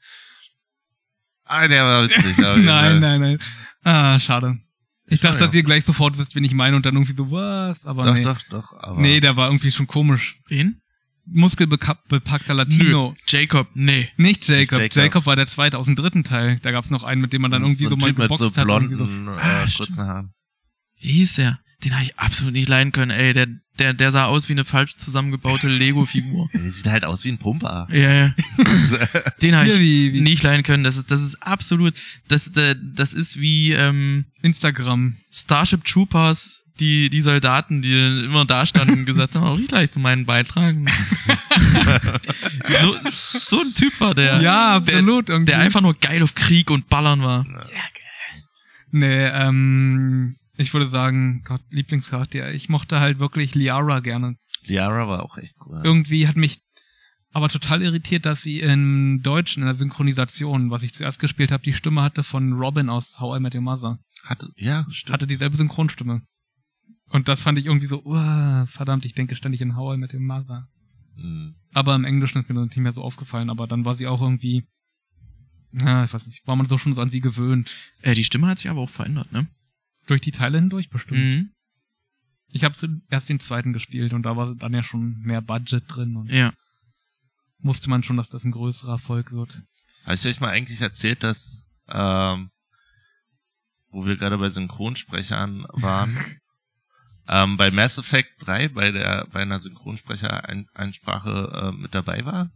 Speaker 3: Ah, der war witzig. auf jeden
Speaker 2: nein,
Speaker 3: Fall.
Speaker 2: nein, nein. Ah, schade. Ich
Speaker 3: Schade,
Speaker 2: dachte, dass
Speaker 3: ja.
Speaker 2: ihr gleich sofort wisst, wen ich meine und dann irgendwie so, was? Aber
Speaker 3: Doch,
Speaker 2: nee.
Speaker 3: doch, doch. Aber
Speaker 2: nee, der war irgendwie schon komisch.
Speaker 1: Wen?
Speaker 2: Muskelbepackter Latino.
Speaker 1: Nö. Jacob, nee.
Speaker 2: Nicht Jacob.
Speaker 3: Jacob.
Speaker 2: Jacob. war der zweite aus dem dritten Teil. Da gab's noch einen, mit dem man dann irgendwie so,
Speaker 3: ein
Speaker 2: mal
Speaker 3: typ mit
Speaker 2: geboxt
Speaker 3: so
Speaker 2: hat. irgendwie
Speaker 3: blonden,
Speaker 2: so.
Speaker 3: äh,
Speaker 1: Ah,
Speaker 3: kurzen Haaren.
Speaker 1: Wie hieß der? Den habe ich absolut nicht leiden können, ey. Der, der, der sah aus wie eine falsch zusammengebaute Lego-Figur.
Speaker 3: Der sieht halt aus wie ein Pumper.
Speaker 1: Ja, ja. Den habe
Speaker 2: Hier,
Speaker 1: ich
Speaker 2: wie, wie
Speaker 1: nicht leiden können. Das ist, das ist absolut, das, das das ist wie, ähm,
Speaker 2: Instagram.
Speaker 1: Starship Troopers, die, die Soldaten, die immer da standen und gesagt haben, auch ich leiste meinen Beitrag. so, so ein Typ war der.
Speaker 2: ja, absolut. irgendwie.
Speaker 1: Der einfach nur geil auf Krieg und Ballern war.
Speaker 2: Nee, ähm, ich würde sagen, Gott, Lieblingscharakter. Ich mochte halt wirklich Liara gerne.
Speaker 3: Liara war auch echt cool.
Speaker 2: Irgendwie hat mich aber total irritiert, dass sie im Deutschen, in der Synchronisation, was ich zuerst gespielt habe, die Stimme hatte von Robin aus How I Met Your Mother.
Speaker 3: Hatte, ja, stimmt.
Speaker 2: Hatte dieselbe Synchronstimme. Und das fand ich irgendwie so, uah, verdammt, ich denke ständig in How I Met Your Mother.
Speaker 3: Hm.
Speaker 2: Aber im Englischen ist mir das nicht mehr so aufgefallen, aber dann war sie auch irgendwie, na, ich weiß nicht, war man so schon so an sie gewöhnt.
Speaker 1: Äh, die Stimme hat sich aber auch verändert, ne?
Speaker 2: Durch die Teile hindurch bestimmt.
Speaker 1: Mhm.
Speaker 2: Ich habe erst den zweiten gespielt und da war dann ja schon mehr Budget drin und
Speaker 1: Ja.
Speaker 2: musste man schon, dass das ein größerer Erfolg wird.
Speaker 3: Habe Also ich euch mal eigentlich erzählt, dass, ähm, wo wir gerade bei Synchronsprechern waren, ähm, bei Mass Effect 3 bei der bei einer Synchronsprecher-Einsprache äh, mit dabei war?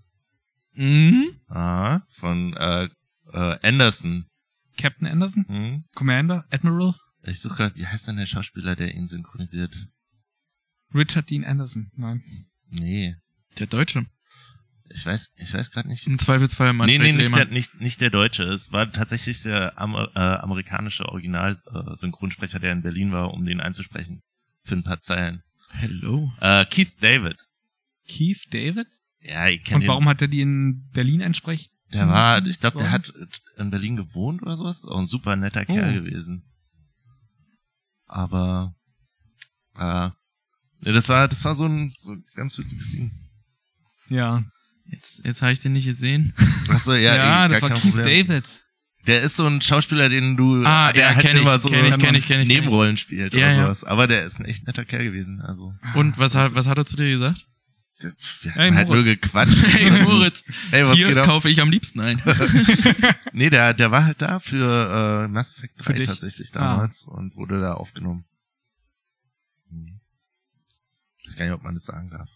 Speaker 1: Mhm.
Speaker 3: Ah, von äh, äh, Anderson.
Speaker 2: Captain Anderson?
Speaker 3: Hm?
Speaker 2: Commander? Admiral?
Speaker 3: Ich suche gerade, wie heißt denn der Schauspieler, der ihn synchronisiert?
Speaker 2: Richard Dean Anderson? Nein.
Speaker 3: Nee,
Speaker 1: Der Deutsche.
Speaker 3: ich weiß, ich weiß gerade nicht.
Speaker 1: Im Zweifelsfall
Speaker 3: Nee,
Speaker 1: Manfred
Speaker 3: nee, nicht
Speaker 1: Lehmann.
Speaker 3: der, nicht, nicht der Deutsche. Es war tatsächlich der Amer äh, amerikanische Original-Synchronsprecher, der in Berlin war, um den einzusprechen. Für ein paar Zeilen.
Speaker 1: Hello.
Speaker 3: Äh, Keith David.
Speaker 2: Keith David?
Speaker 3: Ja, ich kenne
Speaker 2: Und
Speaker 3: den.
Speaker 2: warum hat er die in Berlin entspricht?
Speaker 3: Der war,
Speaker 2: müssen?
Speaker 3: ich glaube, der
Speaker 2: Sollen?
Speaker 3: hat in Berlin gewohnt oder sowas. Auch ein super netter
Speaker 2: Oh.
Speaker 3: Kerl gewesen. Aber äh, ne, das war, das war so ein, so ein ganz witziges Ding.
Speaker 2: Ja.
Speaker 1: Jetzt, jetzt habe ich den nicht gesehen.
Speaker 3: Achso, ja,
Speaker 2: ja,
Speaker 3: ey,
Speaker 2: das war
Speaker 3: gar kein
Speaker 2: Keith
Speaker 3: Problem.
Speaker 2: David.
Speaker 3: Der ist so ein Schauspieler, den du
Speaker 1: Ah,
Speaker 3: der
Speaker 1: ja,
Speaker 3: halt
Speaker 1: kenn ich,
Speaker 3: immer so
Speaker 1: kenn ich, kenn ich, kenn ich, kenn ich.
Speaker 3: Nebenrollen spielt
Speaker 1: Ja,
Speaker 3: oder
Speaker 1: ja.
Speaker 3: sowas. Aber der ist ein echt netter Kerl gewesen. Also
Speaker 1: Und was hat, was hat er zu dir gesagt?
Speaker 3: der- wir
Speaker 2: Hey,
Speaker 3: haben halt nur
Speaker 2: Moritz.
Speaker 3: gequatscht.
Speaker 1: Hey Moritz,
Speaker 3: hey was
Speaker 1: hier
Speaker 3: geht ab?
Speaker 1: kaufe ich am liebsten ein.
Speaker 3: Nee, der, der war halt da für äh, Mass Effect
Speaker 2: Für
Speaker 3: 3
Speaker 2: dich.
Speaker 3: tatsächlich
Speaker 1: Ah.
Speaker 3: damals und wurde da aufgenommen. Hm. Ich weiß gar nicht, ob man das sagen darf.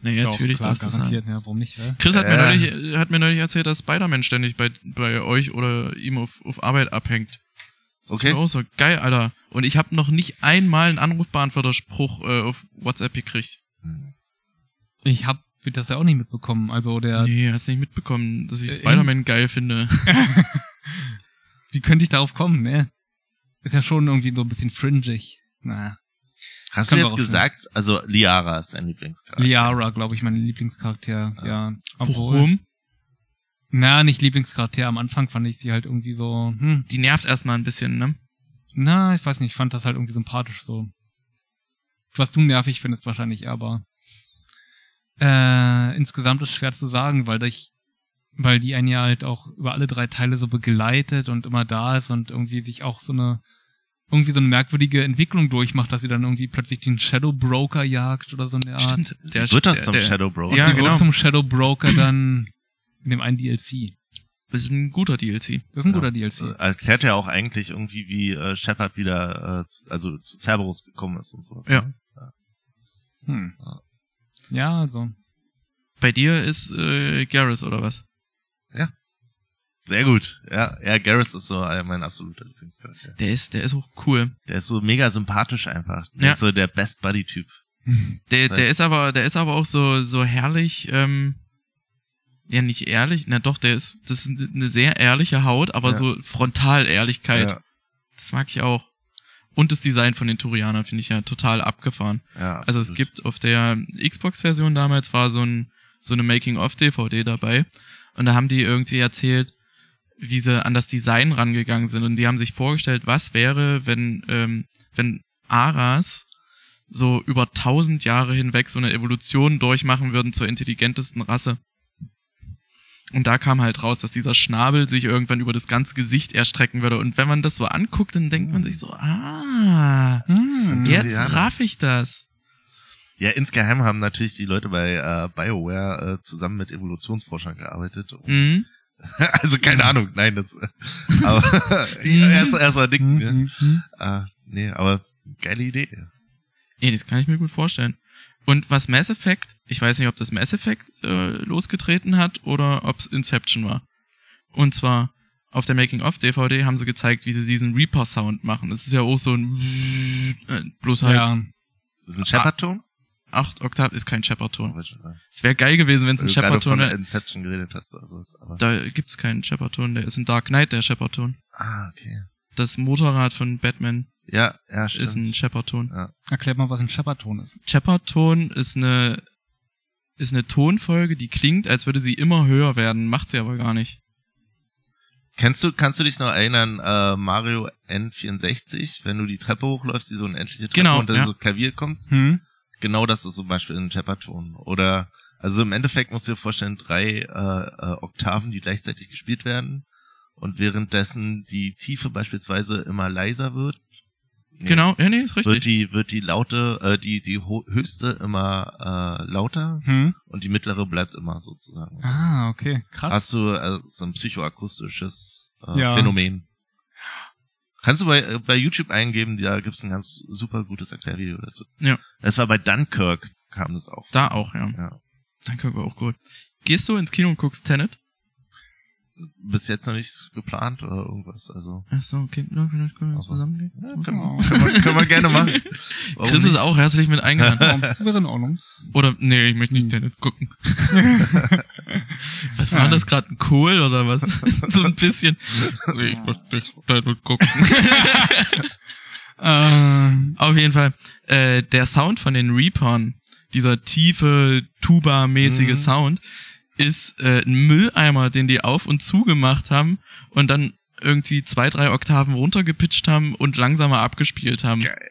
Speaker 1: Nee, natürlich
Speaker 2: klar,
Speaker 1: darfst du das sagen.
Speaker 2: garantiert. Ja, warum nicht? Ja?
Speaker 1: Chris hat, mir
Speaker 3: Ja.
Speaker 1: neulich, hat mir neulich erzählt, dass Spider-Man ständig bei, bei euch oder ihm auf, auf Arbeit abhängt. Das
Speaker 3: Okay.
Speaker 1: ist mir auch so geil, Alter. Und ich habe noch nicht einmal einen Anrufbeantworterspruch äh, auf WhatsApp gekriegt.
Speaker 3: Hm.
Speaker 2: Ich hab das ja auch nicht mitbekommen. Also der,
Speaker 1: Nee, hast nicht mitbekommen, dass ich
Speaker 2: Äh,
Speaker 1: Spider-Man geil finde.
Speaker 2: wie könnte ich darauf kommen, ne? Ist ja schon irgendwie so ein bisschen fringig. Na,
Speaker 3: Hast
Speaker 2: Können
Speaker 3: du
Speaker 2: wir
Speaker 3: jetzt
Speaker 2: auch
Speaker 3: gesagt, also Liara ist dein Lieblingscharakter.
Speaker 2: Liara, glaube ich, mein Lieblingscharakter.
Speaker 3: Ja.
Speaker 2: Ja. Obwohl-
Speaker 1: Warum?
Speaker 2: Na, nicht Lieblingscharakter. Am Anfang fand ich sie halt irgendwie so, hm,
Speaker 1: Die nervt erstmal ein bisschen, ne?
Speaker 2: na, ich weiß nicht, ich fand das halt irgendwie sympathisch so. Was du nervig findest wahrscheinlich, aber äh, insgesamt ist schwer zu sagen, weil ich, weil die einen ja halt auch über alle drei Teile so begleitet und immer da ist und irgendwie sich auch so eine irgendwie so eine merkwürdige Entwicklung durchmacht, dass sie dann irgendwie plötzlich den Shadow Broker jagt oder so eine Art.
Speaker 1: Stimmt.
Speaker 3: Der wird doch
Speaker 1: der-
Speaker 3: zum
Speaker 1: der-
Speaker 3: Shadow Bro.
Speaker 1: Ja,
Speaker 2: die
Speaker 1: genau.
Speaker 2: wird zum Shadow Broker dann in dem einen DLC.
Speaker 1: Das ist ein guter DLC.
Speaker 2: Das ist ein
Speaker 3: Ja.
Speaker 2: guter DLC.
Speaker 3: Erklärt also ja auch eigentlich irgendwie, wie äh, Shepard wieder, äh, zu, also zu Cerberus gekommen ist und sowas.
Speaker 1: Ja.
Speaker 3: ne?
Speaker 2: Hm.
Speaker 3: Ja.
Speaker 2: Ja, also.
Speaker 1: Bei dir ist äh, Garrus oder was?
Speaker 3: Sehr gut. Ja, ja, Garrus ist so äh, mein absoluter Lieblingscharakter.
Speaker 1: Der ist, der ist auch cool.
Speaker 3: Der ist so mega sympathisch einfach. Der
Speaker 1: Ja.
Speaker 3: ist so der Best Buddy Typ.
Speaker 1: Der,
Speaker 3: Das
Speaker 1: der
Speaker 3: heißt-
Speaker 1: ist aber, der ist aber auch so, so herrlich, ähm, ja, nicht ehrlich, na doch, der ist, das ist eine sehr ehrliche Haut, aber
Speaker 3: Ja.
Speaker 1: so Frontal-Ehrlichkeit.
Speaker 3: Ja,
Speaker 1: Das mag ich auch. Und das Design von den Turianern finde ich ja total abgefahren.
Speaker 3: ja,
Speaker 1: Also es
Speaker 3: absolut.
Speaker 1: gibt auf der Xbox-Version damals war so, ein, so eine Making-of-DVD dabei. Und da haben die irgendwie erzählt, wie sie an das Design rangegangen sind. Und die haben sich vorgestellt, was wäre, wenn, ähm, wenn Aras so über 1000 Jahre hinweg so eine Evolution durchmachen würden zur intelligentesten Rasse. Und da kam halt raus, dass dieser Schnabel sich irgendwann über das ganze Gesicht erstrecken würde. Und wenn man das so anguckt, dann denkt man sich so, ah,
Speaker 2: Hm.
Speaker 3: Sind
Speaker 2: Ja.
Speaker 1: jetzt
Speaker 3: Turianer.
Speaker 1: raff ich das.
Speaker 3: Ja, insgeheim haben natürlich die Leute bei äh, BioWare äh, zusammen mit Evolutionsforschern gearbeitet.
Speaker 1: Mhm.
Speaker 3: Also
Speaker 1: Hm.
Speaker 3: keine Ahnung,
Speaker 1: Hm.
Speaker 3: nein, das. Aber erst erstmal dick. Ne?
Speaker 2: Mhm.
Speaker 3: Äh, nee, aber Geile Idee.
Speaker 1: Ja, das kann ich mir gut vorstellen. Und was Mass Effect, ich weiß nicht, ob das Mass Effect äh, losgetreten hat oder ob es Inception war. Und zwar auf der Making-of-DVD haben sie gezeigt, wie sie diesen Reaper-Sound machen. Das ist ja auch so ein äh, bloß halt
Speaker 2: Ja.
Speaker 3: Das ist ein Shepard-Ton?
Speaker 1: acht Oktaven, ist kein Shepard-Ton.
Speaker 3: Wollte ich schon sagen.
Speaker 1: Es wäre geil gewesen, wenn es ein
Speaker 3: Weil du gerade
Speaker 1: Shepard-Ton
Speaker 3: Also von
Speaker 1: wäre.
Speaker 3: Inception geredet hast. Also ist aber
Speaker 1: Da gibt's keinen Shepard-Ton, der ist in Dark Knight der Shepard-Ton.
Speaker 3: ah, okay.
Speaker 1: Das Motorrad von Batman
Speaker 3: Ja, ja, stimmt.
Speaker 1: ist ein Shepard-Ton.
Speaker 2: Erklärt mal, was ein Shepard-Ton ist.
Speaker 1: Shepard-Ton ist eine ist eine Tonfolge, die klingt, als würde sie immer höher werden, macht sie aber gar nicht.
Speaker 3: Kennst du, kannst du dich noch erinnern, äh, Mario N64, wenn du die Treppe hochläufst, die so unendliche Treppe
Speaker 1: Genau,
Speaker 3: und dann
Speaker 1: ja.
Speaker 3: das Klavier kommt?
Speaker 2: Hm?
Speaker 3: Genau das ist zum Beispiel ein Shepard-Ton. Oder, also im Endeffekt musst du dir vorstellen, drei äh, äh, Oktaven, die gleichzeitig gespielt werden und währenddessen die Tiefe beispielsweise immer leiser wird. Nee,
Speaker 1: Genau, ja, nee, ist
Speaker 3: Wird
Speaker 1: richtig.
Speaker 3: die, wird die laute, äh, die, die ho- höchste immer äh, lauter
Speaker 2: Hm?
Speaker 3: und die mittlere bleibt immer sozusagen.
Speaker 2: Ah, okay. Krass.
Speaker 3: Hast du äh, so ein psychoakustisches äh,
Speaker 2: Ja.
Speaker 3: Phänomen. Kannst du bei, äh, bei YouTube eingeben, da gibt's ein ganz super gutes Erklärvideo dazu.
Speaker 1: Ja.
Speaker 3: Das war bei Dunkirk, kam das auch.
Speaker 1: Da auch, ja.
Speaker 3: Ja.
Speaker 1: Danke, aber auch gut. Gehst du ins Kino und guckst Tenet?
Speaker 3: Bis jetzt noch nichts geplant oder irgendwas. Also
Speaker 1: Ach so, okay. Na, vielleicht können wir
Speaker 3: Aber-
Speaker 1: zusammengehen.
Speaker 3: ja, können,
Speaker 2: Oh.
Speaker 3: können, wir, können wir gerne machen. Warum
Speaker 1: Chris ist
Speaker 3: nicht?
Speaker 1: auch herzlich mit eingeladen.
Speaker 2: Genau. Wäre in Ordnung.
Speaker 1: Oder, nee, ich möchte nicht
Speaker 2: Hm.
Speaker 1: Tenet gucken. was war das gerade? Ein Kohl oder was? so ein bisschen. Nee, ich möchte nicht Tenet gucken.
Speaker 2: Ähm,
Speaker 1: Auf jeden Fall, äh, der Sound von den Reapern, dieser tiefe, tuba-mäßige
Speaker 3: Mhm.
Speaker 1: Sound, ist äh, ein Mülleimer, den die auf und zugemacht haben und dann irgendwie zwei, drei Oktaven runtergepitcht haben und langsamer abgespielt haben.
Speaker 3: Geil.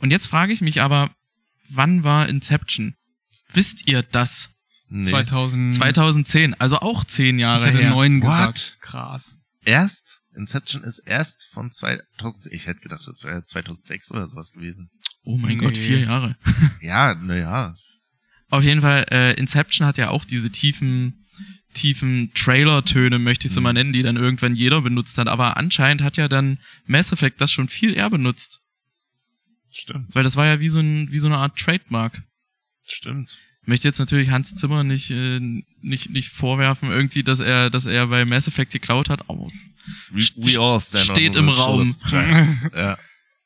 Speaker 1: Und jetzt frage ich mich aber, wann war Inception? Wisst ihr das?
Speaker 3: Nee.
Speaker 2: 2000.
Speaker 1: 2010, also auch zehn
Speaker 2: Mhm. ich
Speaker 1: Jahre
Speaker 2: hätte
Speaker 1: her.
Speaker 2: neun
Speaker 3: What?
Speaker 2: gesagt. Krass.
Speaker 3: Erst, Inception ist erst von 2000, ich hätte gedacht, das wäre 2006 oder sowas gewesen.
Speaker 1: Oh mein
Speaker 2: Nee.
Speaker 1: Gott, vier Jahre.
Speaker 3: Ja, naja.
Speaker 1: Auf jeden Fall, äh, Inception hat ja auch diese tiefen, tiefen Trailer-Töne, möchte ich sie
Speaker 3: Mhm.
Speaker 1: mal nennen, die dann irgendwann jeder benutzt hat. Aber anscheinend hat ja dann Mass Effect das schon viel eher benutzt.
Speaker 3: Stimmt,
Speaker 1: Weil das war ja wie so, ein, wie so eine Art Trademark.
Speaker 3: stimmt.
Speaker 1: Möchte jetzt natürlich Hans Zimmer nicht, äh, nicht, nicht vorwerfen, irgendwie, dass er, dass er bei Mass Effect geklaut hat. Oh, Aber es
Speaker 3: We, we all stand on
Speaker 1: Steht
Speaker 3: the
Speaker 1: im Raum.
Speaker 3: shoulders of giants. ja.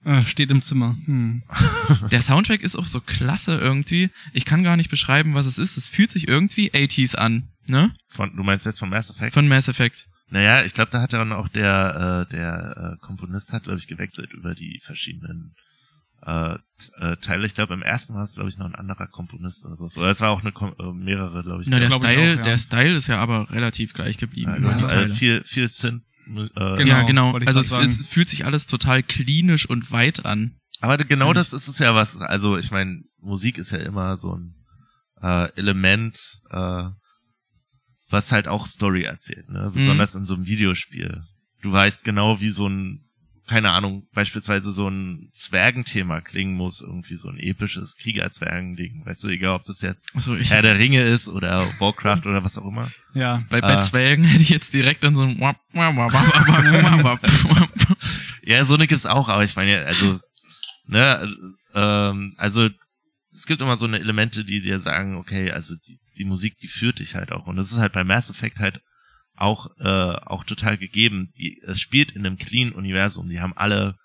Speaker 2: Äh, steht im Zimmer. Hm.
Speaker 1: Der Soundtrack ist auch so klasse irgendwie. Ich kann gar nicht beschreiben, was es ist. Es fühlt sich irgendwie 80s an, ne?
Speaker 3: Von, du meinst jetzt von Mass Effect?
Speaker 1: Von Mass Effect.
Speaker 3: naja, ich glaube, da hat dann auch der, äh, der äh, Komponist hat, glaube ich, gewechselt über die verschiedenen äh, t- äh, Teile. Ich glaube, im ersten war es, glaube ich, noch ein anderer Komponist oder sowas. Oder es war auch eine Kom äh, mehrere, glaube ich.
Speaker 1: Na, der
Speaker 2: glaub ich
Speaker 1: Style,
Speaker 2: auch, ja.
Speaker 1: der Style ist ja aber relativ gleich geblieben.
Speaker 3: ja,
Speaker 1: über
Speaker 3: du
Speaker 1: die
Speaker 3: hast
Speaker 1: Teile.
Speaker 3: äh, viel, viel Synth. Äh,
Speaker 2: Genau,
Speaker 1: ja, genau.
Speaker 2: wollte ich
Speaker 1: Also es,
Speaker 2: grad
Speaker 1: es
Speaker 2: sagen.
Speaker 1: fühlt sich alles total klinisch und weit an.
Speaker 3: Aber genau
Speaker 1: Find
Speaker 3: das ist es ja was. Also ich meine, Musik ist ja immer so ein äh, Element, äh, was halt auch Story erzählt, ne? Besonders in so einem Videospiel. Du weißt genau, wie so ein, keine Ahnung, beispielsweise so ein Zwergenthema klingen muss, irgendwie so ein episches Kriegerzwergending. Weißt du, egal ob das jetzt
Speaker 1: Also ich,
Speaker 3: Herr der Ringe ist oder Warcraft oder was auch immer.
Speaker 2: Ja.
Speaker 1: bei, bei
Speaker 3: ah.
Speaker 1: Zwergen hätte ich jetzt direkt an so ein Wap, Wap, Wap, Wap, Wap, Wap, Wap, Wap.
Speaker 3: Ja, so eine gibt's auch, aber ich meine, also, ne, ähm, also es gibt immer so eine Elemente, die dir sagen, okay, also die, die Musik, die führt dich halt auch. Und das ist halt bei Mass Effect halt auch, äh, auch total gegeben. Die, es spielt in einem clean Universum. Die haben alle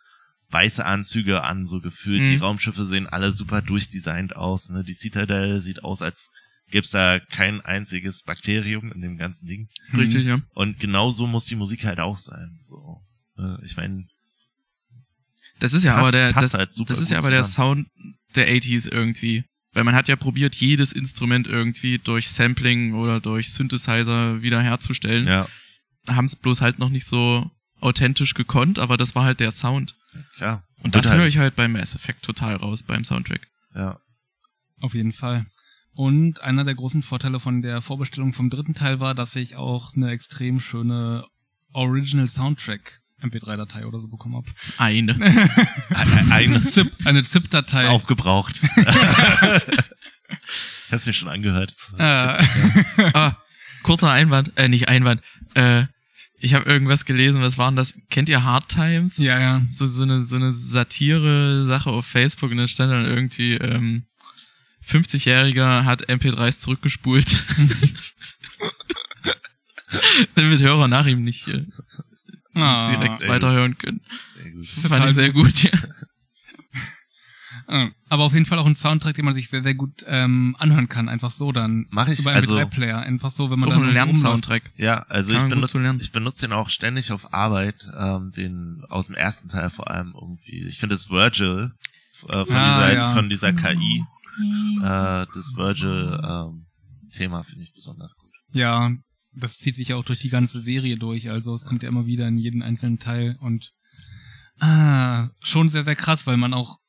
Speaker 3: weiße Anzüge an, so gefühlt. Die
Speaker 1: Mhm.
Speaker 3: Raumschiffe sehen alle super durchdesignt aus. Ne? Die Citadel sieht aus, als gäb's da kein einziges Bakterium in dem ganzen Ding.
Speaker 2: Mhm.
Speaker 1: Richtig, ja.
Speaker 3: Und genauso muss die Musik halt auch sein. So. Äh, Ich meine,
Speaker 1: Das ist ja
Speaker 3: Passt-
Speaker 1: aber der,
Speaker 3: passt
Speaker 1: das,
Speaker 3: halt super
Speaker 1: das ist
Speaker 3: gut
Speaker 1: ja aber der
Speaker 3: zusammen.
Speaker 1: Sound der 80s irgendwie. Weil man hat ja probiert, jedes Instrument irgendwie durch Sampling oder durch Synthesizer wiederherzustellen.
Speaker 3: ja,
Speaker 1: Haben es bloß halt noch nicht so authentisch gekonnt, aber das war halt der Sound.
Speaker 3: Klar.
Speaker 1: Und
Speaker 3: Wird
Speaker 1: das
Speaker 3: halt-
Speaker 1: höre ich halt beim Mass Effect total raus, beim Soundtrack.
Speaker 3: Ja.
Speaker 2: Auf jeden Fall. Und einer der großen Vorteile von der Vorbestellung vom dritten Teil war, dass ich auch eine extrem schöne Original Soundtrack MP3-Datei oder so bekommen hab.
Speaker 1: Eine.
Speaker 3: Ein, ein
Speaker 2: Eine ZIP, eine ZIP-Datei.
Speaker 3: aufgebraucht. Hast mir schon angehört.
Speaker 2: Äh,
Speaker 1: Ah, kurzer Einwand, äh, nicht Einwand. Äh, ich habe irgendwas gelesen, was waren das? Kennt ihr Hard Times?
Speaker 2: Ja, ja.
Speaker 1: So, so eine, so eine Satire-Sache auf Facebook und da stand dann irgendwie, ähm, 50-Jähriger hat MP3s zurückgespult. Damit Hörer nach ihm nicht äh,
Speaker 2: Ah,
Speaker 1: direkt
Speaker 3: sehr gut.
Speaker 1: weiterhören können.
Speaker 3: Sehr gut.
Speaker 1: Fand ich sehr gut, ja.
Speaker 2: äh, Aber auf jeden Fall auch ein Soundtrack, den man sich sehr, sehr gut ähm, anhören kann. Einfach so dann.
Speaker 3: Mach ich,
Speaker 2: Über
Speaker 3: also,
Speaker 2: MP3-Player. Einfach so, wenn
Speaker 1: Ist
Speaker 2: man
Speaker 1: auch ein
Speaker 2: dann so rumläuft.
Speaker 1: Lernsoundtrack.
Speaker 3: ja, also
Speaker 1: Kann
Speaker 3: ich
Speaker 1: man gut zu
Speaker 3: benutze,
Speaker 1: lernen.
Speaker 3: ich benutze den auch ständig auf Arbeit, ähm, den aus dem ersten Teil vor allem irgendwie. Ich finde das Virgil äh, von,
Speaker 2: Ah,
Speaker 3: dieser,
Speaker 2: ja.
Speaker 3: von dieser KI, äh, das Virgil-Thema finde ich besonders gut.
Speaker 2: Ja, das zieht sich ja auch durch die ganze Serie durch. Also es kommt ja immer wieder in jeden einzelnen Teil und ah, schon sehr, sehr krass, weil man auch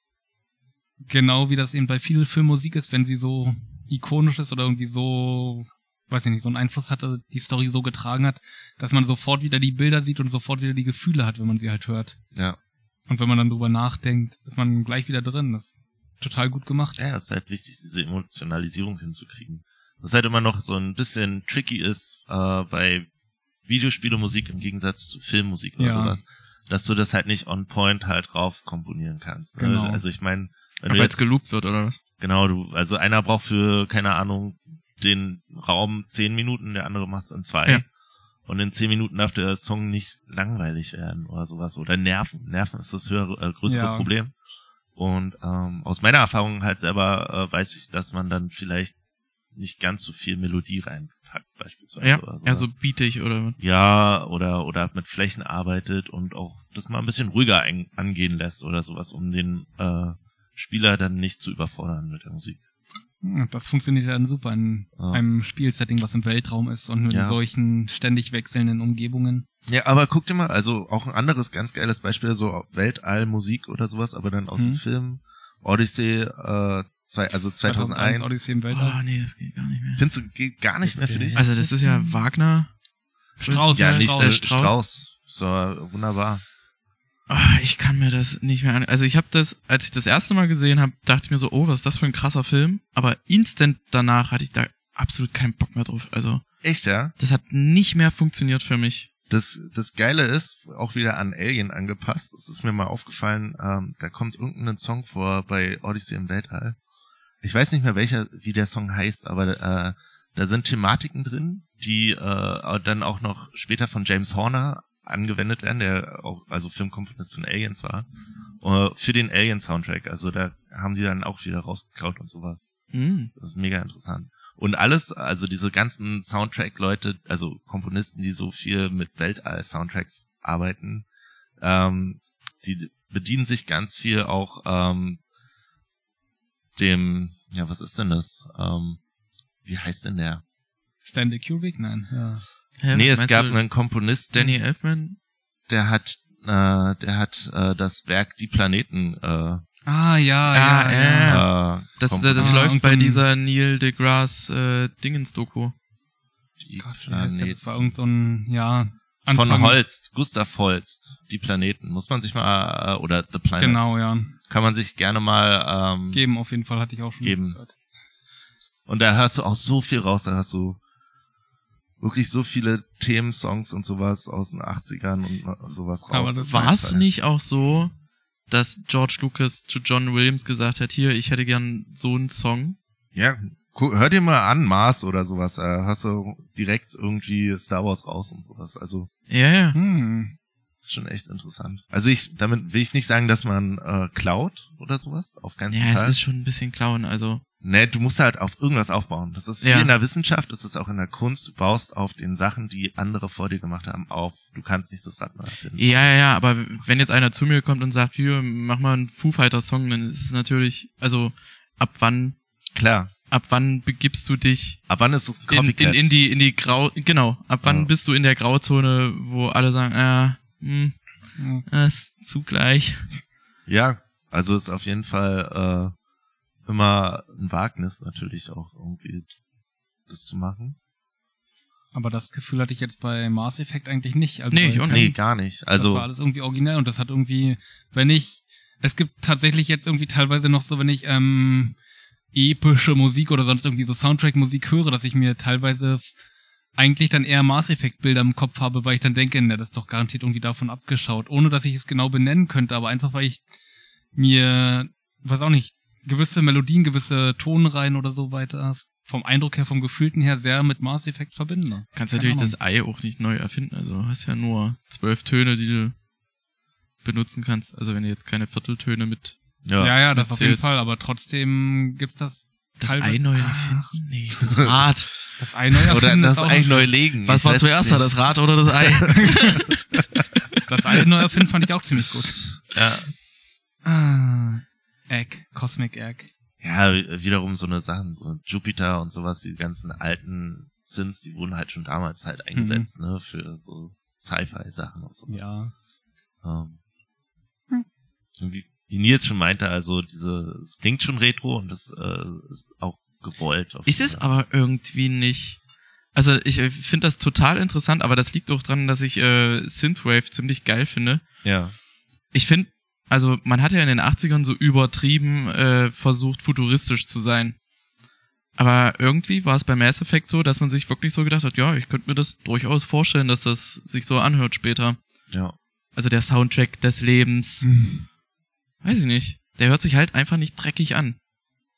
Speaker 2: genau wie das eben bei viel Filmmusik ist, wenn sie so ikonisch ist oder irgendwie so, weiß ich nicht, so einen Einfluss hatte, die Story so getragen hat, dass man sofort wieder die Bilder sieht und sofort wieder die Gefühle hat, wenn man sie halt hört.
Speaker 3: Ja,
Speaker 2: Und wenn man dann drüber nachdenkt, ist man gleich wieder drin. Das ist total gut gemacht.
Speaker 3: ja, ist halt wichtig, diese Emotionalisierung hinzukriegen. Was halt immer noch so ein bisschen tricky ist äh, bei Videospielemusik im Gegensatz zu Filmmusik oder
Speaker 2: Ja.
Speaker 3: sowas, dass du das halt nicht on point halt drauf komponieren kannst. Ne?
Speaker 2: Genau.
Speaker 3: Also ich meine, wenn du
Speaker 1: Weil es
Speaker 3: jetzt
Speaker 1: geloopt wird, oder was?
Speaker 3: Genau, du, also einer braucht für, keine Ahnung, den Raum zehn Minuten, der andere macht's in zwei.
Speaker 1: Ja.
Speaker 3: Und in zehn Minuten darf der Song nicht langweilig werden oder sowas. Oder nerven. Nerven ist das höhere, äh, größere
Speaker 2: Ja.
Speaker 3: Problem. Und ähm, aus meiner Erfahrung halt selber äh, weiß ich, dass man dann vielleicht nicht ganz so viel Melodie reinpackt, beispielsweise.
Speaker 1: Ja,
Speaker 3: oder sowas.
Speaker 1: ja, so bietig oder was.
Speaker 3: Ja, oder, oder mit Flächen arbeitet und auch das mal ein bisschen ruhiger ein, angehen lässt oder sowas, um den äh, Spieler dann nicht zu überfordern mit der Musik.
Speaker 2: Das funktioniert ja dann super in
Speaker 3: Ja.
Speaker 2: einem Spielsetting, was im Weltraum ist und in
Speaker 3: Ja.
Speaker 2: solchen ständig wechselnden Umgebungen.
Speaker 3: Ja, aber guck dir mal, also auch ein anderes ganz geiles Beispiel, so Weltallmusik oder sowas, aber dann aus dem
Speaker 2: Mhm.
Speaker 3: Film Odyssey, äh, zwei, also 2001.
Speaker 2: Odyssey im Weltraum.
Speaker 1: Oh, nee, das geht gar nicht mehr.
Speaker 3: Findest du, geht gar nicht mehr für dich?
Speaker 1: Also das ist ja Wagner.
Speaker 2: Strauß,
Speaker 3: ja,
Speaker 2: ne?
Speaker 3: nicht
Speaker 2: Strauß.
Speaker 3: Strauß. Äh,
Speaker 1: Also, Strauß.
Speaker 3: Strauß. So, wunderbar.
Speaker 1: Ah, ich kann mir das nicht mehr an. Also ich habe das, als ich das erste Mal gesehen habe, dachte ich mir so, oh, was ist das für ein krasser Film. Aber instant danach hatte ich da absolut keinen Bock mehr drauf. Also
Speaker 3: Echt, ja?
Speaker 1: das hat nicht mehr funktioniert für mich.
Speaker 3: Das, das Geile ist, auch wieder an Alien angepasst, das ist mir mal aufgefallen, ähm, da kommt irgendein Song vor bei Odyssey im Weltall. Ich weiß nicht mehr, welcher, wie der Song heißt, aber äh, da sind Thematiken drin, die äh, dann auch noch später von James Horner angewendet werden, der auch, also Filmkomponist von Aliens war, äh, für den Alien-Soundtrack. Also da haben die dann auch wieder rausgeklaut und sowas.
Speaker 1: Hm.
Speaker 3: Das ist mega interessant. Und alles, also diese ganzen Soundtrack-Leute, also Komponisten, die so viel mit Weltall-Soundtracks arbeiten, ähm, die bedienen sich ganz viel auch ähm, dem, ja, was ist denn das? Ähm, wie heißt denn der?
Speaker 2: Stanley Kubrick? Nein. Ja.
Speaker 1: Hä,
Speaker 3: nee, es
Speaker 1: meinst
Speaker 3: gab
Speaker 1: du
Speaker 3: einen Komponist,
Speaker 1: Danny Elfman.
Speaker 3: der hat, äh, der hat äh, das Werk Die Planeten. Äh,
Speaker 2: Ah, ja,
Speaker 1: Ah,
Speaker 2: ja,
Speaker 1: äh.
Speaker 2: ja.
Speaker 3: äh,
Speaker 1: Das, das,
Speaker 3: komponiert.
Speaker 1: das
Speaker 2: Ah,
Speaker 1: läuft
Speaker 2: und
Speaker 1: bei
Speaker 2: dann-
Speaker 1: dieser Neil deGrasse äh, Dingens-Doku.
Speaker 3: Die
Speaker 2: Gott, wie heißt der?
Speaker 3: Planeten.
Speaker 2: Das war irgend so ein, ja, Anfang.
Speaker 3: Von Holst, Gustav Holst, die Planeten. Muss man sich mal, äh, oder The Planets.
Speaker 2: Genau, ja.
Speaker 3: Kann man sich gerne mal ähm,
Speaker 2: Geben auf jeden Fall, hatte ich auch schon
Speaker 3: Geben.
Speaker 2: gehört.
Speaker 3: Und da hörst du auch so viel raus, da hast du wirklich so viele Themensongs und sowas aus den 80ern und no- sowas raus.
Speaker 2: Aber das
Speaker 3: ist
Speaker 1: War es
Speaker 3: halt-
Speaker 1: nicht auch so, dass George Lucas zu John Williams gesagt hat, hier, ich hätte gern so einen Song?
Speaker 3: Ja, gu- hör dir mal an, Mars oder sowas. Da hast du direkt irgendwie Star Wars raus und sowas. Also
Speaker 1: Ja, ja.
Speaker 2: Hm.
Speaker 3: ist schon echt interessant. Also ich, damit will ich nicht sagen, dass man äh, klaut oder sowas. Auf keinen
Speaker 1: Ja, es
Speaker 3: Fall.
Speaker 1: ist schon ein bisschen Clown, also.
Speaker 3: Ne, du musst halt auf irgendwas aufbauen. Das ist wie
Speaker 1: Ja.
Speaker 3: in der Wissenschaft, das ist auch in der Kunst. Du baust auf den Sachen, die andere vor dir gemacht haben, auf. Du kannst nicht das Rad neu erfinden.
Speaker 1: Ja, ja, ja, aber wenn jetzt einer zu mir kommt und sagt, hier, mach mal einen Foo Fighters Song, dann ist es natürlich, also, ab wann,
Speaker 3: Klar.
Speaker 1: ab wann begibst du dich
Speaker 3: Ab wann ist es ein
Speaker 1: in,
Speaker 3: Copycat?
Speaker 1: in, in die, in die Grau, genau, ab wann
Speaker 3: Ja.
Speaker 1: bist du in der Grauzone, wo alle sagen, ah, hm,
Speaker 2: Ja.
Speaker 1: das ist zugleich.
Speaker 3: ja, also ist auf jeden Fall äh, immer ein Wagnis natürlich auch irgendwie das zu machen.
Speaker 2: Aber das Gefühl hatte ich jetzt bei Mars Effect eigentlich nicht. Also
Speaker 1: Nee,
Speaker 2: bei
Speaker 1: ich auch nicht.
Speaker 3: Nee, gar nicht.
Speaker 2: Das
Speaker 3: Also
Speaker 2: war alles irgendwie originell und das hat irgendwie, wenn ich, es gibt tatsächlich jetzt irgendwie teilweise noch so, wenn ich ähm, epische Musik oder sonst irgendwie so Soundtrack-Musik höre, dass ich mir teilweise f- eigentlich dann eher Mass Effect Bilder im Kopf habe, weil ich dann denke, na, das ist doch garantiert irgendwie davon abgeschaut, ohne dass ich es genau benennen könnte, aber einfach weil ich mir, weiß auch nicht, gewisse Melodien, gewisse Tonreihen oder so weiter vom Eindruck her, vom Gefühlten her sehr mit Mass Effect verbinde.
Speaker 1: Kannst
Speaker 2: Keine
Speaker 1: natürlich
Speaker 2: Ahnung.
Speaker 1: das Ei auch nicht neu erfinden. Also hast ja nur zwölf Töne, die du benutzen kannst. Also wenn du jetzt keine Vierteltöne mit
Speaker 2: Ja, ja, das
Speaker 1: das
Speaker 2: auf jeden
Speaker 1: zählt.
Speaker 2: Fall, aber trotzdem gibt's das
Speaker 1: das
Speaker 2: Halbe-
Speaker 1: Ei neu
Speaker 2: Ach,
Speaker 1: erfinden. Nee, das Rad.
Speaker 2: das eine neue
Speaker 3: Oder
Speaker 2: Erfinden
Speaker 3: das
Speaker 2: ist auch-
Speaker 3: eigentlich neu legen.
Speaker 1: Was
Speaker 3: ich
Speaker 1: war
Speaker 3: weiß
Speaker 1: zuerst da,
Speaker 3: nicht.
Speaker 1: das Rad oder das Ei?
Speaker 2: Das eine neu erfinden fand ich auch ziemlich gut.
Speaker 3: Ja.
Speaker 2: Ah, Egg, Cosmic Egg.
Speaker 3: Ja, w- wiederum so eine Sachen, so Jupiter und sowas, die ganzen alten Synths, die wurden halt schon damals
Speaker 1: Mhm.
Speaker 3: halt eingesetzt, ne, für so Sci-Fi-Sachen und so.
Speaker 2: Ja.
Speaker 3: Ähm, wie, wie Nils schon meinte, also diese, es klingt schon retro und das äh, ist auch gewollt. auf
Speaker 1: Ist
Speaker 3: jeden
Speaker 1: es
Speaker 3: Fall.
Speaker 1: aber irgendwie nicht. Also ich finde das total interessant, aber das liegt auch dran, dass ich äh, Synthwave ziemlich geil finde.
Speaker 3: Ja.
Speaker 1: ich finde, also man hat ja in den 80ern so übertrieben äh, versucht, futuristisch zu sein. Aber irgendwie war es bei Mass Effect so, dass man sich wirklich so gedacht hat, ja, ich könnte mir das durchaus vorstellen, dass das sich so anhört später.
Speaker 3: Ja.
Speaker 1: Also der Soundtrack des Lebens.
Speaker 2: Hm.
Speaker 1: Weiß ich nicht. Der hört sich halt einfach nicht dreckig an.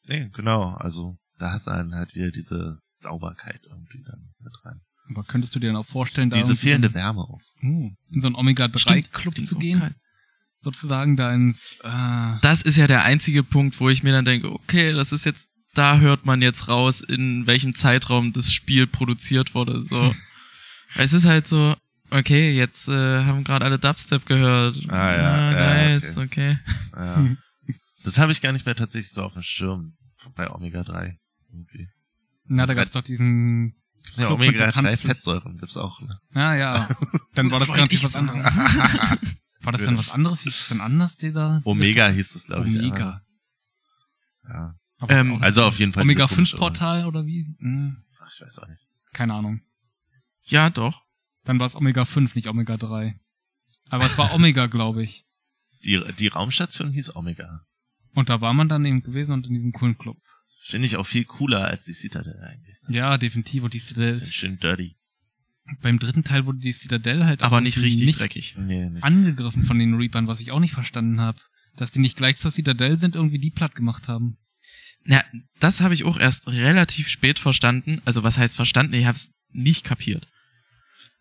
Speaker 3: Nee, genau. Also da hast du dann halt wieder diese Sauberkeit irgendwie dann mit rein.
Speaker 2: Aber könntest du dir dann auch vorstellen, da
Speaker 3: diese
Speaker 2: irgendwie
Speaker 3: fehlende Wärme auch.
Speaker 2: so ein, uh, in so einen
Speaker 1: Stimmt,
Speaker 2: Omega-3-Club
Speaker 1: klingt
Speaker 2: zu
Speaker 1: auch
Speaker 2: gehen?
Speaker 1: geil.
Speaker 2: Sozusagen da ins... Äh,
Speaker 1: Das ist ja der einzige Punkt, wo ich mir dann denke, okay, das ist jetzt, da hört man jetzt raus, in welchem Zeitraum das Spiel produziert wurde.
Speaker 3: Hm.
Speaker 1: So. es ist halt so, okay, jetzt äh, haben gerade alle Dubstep gehört.
Speaker 3: Ah, ja, ja,
Speaker 1: nice, okay.
Speaker 3: Ja.
Speaker 1: Mhm.
Speaker 2: Hm.
Speaker 3: Das habe ich gar nicht mehr tatsächlich so auf dem Schirm bei Omega 3. Irgendwie.
Speaker 2: na, da gab's doch diesen...
Speaker 3: Gibt's ja
Speaker 2: Club mit
Speaker 3: Omega
Speaker 2: den
Speaker 3: 3
Speaker 2: Tanzflächen.
Speaker 3: Fettsäuren, gibt's auch. Ne?
Speaker 2: Ja, ja. Dann war
Speaker 1: Das
Speaker 2: das,
Speaker 1: wollte
Speaker 2: garantiert
Speaker 1: ich
Speaker 2: was
Speaker 1: sagen.
Speaker 2: anderes. War das dann was anderes? Hieß es dann anders, dieser?
Speaker 3: Omega hieß das, glaube ich.
Speaker 2: Omega.
Speaker 3: Ja. Ja.
Speaker 2: Aber
Speaker 1: Ähm,
Speaker 2: auch-
Speaker 3: Also auf jeden Fall.
Speaker 2: Omega
Speaker 3: diese komische-
Speaker 2: 5 Portal oder wie? Hm,
Speaker 3: Ach, ich weiß auch nicht.
Speaker 2: keine Ahnung.
Speaker 1: Ja, doch.
Speaker 2: Dann war es Omega 5, nicht Omega 3. Aber es war Omega, glaube ich.
Speaker 3: Die, die Raumstation hieß Omega.
Speaker 2: Und da war man dann eben gewesen und in diesem coolen Club.
Speaker 3: Finde ich auch viel cooler als die Citadel eigentlich.
Speaker 2: Ja, definitiv. Und die Citadel,
Speaker 3: Bisschen schön dirty.
Speaker 2: beim dritten Teil wurde die Citadel halt
Speaker 1: Aber
Speaker 2: auch
Speaker 1: nicht
Speaker 2: irgendwie
Speaker 1: richtig dreckig.
Speaker 3: Nee, nicht.
Speaker 2: angegriffen von den Reapern, was ich auch nicht verstanden habe. Dass die nicht gleich zur Citadel sind, irgendwie die platt gemacht haben.
Speaker 1: Na, das habe ich auch erst relativ spät verstanden. Also was heißt verstanden? Ich habe es nicht kapiert.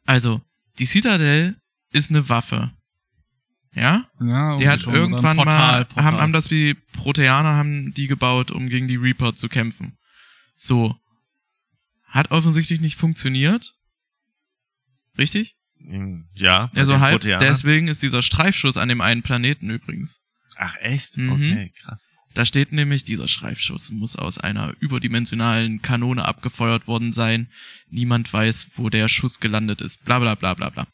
Speaker 1: Also, die Citadel ist eine Waffe. Ja?
Speaker 2: Ja,
Speaker 1: Die
Speaker 2: irgendwie
Speaker 1: hat
Speaker 2: schon. Oder ein
Speaker 1: irgendwann
Speaker 2: Portal,
Speaker 1: mal,
Speaker 2: Portal.
Speaker 1: Haben, haben das wie Proteaner haben die gebaut, um gegen die Reaper zu kämpfen. So. Hat offensichtlich nicht funktioniert. Richtig?
Speaker 3: Hm, Ja. bei
Speaker 1: Also
Speaker 3: den
Speaker 1: halb.
Speaker 3: Proteanern.
Speaker 1: Deswegen ist dieser Streifschuss an dem einen Planeten übrigens.
Speaker 3: Ach, echt?
Speaker 1: Mhm.
Speaker 3: Okay, krass.
Speaker 1: Da steht nämlich, dieser Streifschuss muss aus einer überdimensionalen Kanone abgefeuert worden sein. Niemand weiß, wo der Schuss gelandet ist. Bla bla bla bla bla.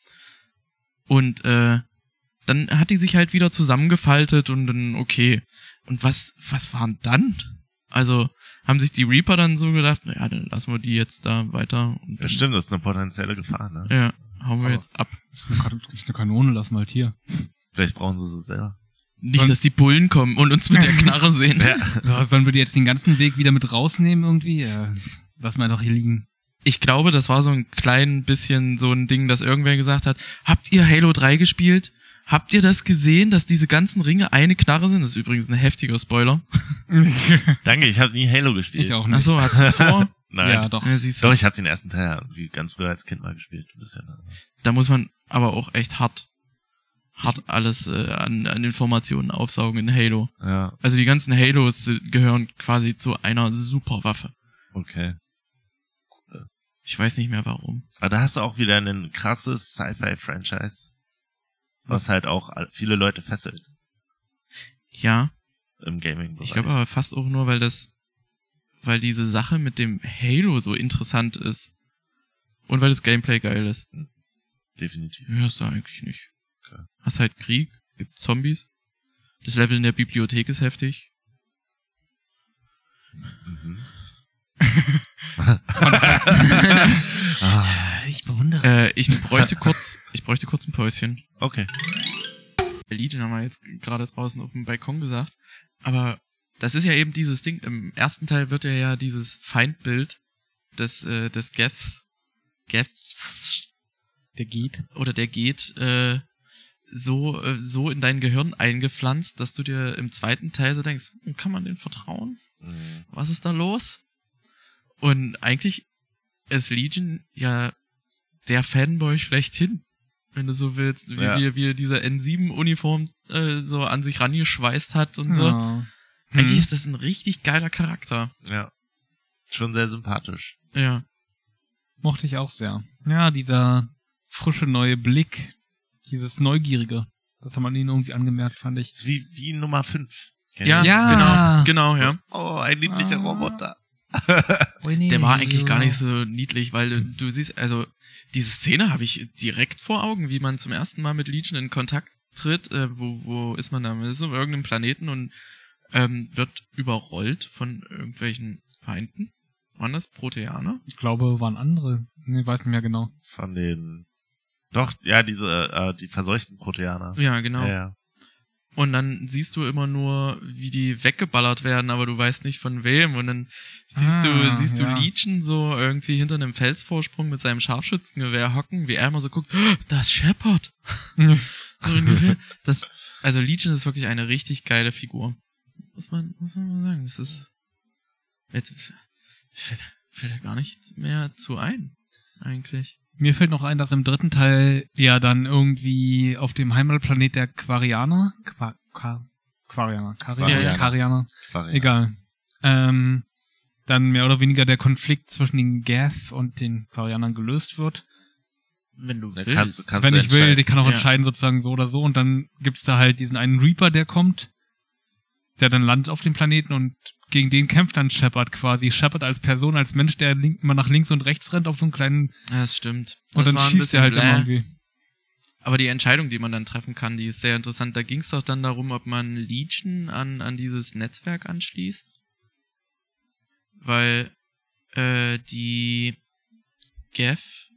Speaker 1: Und äh, dann hat die sich halt wieder zusammengefaltet und dann, okay. Und was, was waren dann? Also, haben sich die Reaper dann so gedacht, naja, dann lassen wir die jetzt da weiter. Und dann,
Speaker 3: Das stimmt, das ist eine potenzielle Gefahr, ne?
Speaker 1: Ja, hauen wir
Speaker 2: Aber-
Speaker 1: jetzt ab.
Speaker 2: Das ist eine Kan- das ist eine Kanone, lass mal halt hier.
Speaker 3: Vielleicht brauchen sie sie selber.
Speaker 1: Nicht,
Speaker 2: Und-
Speaker 1: dass die Bullen kommen und uns mit der Knarre sehen.
Speaker 2: Ja, Also Sollen wir die jetzt den ganzen Weg wieder mit rausnehmen irgendwie? Ja, lass mal doch hier liegen.
Speaker 1: ich glaube, das war so ein klein bisschen so ein Ding, dass irgendwer gesagt hat, habt ihr Halo 3 gespielt? Habt ihr das gesehen, dass diese ganzen Ringe eine Knarre sind? Das ist übrigens ein heftiger Spoiler.
Speaker 3: Danke, ich habe nie Halo gespielt.
Speaker 2: Ich auch nicht.
Speaker 1: Achso, hast du es vor?
Speaker 3: Nein.
Speaker 2: Ja, doch.
Speaker 1: Ja, siehst du.
Speaker 3: Doch, ich habe den ersten Teil ja irgendwie ganz früher als Kind mal gespielt. Ein bisschen, aber-
Speaker 1: Da muss man aber auch echt hart, hart alles äh, an, an Informationen aufsaugen in Halo.
Speaker 3: Ja,
Speaker 1: Also die ganzen Halos äh, gehören quasi zu einer Superwaffe.
Speaker 3: okay.
Speaker 1: Ich weiß nicht mehr warum.
Speaker 3: Aber da hast du auch wieder ein krasses Sci-Fi-Franchise, was halt auch all- viele Leute fesselt
Speaker 1: Ja,
Speaker 3: im Gaming-Bereich.
Speaker 1: ich glaube aber fast auch nur, weil das, weil diese Sache mit dem Halo so interessant ist. Und weil das Gameplay geil ist.
Speaker 3: Definitiv.
Speaker 1: Ja, hast du eigentlich nicht.
Speaker 3: Okay.
Speaker 1: Hast halt Krieg, gibt Zombies. Das Level in der Bibliothek ist heftig.
Speaker 3: Mhm.
Speaker 2: Ich bewundere.
Speaker 1: Äh, ich bräuchte kurz, ich bräuchte kurz ein Päuschen.
Speaker 3: Okay.
Speaker 1: Legion haben wir jetzt gerade draußen auf dem Balkon gesagt. Aber das ist ja eben dieses Ding. Im ersten Teil wird ja ja dieses Feindbild des, äh, des Geths Gaps
Speaker 2: Der geht.
Speaker 1: oder der geht äh, so, äh, so in dein Gehirn eingepflanzt, dass du dir im zweiten Teil so denkst, "Hm, kann man den vertrauen?
Speaker 3: Mhm.
Speaker 1: was ist da los? Und eigentlich ist Legion ja der Fanboy schlechthin, wenn du so willst, wie,
Speaker 3: Ja.
Speaker 1: wie, wie er diese N7-Uniform äh, so an sich rangeschweißt hat und so.
Speaker 2: Ja. Mhm.
Speaker 1: Eigentlich
Speaker 2: Hm.
Speaker 1: ist das ein richtig geiler Charakter.
Speaker 3: Ja. Schon sehr sympathisch.
Speaker 1: Ja.
Speaker 2: Mochte ich auch sehr. Ja, dieser frische neue Blick, dieses Neugierige. Das hat man ihn irgendwie angemerkt, fand ich.
Speaker 3: Ist wie, wie Nummer 5.
Speaker 1: Ja,
Speaker 2: Ja.
Speaker 1: genau, genau, ja.
Speaker 3: Oh, ein niedlicher
Speaker 2: Ah.
Speaker 3: Roboter.
Speaker 1: Der war eigentlich gar nicht so niedlich, weil du, du siehst, also diese Szene habe ich direkt vor Augen, wie man zum ersten Mal mit Legion in Kontakt tritt. Äh, wo, wo ist man da? Man ist auf irgendeinem Planeten und ähm, wird überrollt von irgendwelchen Feinden. Waren das Proteaner?
Speaker 2: Ich glaube, waren andere. Nee, weiß nicht mehr genau.
Speaker 3: Von den. Doch, ja, diese, äh, die verseuchten Proteaner.
Speaker 1: Ja, genau.
Speaker 3: Ja, ja.
Speaker 1: Und dann siehst du immer nur, wie die weggeballert werden, aber du weißt nicht von wem. Und dann siehst
Speaker 2: Ah,
Speaker 1: du, siehst
Speaker 2: ja.
Speaker 1: du Legion so irgendwie hinter einem Felsvorsprung mit seinem Scharfschützengewehr hocken, wie er immer so guckt, "Oh, das Shepard. So ungefähr. Mhm. Das, also Legion ist wirklich eine richtig geile Figur. Muss man, muss man mal sagen. Das ist. Jetzt ist- fällt, fällt ja gar nichts mehr zu ein, eigentlich.
Speaker 2: Mir fällt noch ein, dass im dritten Teil ja dann irgendwie auf dem Heimatplanet der Quarianer, Qua, Qua, Quarianer, Quarianer,
Speaker 1: Ja, ja.
Speaker 2: Quarianer,
Speaker 3: Variant.
Speaker 2: egal. Ähm, dann mehr oder weniger der Konflikt zwischen den Gath und den Quarianern gelöst wird.
Speaker 1: Wenn du
Speaker 3: Ja,
Speaker 1: willst.
Speaker 3: kannst du- kannst-
Speaker 2: Wenn ich will,
Speaker 3: entscheiden.
Speaker 2: die kann auch
Speaker 1: Ja.
Speaker 2: entscheiden sozusagen so oder so. Und dann gibt's da halt diesen einen Reaper, der kommt, der dann landet auf dem Planeten und gegen den kämpft dann Shepard quasi. Shepard als Person, als Mensch, der link, immer nach links und rechts rennt auf so einen kleinen
Speaker 1: ja, das stimmt.
Speaker 2: und
Speaker 1: das
Speaker 2: dann
Speaker 1: war ein
Speaker 2: schießt
Speaker 1: bisschen
Speaker 2: er halt immer
Speaker 1: bläh.
Speaker 2: irgendwie.
Speaker 1: Aber die Entscheidung, die man dann treffen kann, die ist sehr interessant. Da ging es doch dann darum, ob man Legion an, an dieses Netzwerk anschließt. Weil äh, die Gef,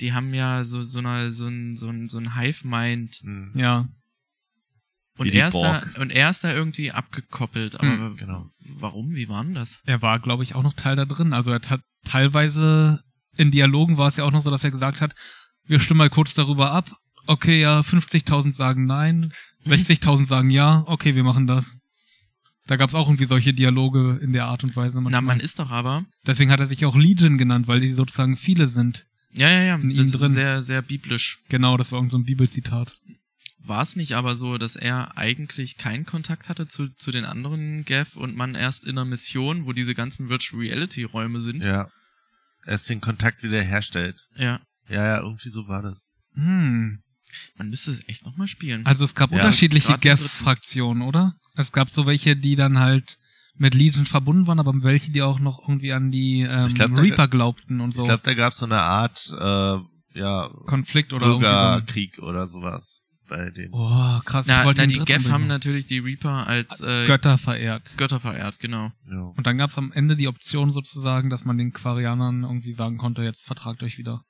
Speaker 1: die haben ja so, so, eine, so ein, so ein, so ein Hive-Mind.
Speaker 3: Hm.
Speaker 2: Ja.
Speaker 1: Und
Speaker 3: Wie die
Speaker 1: er, ist da,
Speaker 3: Borg.
Speaker 1: und er ist da irgendwie abgekoppelt. Aber
Speaker 3: Hm, genau.
Speaker 1: warum? Wie war denn das?
Speaker 2: Er war, glaube ich, auch noch Teil da drin. Also er hat teilweise in Dialogen war es ja auch noch so, dass er gesagt hat, wir stimmen mal kurz darüber ab. Okay, ja, 50.000 sagen nein,
Speaker 1: Mhm.
Speaker 2: 60.000 sagen ja, okay, wir machen das. Da gab's auch irgendwie solche Dialoge in der Art und Weise.
Speaker 1: Na,
Speaker 2: manchmal.
Speaker 1: man ist doch aber.
Speaker 2: Deswegen hat er sich auch Legion genannt, weil die sozusagen viele sind.
Speaker 1: Ja, ja, ja.
Speaker 2: In
Speaker 1: Das
Speaker 2: ihm
Speaker 1: ist
Speaker 2: drin.
Speaker 1: sehr, sehr biblisch.
Speaker 2: Genau, das war irgend so ein Bibelzitat.
Speaker 1: War es nicht aber so, dass er eigentlich keinen Kontakt hatte zu, zu den anderen Gav und man erst in einer Mission, wo diese ganzen Virtual Reality Räume sind?
Speaker 3: Ja. Erst den Kontakt wieder herstellt.
Speaker 1: ja.
Speaker 3: Ja, ja, irgendwie so war das.
Speaker 2: Hm.
Speaker 1: Man müsste es echt nochmal spielen.
Speaker 2: Also es gab
Speaker 3: Ja,
Speaker 2: unterschiedliche
Speaker 1: grad im dritten.
Speaker 2: Gav-Fraktionen, oder? Es gab so welche, die dann halt mit Legion verbunden waren, aber welche, die auch noch irgendwie an die ähm,
Speaker 3: Ich glaub, da-
Speaker 2: Reaper glaubten und so.
Speaker 3: Ich glaube, da gab es so eine Art, äh, ja,
Speaker 2: Konflikt oder irgendwie
Speaker 3: Bürgerkrieg oder sowas bei den.
Speaker 2: so. ein- Oh, krass. ich
Speaker 1: na,
Speaker 2: wollte
Speaker 1: na,
Speaker 2: den
Speaker 1: die
Speaker 2: dritten
Speaker 1: Gav
Speaker 2: bringen.
Speaker 1: haben natürlich die Reaper als äh,
Speaker 2: Götter verehrt.
Speaker 1: Götter verehrt, genau.
Speaker 3: Ja.
Speaker 2: Und dann gab's am Ende die Option sozusagen, dass man den Quarianern irgendwie sagen konnte, jetzt vertragt euch wieder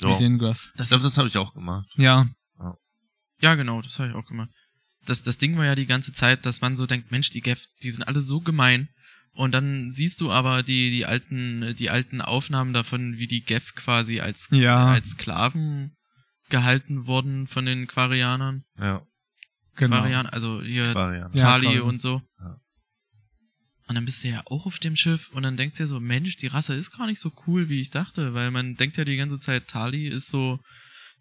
Speaker 3: Ja.
Speaker 2: mit den Göth.
Speaker 3: Ich glaube, das habe ich auch gemacht.
Speaker 2: Ja,
Speaker 1: Ja, genau, das habe ich auch gemacht. Das, das Ding war ja die ganze Zeit, dass man so denkt, Mensch, die Gav, die sind alle so gemein. Und dann siehst du aber die, die alten, die alten Aufnahmen davon, wie die Gav quasi als,
Speaker 2: Ja.
Speaker 1: als Sklaven gehalten wurden von den Quarianern.
Speaker 3: Ja,
Speaker 2: genau.
Speaker 1: Quarian, also hier
Speaker 3: Variant.
Speaker 2: Ja,
Speaker 1: Tali
Speaker 2: Quarian.
Speaker 1: und so.
Speaker 3: Ja.
Speaker 1: Und dann bist du ja auch auf dem Schiff und dann denkst du dir so, Mensch, die Rasse ist gar nicht so cool, wie ich dachte, weil man denkt ja die ganze Zeit, Tali ist so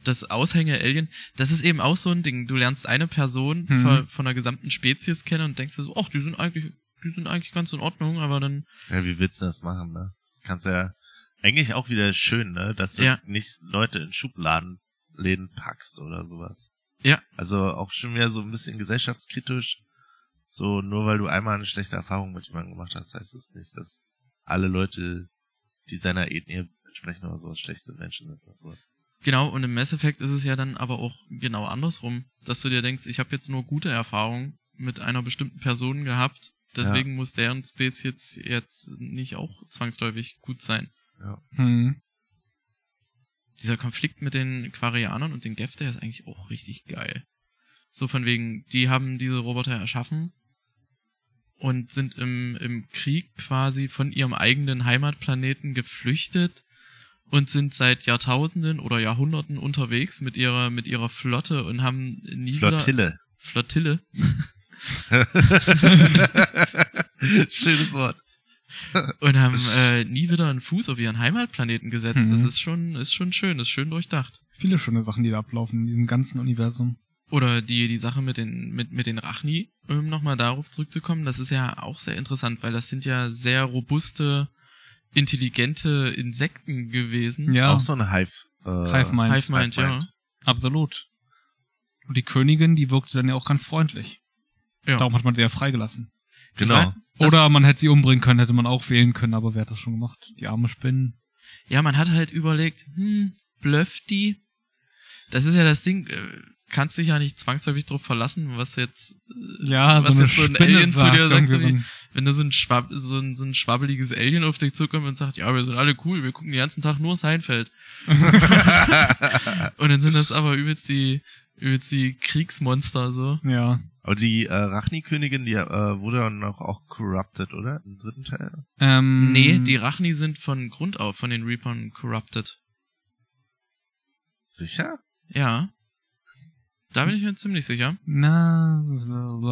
Speaker 1: das Aushänge-Alien. Das ist eben auch so ein Ding. Du lernst eine Person
Speaker 2: Mhm.
Speaker 1: von, von der gesamten Spezies kennen und denkst dir so, ach, die sind eigentlich, die sind eigentlich ganz in Ordnung, aber dann,
Speaker 3: Ja, wie willst du das machen, ne? Das kannst du ja eigentlich auch wieder schön, ne? Dass du
Speaker 1: Ja.
Speaker 3: nicht Leute in Schubladen Läden packst oder sowas.
Speaker 1: Ja.
Speaker 3: Also auch schon wieder so ein bisschen gesellschaftskritisch. So, nur weil du einmal eine schlechte Erfahrung mit jemandem gemacht hast, heißt es nicht, dass alle Leute, die seiner Ethnie entsprechen oder sowas, schlechte Menschen sind oder sowas.
Speaker 1: genau, und im Mass Effect ist es ja dann aber auch genau andersrum, dass du dir denkst, ich habe jetzt nur gute Erfahrungen mit einer bestimmten Person gehabt, deswegen muss deren Spezies jetzt nicht auch zwangsläufig gut sein.
Speaker 2: Hm.
Speaker 1: dieser Konflikt mit den Quarianern und den Gef, der ist eigentlich auch richtig geil. So von wegen, die haben diese Roboter erschaffen und sind im, im Krieg quasi von ihrem eigenen Heimatplaneten geflüchtet und sind seit Jahrtausenden oder Jahrhunderten unterwegs mit ihrer, mit ihrer Flotte und haben nie wieder
Speaker 3: Flottille.
Speaker 1: Flottille
Speaker 3: Schönes Wort.
Speaker 1: und haben äh, nie wieder einen Fuß auf ihren Heimatplaneten gesetzt.
Speaker 2: Mhm.
Speaker 1: Das ist schon, ist schon schön, ist schön durchdacht.
Speaker 2: Viele schöne Sachen, die da ablaufen in diesem ganzen Universum.
Speaker 1: Oder die, die Sache mit den, mit, mit den Rachni, um nochmal darauf zurückzukommen, das ist ja auch sehr interessant, weil das sind ja sehr robuste, intelligente Insekten gewesen.
Speaker 2: Ja,
Speaker 3: Auch so eine Hive. Äh,
Speaker 2: Hive Mind.
Speaker 1: Mhm. Hive Mind,
Speaker 3: Hive
Speaker 1: ja.
Speaker 3: Mind.
Speaker 2: Absolut. Und die Königin, die wirkte dann ja auch ganz freundlich.
Speaker 1: Ja.
Speaker 2: Darum hat man sie ja freigelassen.
Speaker 3: Genau.
Speaker 1: Das-
Speaker 2: Oder man hätte sie umbringen können, hätte man auch wählen können, aber wer hat das schon gemacht? Die arme Spinnen.
Speaker 1: Ja, man hat halt überlegt, hm, blöfft die? Das ist ja das Ding, äh, kannst dich ja nicht zwangsläufig drauf verlassen, was jetzt, äh,
Speaker 2: Ja,
Speaker 1: Was
Speaker 2: so eine
Speaker 1: jetzt so ein
Speaker 2: Spinne
Speaker 1: Alien zu
Speaker 2: sagt
Speaker 1: dir sagt, so
Speaker 2: irgendwie,
Speaker 1: wenn da so ein, Schwab, so ein, so ein schwabbeliges Alien auf dich zukommt und sagt, ja, wir sind alle cool, wir gucken den ganzen Tag nur Seinfeld. Und dann sind das aber übelst die, übelst die Kriegsmonster so.
Speaker 2: wenn- ja.
Speaker 3: Aber die äh, Rachni-Königin, die äh, wurde dann auch, auch corrupted, oder? Im dritten Teil?
Speaker 2: Ähm,
Speaker 1: Nee, die Rachni sind von Grund auf von den Reapern corrupted.
Speaker 3: Sicher?
Speaker 1: Ja. Da bin ich mir ziemlich sicher.
Speaker 2: Na,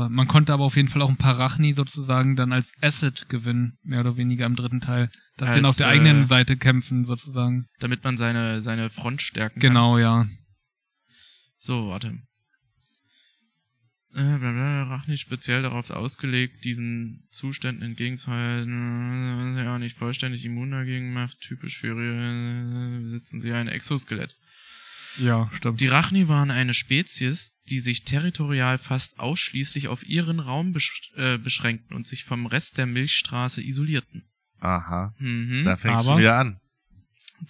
Speaker 2: man konnte aber auf jeden Fall auch ein paar Rachni sozusagen dann als Asset gewinnen, mehr oder weniger im dritten Teil. Dass sie dann
Speaker 1: Als,
Speaker 2: auf der
Speaker 1: äh,
Speaker 2: eigenen Seite kämpfen, sozusagen.
Speaker 1: Damit man seine, seine Front stärken kann.
Speaker 2: Genau, ja.
Speaker 1: So, warte. Äh, blablabla, Rachni speziell darauf ausgelegt, diesen Zuständen entgegenzuhalten, äh, ja, nicht vollständig immun dagegen macht, typisch für ihre, äh, besitzen sie ein Exoskelett.
Speaker 2: Ja, stimmt.
Speaker 1: Die Rachni waren eine Spezies, die sich territorial fast ausschließlich auf ihren Raum besch äh, beschränkten und sich vom Rest der Milchstraße isolierten.
Speaker 3: Aha.
Speaker 1: Mhm.
Speaker 3: Da fängst
Speaker 2: Hm, aber-
Speaker 3: du wieder an.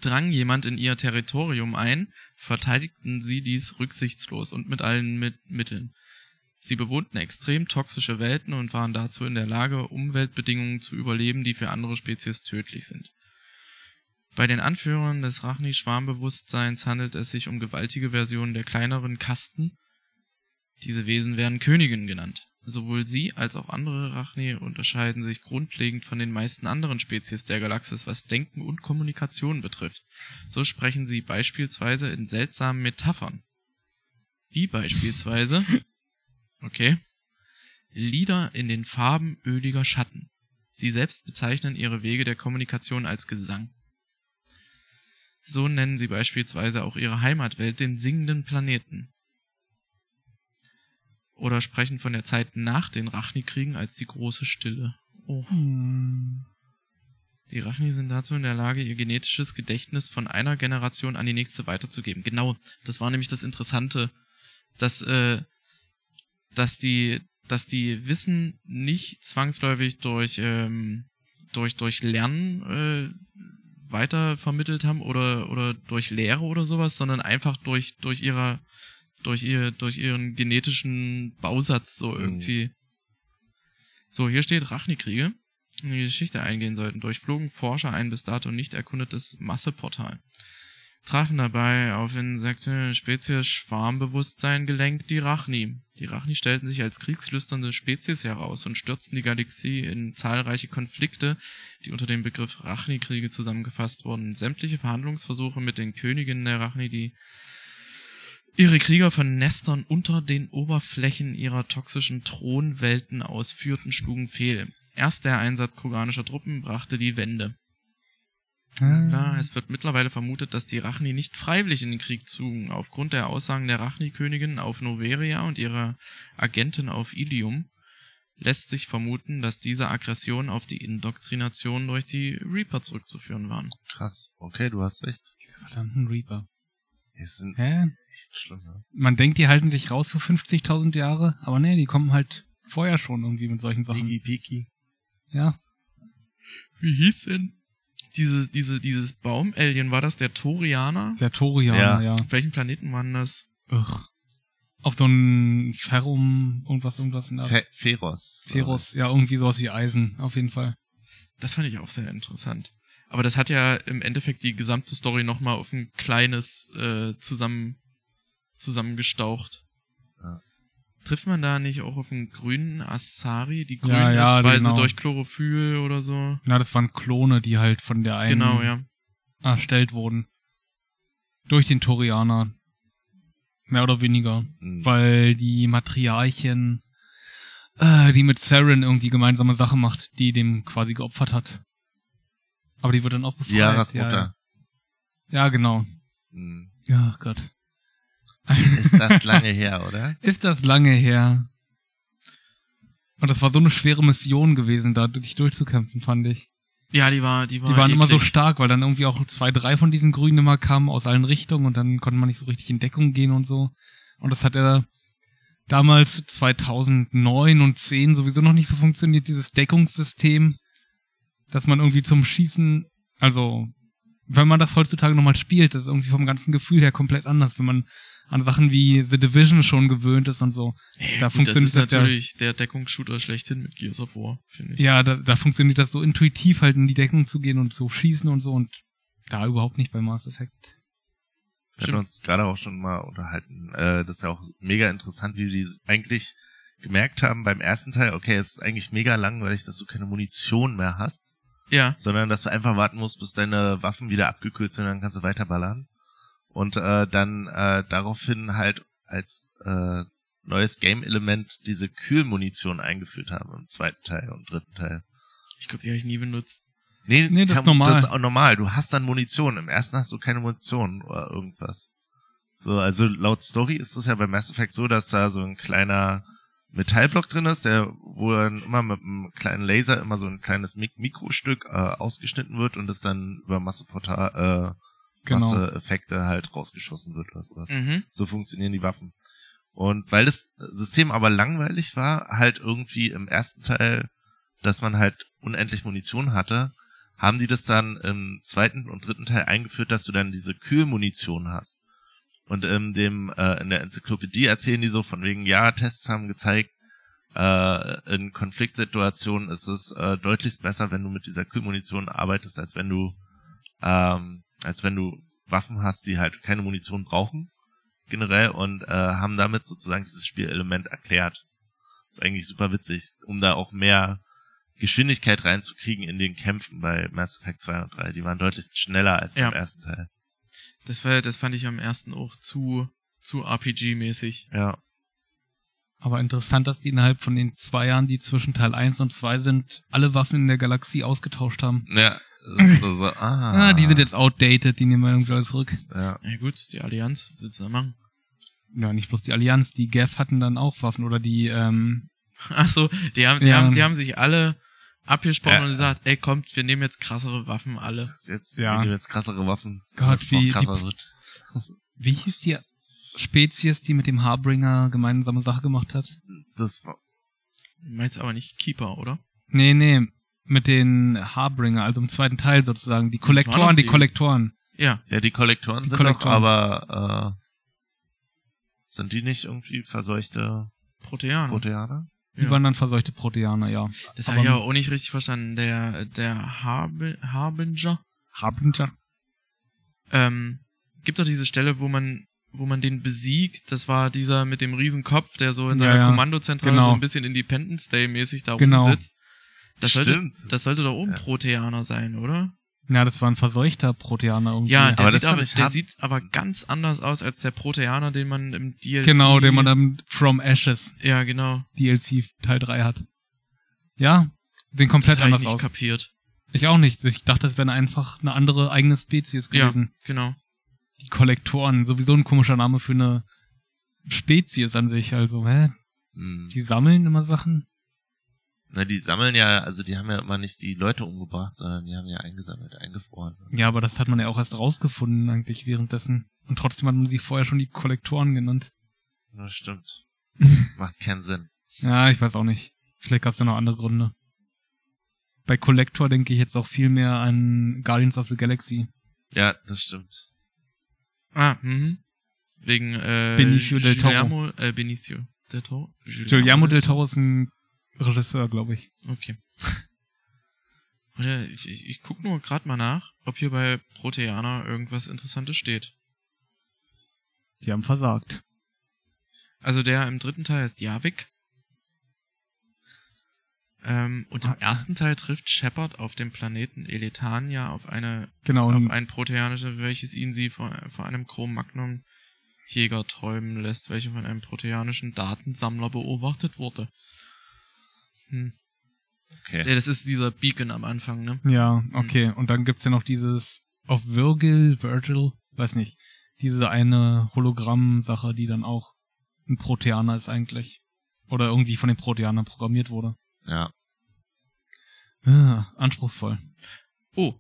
Speaker 1: Drang jemand in ihr Territorium ein, verteidigten sie dies rücksichtslos und mit allen mit Mitteln. Sie bewohnten extrem toxische Welten und waren dazu in der Lage, Umweltbedingungen zu überleben, die für andere Spezies tödlich sind. Bei den Anführern des Rachni-Schwarmbewusstseins handelt es sich um gewaltige Versionen der kleineren Kasten. Diese Wesen werden Königinnen genannt. Sowohl sie als auch andere Rachni unterscheiden sich grundlegend von den meisten anderen Spezies der Galaxis, was Denken und Kommunikation betrifft. So sprechen sie beispielsweise in seltsamen Metaphern. Wie beispielsweise, okay, Lieder in den Farben öliger Schatten. Sie selbst bezeichnen ihre Wege der Kommunikation als Gesang. So nennen sie beispielsweise auch ihre Heimatwelt den singenden Planeten. Oder sprechen von der Zeit nach den Rachni-Kriegen als die große Stille. Oh.
Speaker 2: Hm.
Speaker 1: Die Rachni sind dazu in der Lage, ihr genetisches Gedächtnis von einer Generation an die nächste weiterzugeben. Genau, das war nämlich das Interessante, dass, äh, dass die, dass die Wissen nicht zwangsläufig durch, ähm, durch, durch Lernen äh, weiter vermittelt haben oder, oder durch Lehre oder sowas, sondern einfach durch, durch ihrer, durch ihr, durch ihren genetischen Bausatz so
Speaker 3: Mhm.
Speaker 1: irgendwie. So, hier steht Rachnikriege in die Geschichte eingehen sollten, durchflogen Forscher ein bis dato nicht erkundetes Masseportal. Trafen dabei auf insekte Spezies Schwarmbewusstsein gelenkt die Rachni. Die Rachni stellten sich als kriegslüsternde Spezies heraus und stürzten die Galaxie in zahlreiche Konflikte, die unter dem Begriff Rachni-Kriege zusammengefasst wurden. Sämtliche Verhandlungsversuche mit den Königinnen der Rachni, die ihre Krieger von Nestern unter den Oberflächen ihrer toxischen Thronwelten ausführten, schlugen fehl. Erst der Einsatz kroganischer Truppen brachte die Wende. Na,
Speaker 2: Ah,
Speaker 1: es wird mittlerweile vermutet, dass die Rachni nicht freiwillig in den Krieg zogen, aufgrund der Aussagen der Rachni-Königin auf Noveria und ihrer Agentin auf Ilium lässt sich vermuten, dass diese Aggressionen auf die Indoktrination durch die Reaper zurückzuführen waren.
Speaker 3: Krass. Okay, du hast recht.
Speaker 2: Diese verdammten Reaper.
Speaker 3: Die sind
Speaker 2: Hä?
Speaker 3: echt schlimm, ne?
Speaker 2: Man denkt, die halten sich raus für 50.000 Jahre, aber nee, die kommen halt vorher schon irgendwie mit solchen Sachen.
Speaker 3: Sneaky peaky.
Speaker 2: Ja.
Speaker 1: Wie hieß denn? Diese, diese, dieses Baumalien, war das der Torianer?
Speaker 2: Der Torian, ja.
Speaker 3: Ja.
Speaker 2: ja.
Speaker 1: Auf welchem Planeten waren das?
Speaker 2: Ugh. Auf so ein Ferrum, irgendwas, irgendwas in der
Speaker 3: Fe Feros.
Speaker 2: Ferus, ja, irgendwie sowas wie Eisen, auf jeden Fall.
Speaker 1: Das fand ich auch sehr interessant. Aber das hat ja im Endeffekt die gesamte Story nochmal auf ein kleines äh, zusammen, zusammengestaucht.
Speaker 3: Ja.
Speaker 1: Trifft man da nicht auch auf einen grünen Asari? Die grün
Speaker 2: Ja, ja,
Speaker 1: ist, weil
Speaker 2: genau.
Speaker 1: sie durch Chlorophyll oder so.
Speaker 2: Na, das waren Klone, die halt von der einen
Speaker 1: Genau, ja.
Speaker 2: erstellt wurden. Durch den Torianer. Mehr oder weniger.
Speaker 3: Hm.
Speaker 2: Weil die Matriarchin, äh, die mit Saren irgendwie gemeinsame Sache macht, die dem quasi geopfert hat. Aber die wird dann auch befreit.
Speaker 3: Yaras
Speaker 2: Ja,
Speaker 3: Mutter.
Speaker 2: Ja, ja genau.
Speaker 3: Hm.
Speaker 2: Ja, oh Gott.
Speaker 3: Ist das lange her, oder?
Speaker 2: Ist das lange her. Und das war so eine schwere Mission gewesen, da sich durchzukämpfen, fand ich.
Speaker 1: Ja, die war, die war.
Speaker 2: Die waren immer so
Speaker 1: eklig.
Speaker 2: stark, weil dann irgendwie auch zwei, drei von diesen Grünen immer kamen aus allen Richtungen und dann konnte man nicht so richtig in Deckung gehen und so. Und das hat er damals 2009 und 10 sowieso noch nicht so funktioniert, dieses Deckungssystem, dass man irgendwie zum Schießen, also wenn man das heutzutage nochmal spielt, das ist irgendwie vom ganzen Gefühl her komplett anders, wenn man an Sachen wie The Division schon gewöhnt ist und so.
Speaker 1: Ey,
Speaker 2: da
Speaker 1: gut,
Speaker 2: funktioniert
Speaker 1: das
Speaker 2: das
Speaker 1: ist
Speaker 2: ja.
Speaker 1: natürlich der Deckungsshooter schlechthin mit Gears of War, finde ich.
Speaker 2: Ja, da, da funktioniert das so intuitiv, halt in die Deckung zu gehen und zu schießen und so und da überhaupt nicht bei Mass Effect.
Speaker 3: Wir
Speaker 1: Stimmt.
Speaker 3: hatten uns gerade auch schon mal unterhalten. Äh, das ist ja auch mega interessant, wie die eigentlich gemerkt haben beim ersten Teil, okay, es ist eigentlich mega langweilig, dass du keine Munition mehr hast,
Speaker 1: Ja,
Speaker 3: sondern dass du einfach warten musst, bis deine Waffen wieder abgekühlt sind, dann kannst du weiterballern. Und äh, dann äh, daraufhin halt als äh, neues Game-Element diese Kühlmunition eingeführt haben im zweiten Teil und dritten Teil.
Speaker 1: ich glaube, die habe ich nie benutzt.
Speaker 3: Nee,
Speaker 2: Nee, das ist
Speaker 3: kann-
Speaker 2: normal.
Speaker 3: Das ist auch normal. Du hast dann Munition. Im ersten hast du keine Munition oder irgendwas. So, also laut Story ist es ja bei Mass Effect so, dass da so ein kleiner Metallblock drin ist, der, wo dann immer mit einem kleinen Laser immer so ein kleines Mik Mikrostück äh, ausgeschnitten wird und das dann über Masseportal, äh,
Speaker 2: Genau.
Speaker 3: Masseeffekte halt rausgeschossen wird oder sowas.
Speaker 1: Mhm.
Speaker 3: So funktionieren die Waffen. Und weil das System aber langweilig war, halt irgendwie im ersten Teil, dass man halt unendlich Munition hatte, haben die das dann im zweiten und dritten Teil eingeführt, dass du dann diese Kühlmunition hast. Und in dem äh, in der Enzyklopädie erzählen die so von wegen, ja, Tests haben gezeigt, äh, in Konfliktsituationen ist es äh, deutlich besser, wenn du mit dieser Kühlmunition arbeitest, als wenn du ähm, als wenn du Waffen hast, die halt keine Munition brauchen generell und äh, haben damit sozusagen dieses Spielelement erklärt. Ist eigentlich super witzig, um da auch mehr Geschwindigkeit reinzukriegen in den Kämpfen bei Mass Effect 2 und 3. Die waren deutlich schneller als beim
Speaker 1: Ja.
Speaker 3: ersten Teil.
Speaker 1: Das, war, das fand ich am ersten auch zu, zu RPG-mäßig.
Speaker 3: Ja.
Speaker 2: Aber interessant, dass die innerhalb von den zwei Jahren, die zwischen Teil 1 und 2 sind, alle Waffen in der Galaxie ausgetauscht haben.
Speaker 3: Ja. So, so, ah.
Speaker 2: Ah, die sind jetzt outdated, die nehmen wir irgendwie alle zurück.
Speaker 3: Ja.
Speaker 1: Ja gut, die Allianz, was willst du da machen?
Speaker 2: Ja, nicht bloß die Allianz, die Gav hatten dann auch Waffen oder die, ähm,
Speaker 1: Ach so, die haben, die
Speaker 2: Ja.
Speaker 1: haben, die haben sich alle abgesprochen
Speaker 3: Ja.
Speaker 1: und gesagt, ey, kommt, wir nehmen jetzt krassere Waffen alle.
Speaker 3: Jetzt, jetzt
Speaker 2: Ja.
Speaker 3: nehmen wir jetzt krassere Waffen.
Speaker 2: Gott,
Speaker 3: Das
Speaker 2: wie-
Speaker 3: noch krasser wird.
Speaker 2: wie hieß die Spezies, die mit dem Harbringer gemeinsame Sache gemacht hat?
Speaker 3: Das war,
Speaker 1: Du meinst aber nicht Keeper, oder?
Speaker 2: Nee, nee, mit den Harbringer, also im zweiten Teil sozusagen, die
Speaker 1: Das waren doch
Speaker 2: Kollektoren, die
Speaker 1: die-
Speaker 2: Kollektoren.
Speaker 1: Ja,
Speaker 3: ja, die Kollektoren
Speaker 2: Die
Speaker 3: sind
Speaker 2: Kollektoren.
Speaker 3: noch, aber äh, sind die nicht irgendwie verseuchte
Speaker 2: Ah.
Speaker 1: Protean.
Speaker 3: Proteaner?
Speaker 2: Die
Speaker 1: Ja.
Speaker 2: waren dann verseuchte Proteaner, ja.
Speaker 1: Das habe ich
Speaker 2: aber-
Speaker 1: aber auch nicht richtig verstanden. Der, der Harbi- Harbinger,
Speaker 2: Harbinger?
Speaker 1: ähm, gibt doch diese Stelle, wo man, wo man den besiegt. Das war dieser mit dem Riesenkopf, der so in
Speaker 2: Ja,
Speaker 1: seiner
Speaker 2: ja.
Speaker 1: Kommandozentrale
Speaker 2: Genau.
Speaker 1: so ein bisschen Independence Day mäßig da
Speaker 2: Genau.
Speaker 1: rumsitzt. Das sollte,
Speaker 3: Stimmt.
Speaker 1: das sollte doch auch ein
Speaker 3: Ja.
Speaker 1: Proteaner sein, oder?
Speaker 2: Ja, das war ein verseuchter Proteaner irgendwie.
Speaker 1: Ja, der,
Speaker 3: Aber das
Speaker 1: sieht,
Speaker 3: ist doch
Speaker 1: aber,
Speaker 3: nicht
Speaker 1: der
Speaker 3: Hab-
Speaker 1: sieht aber ganz anders aus als der Proteaner, den man im DLC...
Speaker 2: Genau, den man dann From Ashes
Speaker 1: Ja, genau.
Speaker 2: DLC Teil 3 hat. Ja, sehen
Speaker 1: Das
Speaker 2: komplett
Speaker 1: habe ich
Speaker 2: anders
Speaker 1: nicht
Speaker 2: aus.
Speaker 1: kapiert.
Speaker 2: Ich auch nicht. Ich dachte, das wäre einfach eine andere eigene Spezies
Speaker 1: Ja.
Speaker 2: gewesen.
Speaker 1: Genau.
Speaker 2: Die Kollektoren, sowieso ein komischer Name für eine Spezies an sich. Also, hä?
Speaker 3: Hm.
Speaker 2: Die sammeln immer Sachen?
Speaker 3: Na, Ne, die sammeln ja, also die haben ja immer nicht die Leute umgebracht, sondern die haben ja eingesammelt, eingefroren.
Speaker 2: Ja, aber das hat man ja auch erst rausgefunden eigentlich währenddessen. Und trotzdem hat man sie vorher schon die Kollektoren genannt.
Speaker 3: Das stimmt. Macht keinen Sinn.
Speaker 2: Ja, ich weiß auch nicht. Vielleicht gab's ja noch andere Gründe. Bei Collector denke ich jetzt auch viel mehr an Guardians of the Galaxy.
Speaker 3: Ja, das stimmt.
Speaker 1: Ah, mhm. Wegen äh,
Speaker 2: Benicio del Toro.
Speaker 1: Guillermo- Äh, Benicio del Toro.
Speaker 2: Giuliano del Toro ist ein Regisseur, glaube ich.
Speaker 1: Okay. Warte, ich, ich, ich guck nur gerade mal nach, ob hier bei Proteaner irgendwas Interessantes steht.
Speaker 2: Die haben versagt.
Speaker 1: Also der im dritten Teil ist Javik. Ähm, und im
Speaker 2: Ah, ja.
Speaker 1: ersten Teil trifft Shepard auf dem Planeten Eletania auf eine
Speaker 2: Genau,
Speaker 1: auf
Speaker 2: und
Speaker 1: ein proteanisches, welches ihn sie vor, vor einem Chromagnum Jäger träumen lässt, welcher von einem proteanischen Datensammler beobachtet wurde. Hm.
Speaker 3: Okay.
Speaker 1: Ja, das ist dieser Beacon am Anfang, ne?
Speaker 2: Ja, okay. Und dann gibt's ja noch dieses auf Virgil, Virgil, weiß nicht, diese eine Hologramm-Sache, die dann auch ein Proteaner ist eigentlich. Oder irgendwie von den Proteanern programmiert wurde.
Speaker 3: Ja.
Speaker 2: Ah, anspruchsvoll.
Speaker 1: Oh,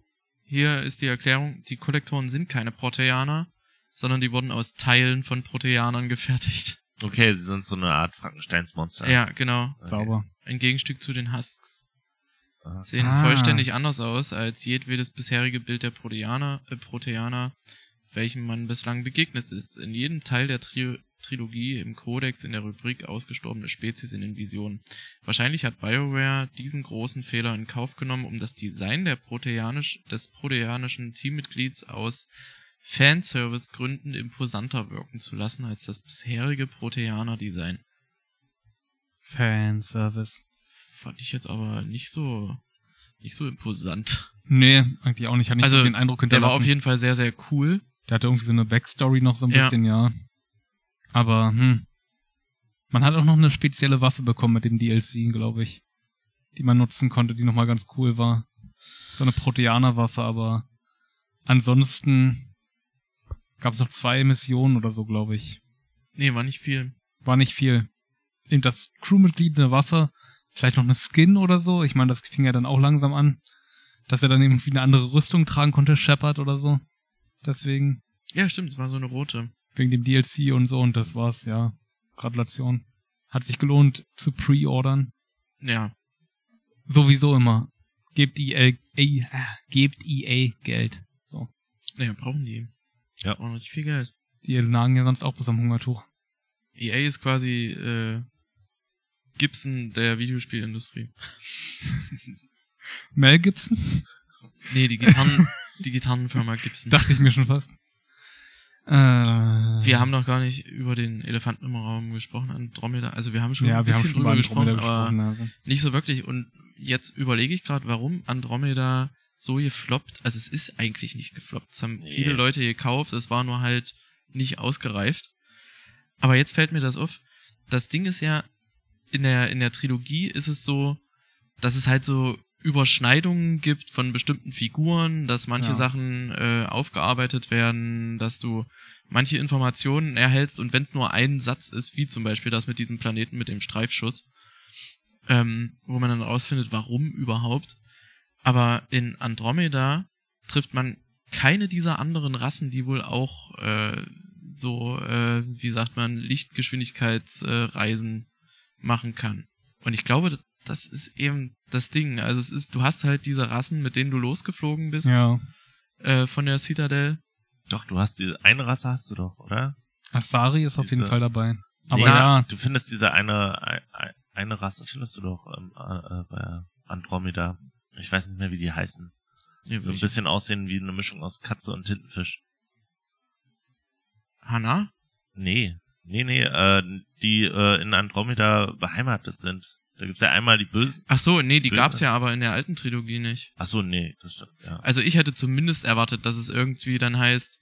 Speaker 1: hier ist die Erklärung, die Kollektoren sind keine Proteaner, sondern die wurden aus Teilen von Proteanern gefertigt.
Speaker 3: Okay, sie sind so eine Art Frankensteinsmonster.
Speaker 1: Ja, genau.
Speaker 3: Okay.
Speaker 2: Sauber.
Speaker 1: Ein Gegenstück zu den Husks.
Speaker 3: Ah.
Speaker 1: Sehen
Speaker 2: Ah.
Speaker 1: vollständig anders aus als jedwedes bisherige Bild der Proteaner, äh, Proteaner, welchem man bislang begegnet ist. In jedem Teil der Tri Trilogie im Kodex in der Rubrik ausgestorbene Spezies in den Visionen. Wahrscheinlich hat BioWare diesen großen Fehler in Kauf genommen, um das Design der Proteanisch des proteanischen Teammitglieds aus Fanservice-Gründen imposanter wirken zu lassen als das bisherige Proteaner-Design.
Speaker 2: Fanservice.
Speaker 1: Fand ich jetzt aber nicht so, nicht so imposant.
Speaker 2: Nee, eigentlich auch nicht. Hat nicht
Speaker 1: Also,
Speaker 2: so den Eindruck
Speaker 1: Der war
Speaker 2: hinterlassen.
Speaker 1: auf jeden Fall sehr, sehr cool.
Speaker 2: Der hatte irgendwie so eine Backstory noch so ein
Speaker 1: Ja.
Speaker 2: bisschen, ja. Aber, hm. Man hat auch noch eine spezielle Waffe bekommen mit dem DLC, glaube ich. Die man nutzen konnte, die nochmal ganz cool war. So eine Proteanerwaffe, aber ansonsten gab es noch zwei Missionen oder so, glaube ich.
Speaker 1: Nee, war nicht viel.
Speaker 2: War nicht viel. Eben das Crewmitglied eine Waffe, vielleicht noch eine Skin oder so. Ich meine, das fing ja dann auch langsam an. Dass er dann irgendwie eine andere Rüstung tragen konnte, Shepard oder so. Deswegen.
Speaker 1: Ja, stimmt, es war so eine rote.
Speaker 2: wegen dem DLC und so und das war's, ja. Gratulation. Hat sich gelohnt zu pre-ordern.
Speaker 1: Ja,
Speaker 2: Sowieso immer. Gebt EA, äh, gebt EA Geld. So.
Speaker 1: naja, brauchen die.
Speaker 3: Ja.
Speaker 1: Brauchen nicht viel Geld.
Speaker 2: Die nagen ja sonst auch bis am Hungertuch.
Speaker 1: EA ist quasi äh, Gibson der Videospielindustrie.
Speaker 2: Mel Gibson?
Speaker 1: Nee, die Gitarren, die Gitarrenfirma Gibson.
Speaker 2: Dachte ich mir schon fast. Äh,
Speaker 1: wir haben noch gar nicht über den Elefanten im Raum gesprochen, Andromeda. Also wir haben schon
Speaker 2: ja,
Speaker 1: ein
Speaker 2: wir haben
Speaker 1: bisschen
Speaker 2: schon
Speaker 1: drüber
Speaker 2: über
Speaker 1: gesprochen,
Speaker 2: Andromeda
Speaker 1: aber
Speaker 2: gesprochen. Also.
Speaker 1: nicht so wirklich. Und jetzt überlege ich gerade, warum Andromeda so gefloppt. Also es ist eigentlich nicht gefloppt. Es haben
Speaker 3: Nee.
Speaker 1: viele Leute gekauft. Es war nur halt nicht ausgereift. Aber jetzt fällt mir das auf. Das Ding ist ja, in der, in der Trilogie ist es so, dass es halt so Überschneidungen gibt von bestimmten Figuren, dass manche
Speaker 2: Ja.
Speaker 1: Sachen äh, aufgearbeitet werden, dass du manche Informationen erhältst und wenn es nur ein Satz ist, wie zum Beispiel das mit diesem Planeten mit dem Streifschuss, ähm, wo man dann rausfindet, warum überhaupt. Aber in Andromeda trifft man keine dieser anderen Rassen, die wohl auch äh, so, äh, wie sagt man, Lichtgeschwindigkeitsreisen machen kann. Und ich glaube, das ist eben das Ding. Also es ist, du hast halt diese Rassen, mit denen du losgeflogen bist
Speaker 2: Ja.
Speaker 1: äh, von der Citadel.
Speaker 3: Doch, du hast die eine Rasse hast du doch, oder?
Speaker 2: Asari ist auf jeden
Speaker 3: Diese-
Speaker 2: Fall dabei. Aber
Speaker 3: Nee,
Speaker 2: ja,
Speaker 3: Du findest diese eine ei- ei- eine Rasse findest du doch ähm, äh, äh, bei Andromeda. Ich weiß nicht mehr, wie die heißen.
Speaker 1: Ja,
Speaker 3: So ein
Speaker 1: ich-
Speaker 3: bisschen aussehen wie eine Mischung aus Katze und Tintenfisch.
Speaker 1: Hannah?
Speaker 3: Nee, nee, nee, äh, die äh, in Andromeda beheimatet sind. Da gibt's ja einmal die Bösen.
Speaker 1: Ach so, nee, die
Speaker 3: Böse.
Speaker 1: gab's ja aber in der alten Trilogie nicht.
Speaker 3: Ach so, nee, das stimmt, ja.
Speaker 1: Also ich hätte zumindest erwartet, dass es irgendwie dann heißt,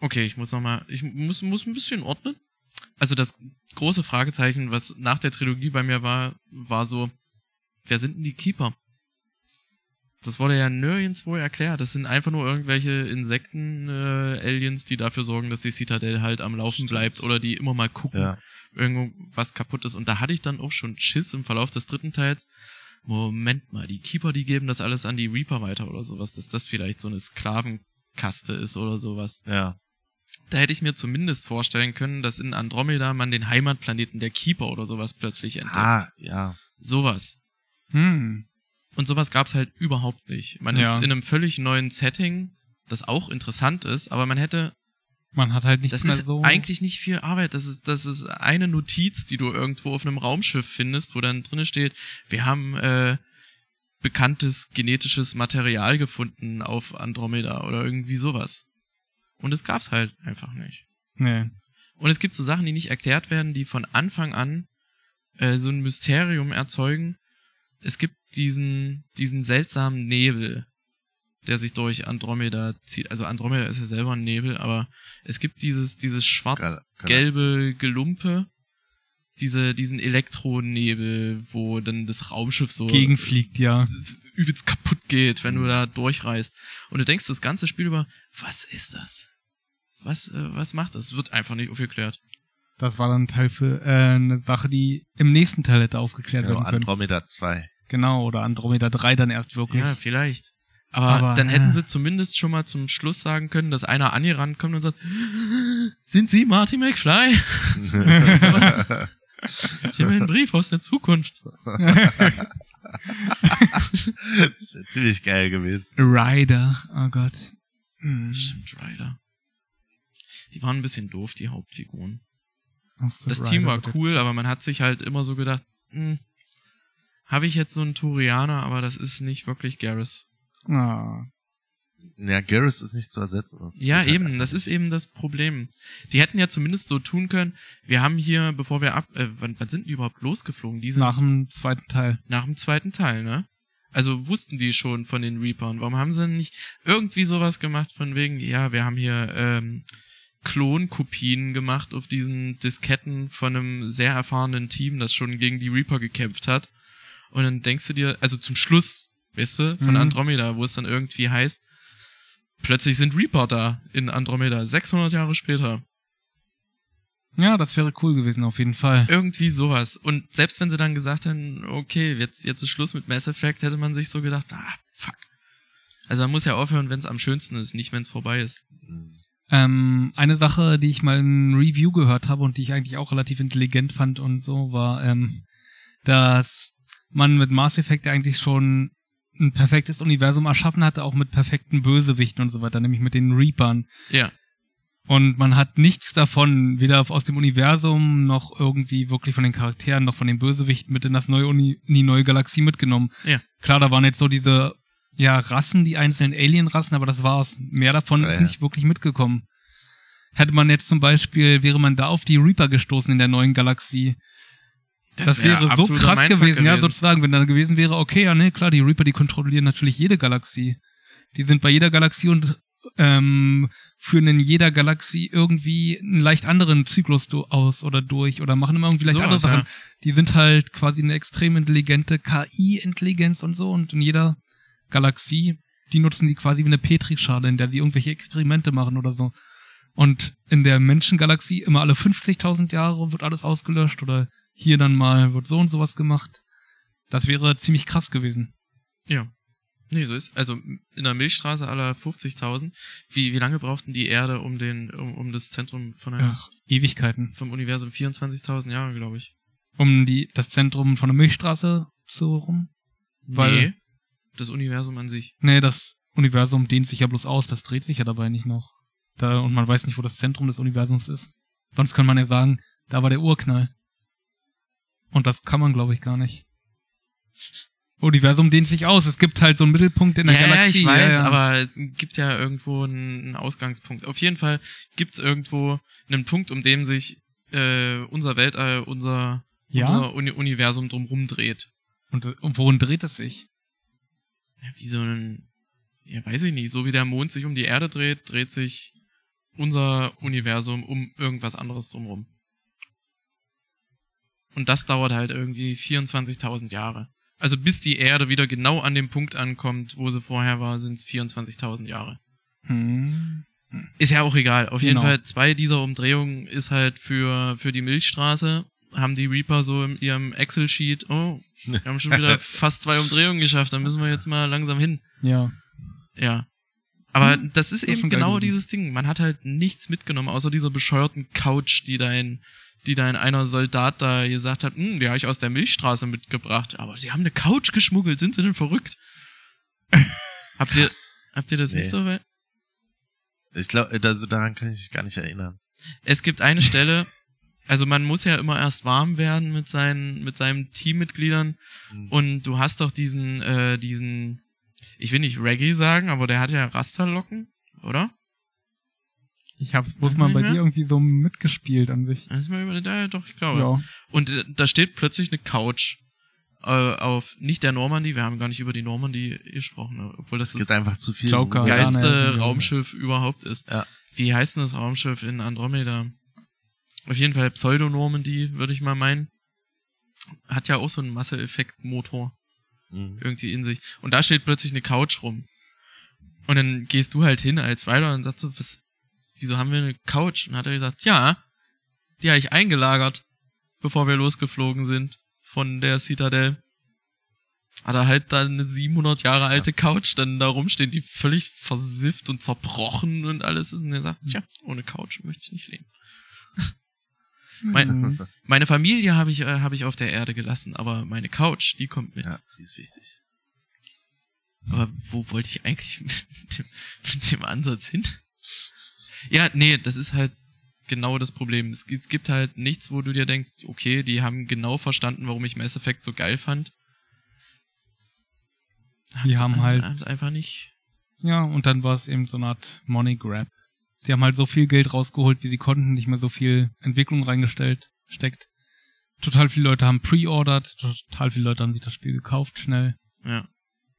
Speaker 1: okay, ich muss nochmal, ich muss, muss ein bisschen ordnen. Also das große Fragezeichen, was nach der Trilogie bei mir war, war so, wer sind denn die Keeper? Das wurde ja nirgendwo erklärt. Das sind einfach nur irgendwelche Insekten-Aliens, die dafür sorgen, dass die Citadel halt am Laufen
Speaker 3: Stimmt.
Speaker 1: bleibt oder die immer mal gucken,
Speaker 3: Ja,
Speaker 1: irgendwo was kaputt ist. Und da hatte ich dann auch schon Schiss im Verlauf des dritten Teils. Moment mal, die Keeper, die geben das alles an die Reaper weiter oder sowas, dass das vielleicht so eine Sklavenkaste ist oder sowas.
Speaker 3: ja.
Speaker 1: Da hätte ich mir zumindest vorstellen können, dass in Andromeda man den Heimatplaneten der Keeper oder sowas plötzlich entdeckt.
Speaker 3: Ah, ja.
Speaker 1: Sowas.
Speaker 2: hm,
Speaker 1: Und sowas gab's halt überhaupt nicht. Man
Speaker 2: Ja.
Speaker 1: ist in einem völlig neuen Setting, das auch interessant ist, aber man hätte
Speaker 2: man hat halt nicht
Speaker 1: das
Speaker 2: mehr
Speaker 1: ist
Speaker 2: so.
Speaker 1: eigentlich nicht viel Arbeit. Das ist, das ist eine Notiz, die du irgendwo auf einem Raumschiff findest, wo dann drinne steht, wir haben äh, bekanntes genetisches Material gefunden auf Andromeda oder irgendwie sowas. Und es gab's halt einfach nicht.
Speaker 2: nee.
Speaker 1: Und es gibt so Sachen, die nicht erklärt werden, die von Anfang an äh, so ein Mysterium erzeugen. Es gibt diesen, diesen seltsamen Nebel, der sich durch Andromeda zieht. Also Andromeda ist ja selber ein Nebel, aber es gibt dieses, dieses schwarz-gelbe Gelumpe, diese, diesen Elektronebel, wo dann das Raumschiff so
Speaker 2: Gegenfliegt, ja.
Speaker 1: übelst kaputt geht, wenn du da durchreißt. Und du denkst das ganze Spiel über, was ist das? Was, äh, was macht das? Wird einfach nicht aufgeklärt.
Speaker 2: Das war dann Teil für äh, eine Sache, die im nächsten Teil hätte aufgeklärt
Speaker 3: Genau,
Speaker 2: werden können.
Speaker 3: Andromeda 2.
Speaker 2: Genau, oder Andromeda 3 dann erst wirklich.
Speaker 1: Ja, vielleicht. Aber,
Speaker 2: Aber,
Speaker 1: dann hätten
Speaker 2: ja.
Speaker 1: sie zumindest schon mal zum Schluss sagen können, dass einer an ihr rankommt und sagt, sind Sie Marty McFly? Ich habe einen Brief aus der Zukunft.
Speaker 3: Das wär ziemlich geil gewesen.
Speaker 2: Ryder, oh Gott. Hm.
Speaker 1: Stimmt, Ryder. Die waren ein bisschen doof, die Hauptfiguren.
Speaker 2: Hast du
Speaker 1: Das
Speaker 2: Ryder
Speaker 1: Team war
Speaker 2: gedacht?
Speaker 1: cool, aber man hat sich halt immer so gedacht, hm, habe ich jetzt so einen Turianer, aber das ist nicht wirklich Garrus.
Speaker 2: Ah.
Speaker 3: Ja, Garrus ist nicht zu ersetzen. Das
Speaker 1: Ja,
Speaker 3: geht halt
Speaker 1: eben,
Speaker 3: einfach
Speaker 1: das ist
Speaker 3: nicht.
Speaker 1: eben das Problem. Die hätten ja zumindest so tun können, wir haben hier, bevor wir ab, äh, wann, wann sind die überhaupt losgeflogen? Die sind
Speaker 2: Nach dem zweiten Teil.
Speaker 1: Nach dem zweiten Teil, ne? Also wussten die schon von den Reapern. Warum haben sie denn nicht irgendwie sowas gemacht von wegen, ja, wir haben hier ähm, Klonkopien gemacht auf diesen Disketten von einem sehr erfahrenen Team, das schon gegen die Reaper gekämpft hat. Und dann denkst du dir, also zum Schluss, weißt du, von
Speaker 2: Mhm.
Speaker 1: Andromeda, wo es dann irgendwie heißt, plötzlich sind Reaper da in Andromeda, 600 Jahre später.
Speaker 2: Ja, das wäre cool gewesen, auf jeden Fall.
Speaker 1: Irgendwie sowas. Und selbst wenn sie dann gesagt hätten, okay, jetzt, jetzt ist Schluss mit Mass Effect, hätte man sich so gedacht, ah, fuck. Also man muss ja aufhören, wenn es am schönsten ist, nicht wenn es vorbei ist.
Speaker 2: Ähm, eine Sache, die ich mal in Review gehört habe und die ich eigentlich auch relativ intelligent fand und so, war, ähm, dass man mit Mass Effect eigentlich schon ein perfektes Universum erschaffen hatte, auch mit perfekten Bösewichten und so weiter, nämlich mit den Reapern.
Speaker 1: Ja,
Speaker 2: Und man hat nichts davon, weder aus dem Universum noch irgendwie wirklich von den Charakteren noch von den Bösewichten mit in das neue Uni, in die neue Galaxie mitgenommen.
Speaker 1: Ja.
Speaker 2: Klar, da waren jetzt so diese ja Rassen, die einzelnen Alien-Rassen, aber das war's. Mehr davon
Speaker 3: Ja,
Speaker 2: ist
Speaker 3: ja.
Speaker 2: nicht wirklich mitgekommen. Hätte man jetzt zum Beispiel, wäre man da auf die Reaper gestoßen in der neuen Galaxie. Das,
Speaker 1: wär
Speaker 2: wäre so
Speaker 1: absoluter
Speaker 2: krass gewesen,
Speaker 1: Mindfuck
Speaker 2: ja, sozusagen, wenn da gewesen wäre, okay, ja, ne, klar, die Reaper, die kontrollieren natürlich jede Galaxie. Die sind bei jeder Galaxie und ähm, führen in jeder Galaxie irgendwie einen leicht anderen Zyklus du aus oder durch oder machen immer irgendwie leicht
Speaker 1: Sowas,
Speaker 2: andere Sachen.
Speaker 1: ja.
Speaker 2: Die sind halt quasi eine extrem intelligente KI-Intelligenz und so und in jeder Galaxie, die nutzen die quasi wie eine Petrischale, in der sie irgendwelche Experimente machen oder so. Und in der Menschengalaxie immer alle 50.000 Jahre wird alles ausgelöscht oder hier dann mal wird so und sowas gemacht. Das wäre ziemlich krass gewesen.
Speaker 1: Ja. Nee, so ist. Also in der Milchstraße aller 50.000. Wie, wie lange brauchten die Erde um den, um, um das Zentrum von der,
Speaker 2: Ach, Ewigkeiten.
Speaker 1: vom Universum? 24.000 Jahre, glaube ich.
Speaker 2: Um die, das Zentrum von der Milchstraße zu rum. Weil-
Speaker 1: nee. Das Universum an sich.
Speaker 2: Nee, das Universum dehnt sich ja bloß aus, das dreht sich ja dabei nicht noch. Da, und man weiß nicht, wo das Zentrum des Universums ist. Sonst kann man ja sagen, da war der Urknall. Und das kann man, glaube ich, gar nicht. Universum dehnt sich aus. Es gibt halt so einen Mittelpunkt in der
Speaker 1: ja,
Speaker 2: Galaxie.
Speaker 1: Ja, ich weiß,
Speaker 2: ja.
Speaker 1: aber es gibt ja irgendwo einen einen Ausgangspunkt. Auf jeden Fall gibt's irgendwo einen Punkt, um dem sich äh, unser Weltall, unser,
Speaker 2: Ja?
Speaker 1: unser Uni Universum drumrum dreht.
Speaker 2: Und, und worin dreht es sich?
Speaker 1: Ja, wie so ein, ja, weiß ich nicht, so wie der Mond sich um die Erde dreht, dreht sich unser Universum um irgendwas anderes drumrum. Und das dauert halt irgendwie 24.000 Jahre. Also bis die Erde wieder genau an dem Punkt ankommt, wo sie vorher war, sind's 24.000 Jahre.
Speaker 2: Hm.
Speaker 1: Ist ja auch egal. Auf jeden
Speaker 2: Genau.
Speaker 1: Fall, zwei dieser Umdrehungen ist halt für, für die Milchstraße. Haben die Reaper so in ihrem Excel-Sheet, oh, wir haben schon wieder fast zwei Umdrehungen geschafft, dann müssen wir jetzt mal langsam hin.
Speaker 2: Ja.
Speaker 1: Ja. Aber das ist
Speaker 2: Hm, das ist
Speaker 1: eben
Speaker 2: schon geil
Speaker 1: genau
Speaker 2: gewesen.
Speaker 1: dieses Ding. Man hat halt nichts mitgenommen, außer dieser bescheuerten Couch, die dein, die dein einer Soldat da gesagt hat, hm, die habe ich aus der Milchstraße mitgebracht. Aber sie haben eine Couch geschmuggelt, sind sie denn verrückt? habt ihr, habt ihr das
Speaker 3: Nee.
Speaker 1: nicht so weit?
Speaker 3: Ich glaube, also daran kann ich mich gar nicht erinnern.
Speaker 1: Es gibt eine Stelle, also man muss ja immer erst warm werden mit seinen, mit seinen Teammitgliedern. Und du hast doch diesen, äh, diesen, ich will nicht Reggae sagen, aber der hat ja Rasterlocken, oder?
Speaker 2: Ich hab's bloß mal
Speaker 1: Nicht
Speaker 2: bei
Speaker 1: mehr?
Speaker 2: dir irgendwie so mitgespielt an sich.
Speaker 1: Das ist mir über ja, doch, ich glaube.
Speaker 2: Ja.
Speaker 1: Und äh, da steht plötzlich eine Couch äh, auf nicht der Normandie, wir haben gar nicht über die Normandie gesprochen, obwohl das
Speaker 3: Es gibt
Speaker 1: das
Speaker 3: einfach zu viel.
Speaker 2: Joker.
Speaker 3: Geil.
Speaker 1: geilste
Speaker 2: Ja, nein,
Speaker 1: Raumschiff überhaupt ist.
Speaker 3: Ja.
Speaker 1: Wie heißt denn das Raumschiff in Andromeda? Auf jeden Fall Pseudo-Normandie, würde ich mal meinen. Hat ja auch so einen Masseeffekt-Motor
Speaker 3: Mhm.
Speaker 1: irgendwie in sich. Und da steht plötzlich eine Couch rum. Und dann gehst du halt hin als Rider und sagst so, was, wieso haben wir eine Couch? Und hat er gesagt, ja, die habe ich eingelagert, bevor wir losgeflogen sind von der Citadel. Hat er halt da eine 700 Jahre alte
Speaker 3: Krass.
Speaker 1: Couch dann da rumstehen, die völlig versifft und zerbrochen und alles ist. Und er sagt, tja, ohne Couch möchte ich nicht leben. Mein-
Speaker 2: Mhm.
Speaker 1: Meine Familie habe ich, äh, habe ich auf der Erde gelassen, aber meine Couch, die kommt mit.
Speaker 3: Ja, die ist wichtig.
Speaker 1: Aber wo wollte ich eigentlich mit dem, mit dem Ansatz hin? Ja, nee, das ist halt genau das Problem. Es, es gibt halt nichts, wo du dir denkst, okay, die haben genau verstanden, warum ich Mass Effect so geil fand.
Speaker 2: Die haben halt-
Speaker 1: Haben's einfach nicht.
Speaker 2: Ja, und dann war es eben so eine Art Money Grab. Sie haben halt so viel Geld rausgeholt, wie sie konnten, nicht mehr so viel Entwicklung reingestellt, steckt. Total viele Leute haben pre-ordered, total viele Leute haben sich das Spiel gekauft, schnell.
Speaker 1: Ja.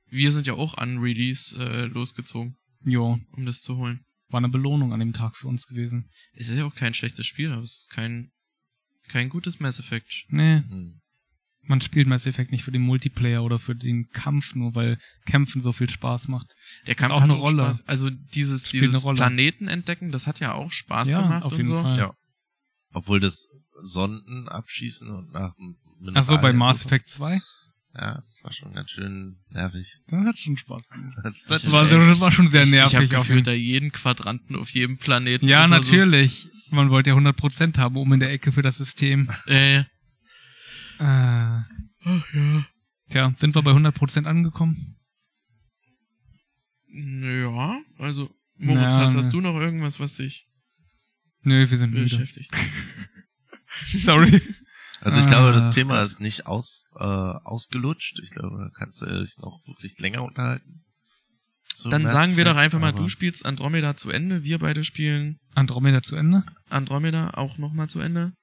Speaker 1: Wir sind ja auch an Release äh, losgezogen,
Speaker 2: Jo,
Speaker 1: um das zu holen.
Speaker 2: war eine Belohnung an dem Tag für uns gewesen.
Speaker 1: Es ist ja auch kein schlechtes Spiel, aber es ist kein, kein gutes Mass Effect.
Speaker 2: Nee,
Speaker 3: Mhm.
Speaker 2: man spielt Mass Effect nicht für den Multiplayer oder für den Kampf, nur weil Kämpfen so viel Spaß macht.
Speaker 1: Der Kampf
Speaker 2: auch
Speaker 1: hat
Speaker 2: eine
Speaker 1: auch
Speaker 2: Rolle.
Speaker 1: Spaß. Also dieses,
Speaker 2: Spielt eine
Speaker 1: dieses
Speaker 2: Rolle.
Speaker 1: Planeten entdecken, das hat ja auch Spaß gemacht
Speaker 2: auf
Speaker 1: und
Speaker 2: jeden
Speaker 1: so.
Speaker 2: Fall.
Speaker 3: Ja. Obwohl das Sonden abschießen und nach Mineralien
Speaker 2: Ach so, bei
Speaker 3: zu-
Speaker 2: Mass Effect 2?
Speaker 3: Ja, das war schon ganz schön nervig.
Speaker 2: Das hat schon Spaß gemacht.
Speaker 3: Das
Speaker 1: Das
Speaker 2: Das war, das war schon sehr
Speaker 1: Ich,
Speaker 2: nervig.
Speaker 1: ich habe
Speaker 2: auf jeden
Speaker 1: gefühlt da jeden Quadranten auf jedem Planeten.
Speaker 2: Ja,
Speaker 1: untersucht.
Speaker 2: natürlich. Man wollte ja 100% haben, um in der Ecke für das System.
Speaker 1: Äh,
Speaker 2: Äh,
Speaker 1: ach ja.
Speaker 2: tja, sind wir bei 100% angekommen?
Speaker 1: Ja, also, Moritz,
Speaker 2: Na,
Speaker 1: hast,
Speaker 2: ne.
Speaker 1: hast du noch irgendwas, was dich
Speaker 2: Nö, wir sind müde.
Speaker 1: beschäftigt?
Speaker 2: Sorry.
Speaker 3: also ich glaube,
Speaker 2: Ah.
Speaker 3: das Thema ist nicht aus, äh, ausgelutscht. Ich glaube, da kannst du dich noch wirklich länger unterhalten. Zu
Speaker 1: Dann
Speaker 3: Mass
Speaker 1: sagen wir doch
Speaker 3: Effect,
Speaker 1: einfach mal,
Speaker 3: aber-
Speaker 1: du spielst Andromeda zu Ende, wir beide spielen
Speaker 2: Andromeda zu Ende?
Speaker 1: Andromeda auch nochmal zu Ende.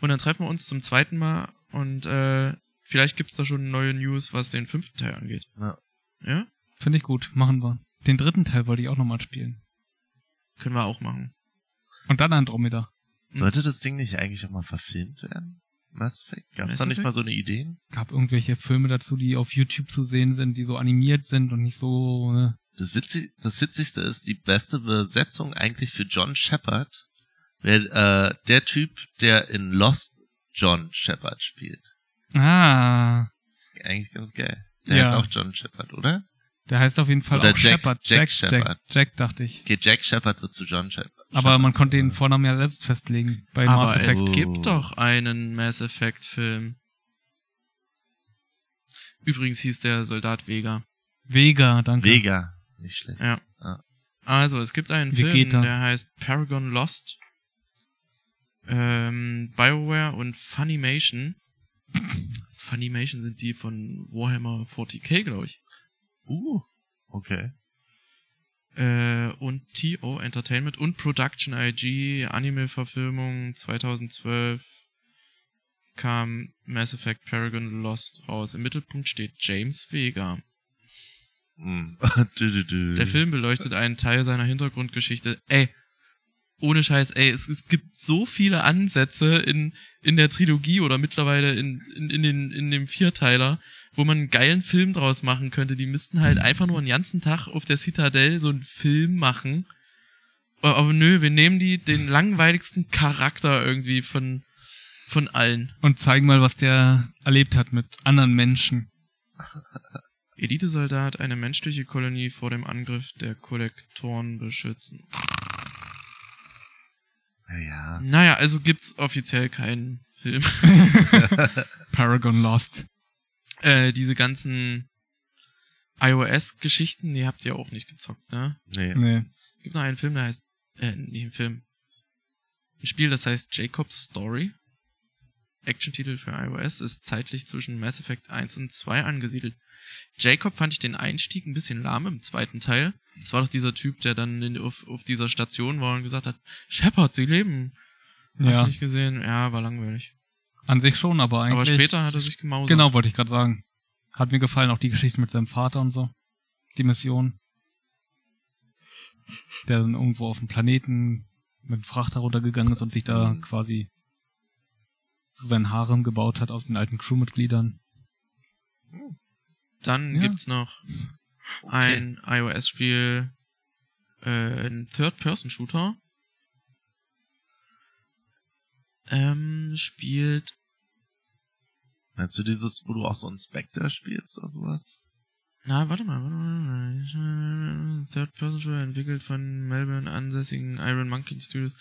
Speaker 1: Und dann treffen wir uns zum zweiten Mal und äh, vielleicht gibt's da schon neue News, was den fünften Teil angeht.
Speaker 3: Ja.
Speaker 1: Ja?
Speaker 2: Finde ich gut, machen wir. Den dritten Teil wollte ich auch nochmal spielen.
Speaker 1: Können wir auch machen.
Speaker 2: Und dann Andromeda.
Speaker 3: Sollte das Ding nicht eigentlich auch mal verfilmt werden? Mass Effect? Gab es
Speaker 1: Mass
Speaker 3: da nicht
Speaker 1: Effect?
Speaker 3: mal so eine Idee?
Speaker 2: Gab irgendwelche Filme dazu, die auf YouTube zu sehen sind, die so animiert sind und nicht so... Äh,
Speaker 3: Das, Witzig, das Witzigste ist, die beste Besetzung eigentlich für John Shepard wäre äh, der Typ, der in Lost John Shepard spielt.
Speaker 2: ah,
Speaker 3: Das ist eigentlich ganz geil. Der
Speaker 2: Ja.
Speaker 3: heißt auch John Shepard, oder?
Speaker 2: der heißt auf jeden Fall
Speaker 3: Oder
Speaker 2: auch
Speaker 3: Jack-
Speaker 2: Shepard.
Speaker 3: Jack
Speaker 2: Jack, Jack,
Speaker 3: Shepard.
Speaker 2: Jack, dachte ich.
Speaker 3: Okay, Jack Shepard wird zu John Shepard.
Speaker 2: Aber man konnte den
Speaker 3: äh,
Speaker 2: Vornamen ja selbst festlegen bei Mass
Speaker 1: Aber
Speaker 2: Effect.
Speaker 1: es
Speaker 3: Effect. Oh.
Speaker 1: gibt doch einen Mass Effect Film. Übrigens hieß der Soldat Vega.
Speaker 2: Vega, danke.
Speaker 3: Vega. Nicht schlecht.
Speaker 1: Ja. Also, es gibt einen Film,
Speaker 2: Vegeta.
Speaker 1: der heißt Paragon Lost. Ähm, BioWare und Funimation. Funimation sind die von Warhammer 40k, glaube ich.
Speaker 3: Uh. Okay.
Speaker 1: Äh, und TO Entertainment und Production IG, Anime-Verfilmung 2012 kam Mass Effect Paragon Lost raus. Im Mittelpunkt steht James Vega.
Speaker 3: Hm. du, du, du.
Speaker 1: Der Film beleuchtet einen Teil seiner Hintergrundgeschichte. Ey, ohne Scheiß, ey, es, es gibt so viele Ansätze in, in der Trilogie oder mittlerweile in, in, in, den, in dem Vierteiler, wo man einen geilen Film draus machen könnte. Die müssten halt einfach nur einen ganzen Tag auf der Citadel so einen Film machen. Äh, Aber, aber nö, wir nehmen die den langweiligsten Charakter irgendwie von, von allen.
Speaker 2: und zeigen mal, was der erlebt hat mit anderen Menschen.
Speaker 1: Elitesoldat eine menschliche Kolonie vor dem Angriff der Kollektoren beschützen.
Speaker 3: Naja.
Speaker 1: Naja, also gibt's offiziell keinen Film.
Speaker 2: Paragon Lost.
Speaker 1: Äh, diese ganzen iOS-Geschichten, die habt ihr auch nicht gezockt, ne?
Speaker 3: Nee.
Speaker 2: Nee.
Speaker 1: Gibt noch einen Film, der heißt, äh, nicht einen Film. Ein Spiel, das heißt Jacob's Story. Action-Titel für iOS ist zeitlich zwischen Mass Effect 1 und 2 angesiedelt. Jacob fand ich den Einstieg ein bisschen lahm im zweiten Teil. Das war doch dieser Typ, der dann in, auf, auf dieser Station war und gesagt hat, Shepard, sie leben. Hast
Speaker 2: Ja,
Speaker 1: du nicht gesehen? Ja, war langweilig.
Speaker 2: an sich schon, aber eigentlich.
Speaker 1: Aber später hat er sich gemausert.
Speaker 2: Genau, wollte ich gerade sagen. Hat mir gefallen, auch die Geschichte mit seinem Vater und so. Die Mission. Der dann irgendwo auf dem Planeten mit dem Frachter runtergegangen ist und sich
Speaker 1: Mhm.
Speaker 2: da quasi so sein Harem gebaut hat aus den alten Crewmitgliedern.
Speaker 1: Dann
Speaker 2: Ja.
Speaker 1: gibt's noch ein iOS-Spiel, äh, ein Third-Person-Shooter. Ähm, spielt,
Speaker 3: Meinst du dieses, wo du auch so einen Spectre spielst oder sowas?
Speaker 1: na, warte mal, warte mal, Third-Person-Shooter entwickelt von Melbourne ansässigen Iron Monkey Studios.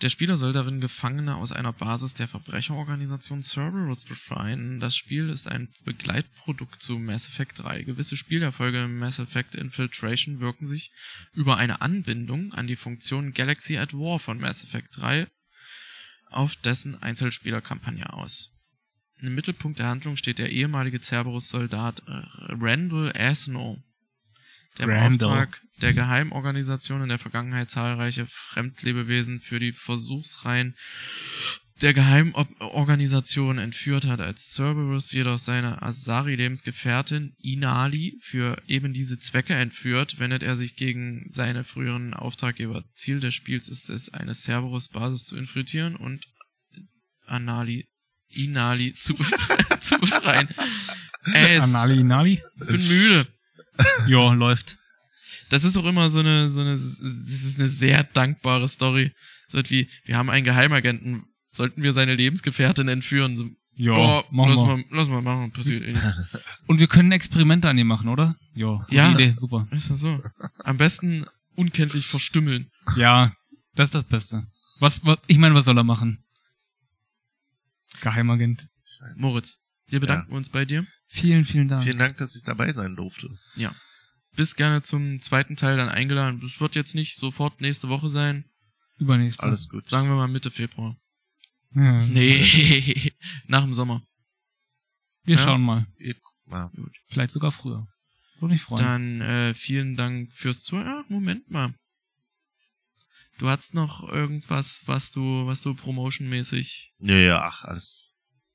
Speaker 1: Der Spieler soll darin Gefangene aus einer Basis der Verbrecherorganisation Cerberus befreien. Das Spiel ist ein Begleitprodukt zu Mass Effect 3. Gewisse Spielerfolge in Mass Effect Infiltration wirken sich über eine Anbindung an die Funktion Galaxy at War von Mass Effect 3 auf dessen Einzelspielerkampagne aus. Im Mittelpunkt der Handlung steht der ehemalige Cerberus-Soldat äh, Randall Asno, der im
Speaker 2: Randall.
Speaker 1: Auftrag der Geheimorganisation in der Vergangenheit zahlreiche Fremdlebewesen für die Versuchsreihen der Geheimorganisation entführt hat, als Cerberus jedoch seine Asari Lebensgefährtin Inali für eben diese Zwecke entführt, wendet er sich gegen seine früheren Auftraggeber. Ziel des Spiels ist es, eine Cerberus-Basis zu infiltrieren und Anali, Inali zu, befre zu befreien. Ey, es-
Speaker 2: Anali Nali?
Speaker 1: bin müde.
Speaker 2: Jo, läuft.
Speaker 1: Das ist auch immer so eine, so eine, das ist eine sehr dankbare Story. So etwas wie, wir haben einen Geheimagenten, sollten wir seine Lebensgefährtin entführen? So,
Speaker 2: Jo,
Speaker 1: ja,
Speaker 2: machen
Speaker 1: lass
Speaker 2: wir.
Speaker 1: mal, lass mal machen, passiert eh nicht.
Speaker 2: Und wir können Experimente an ihm machen, oder? Jo, gute
Speaker 1: Ja.
Speaker 2: Idee, super.
Speaker 1: Ist ja so. Am besten unkenntlich verstümmeln.
Speaker 2: Ja, das ist das Beste. Was, was ich meine, was soll er machen? Geheimagent.
Speaker 1: Moritz, wir bedanken uns bei dir.
Speaker 2: Vielen, vielen Dank.
Speaker 3: Vielen Dank, dass ich dabei sein durfte.
Speaker 1: Bist gerne zum zweiten Teil dann eingeladen. Das wird jetzt nicht sofort nächste Woche sein.
Speaker 2: Übernächste.
Speaker 3: Alles gut.
Speaker 1: Sagen wir mal Mitte Februar.
Speaker 2: Ja.
Speaker 1: Nee, nach dem Sommer.
Speaker 2: Wir
Speaker 1: Ja.
Speaker 2: schauen mal.
Speaker 3: Ja.
Speaker 2: Vielleicht sogar früher. Würde mich freuen.
Speaker 1: Dann äh, vielen Dank fürs Zuhören. Ah, Moment mal. Du hattest noch irgendwas, was du, was du promotionmäßig.
Speaker 3: Nee, ja, ach, alles.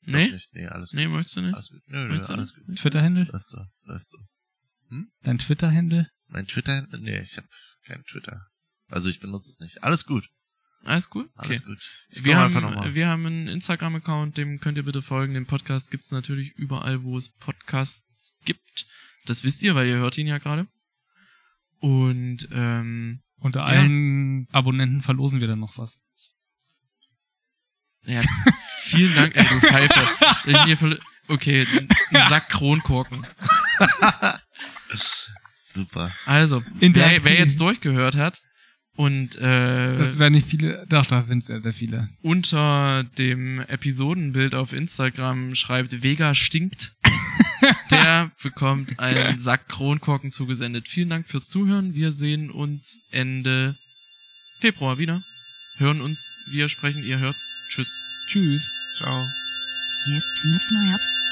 Speaker 1: Nee?
Speaker 3: Nicht. Nee, alles gut.
Speaker 1: Nee, möchtest du nicht?
Speaker 3: Alles gut. Nö, nö,
Speaker 1: Möchtest du
Speaker 3: alles gut.
Speaker 1: nicht?
Speaker 2: Twitter-Handle?
Speaker 3: Läuft so, läuft so.
Speaker 2: Dein Twitter-Handle?
Speaker 3: Mein Twitter? Nee, ich habe keinen Twitter. Also ich benutze es nicht. Alles gut.
Speaker 1: Alles cool?
Speaker 3: Alles gut. Ich
Speaker 1: wir,
Speaker 3: komme einfach
Speaker 1: haben,
Speaker 3: nochmal.
Speaker 1: wir haben einen Instagram-Account, dem könnt ihr bitte folgen. Den Podcast gibt's natürlich überall, wo es Podcasts gibt. Das wisst ihr, weil ihr hört ihn ja gerade. Und ähm,
Speaker 2: Unter
Speaker 1: Ja.
Speaker 2: allen Abonnenten verlosen wir dann noch was.
Speaker 1: ja, vielen Dank, ey, du Pfeife. Ich hier verli- okay, ein Sack Kronkorken.
Speaker 3: Super.
Speaker 1: Also, wer,
Speaker 2: Interaktiv.
Speaker 1: wer jetzt durchgehört hat und äh,
Speaker 2: Das werden nicht viele. Doch, da sind sehr, sehr viele.
Speaker 1: unter dem Episodenbild auf Instagram schreibt, Vega stinkt, der bekommt einen Sack Kronkorken zugesendet. Vielen Dank fürs Zuhören. Wir sehen uns Ende Februar wieder. Hören uns, wir sprechen, ihr hört. Tschüss.
Speaker 2: Tschüss.
Speaker 3: Ciao.
Speaker 4: Hier ist FNAF Herbst.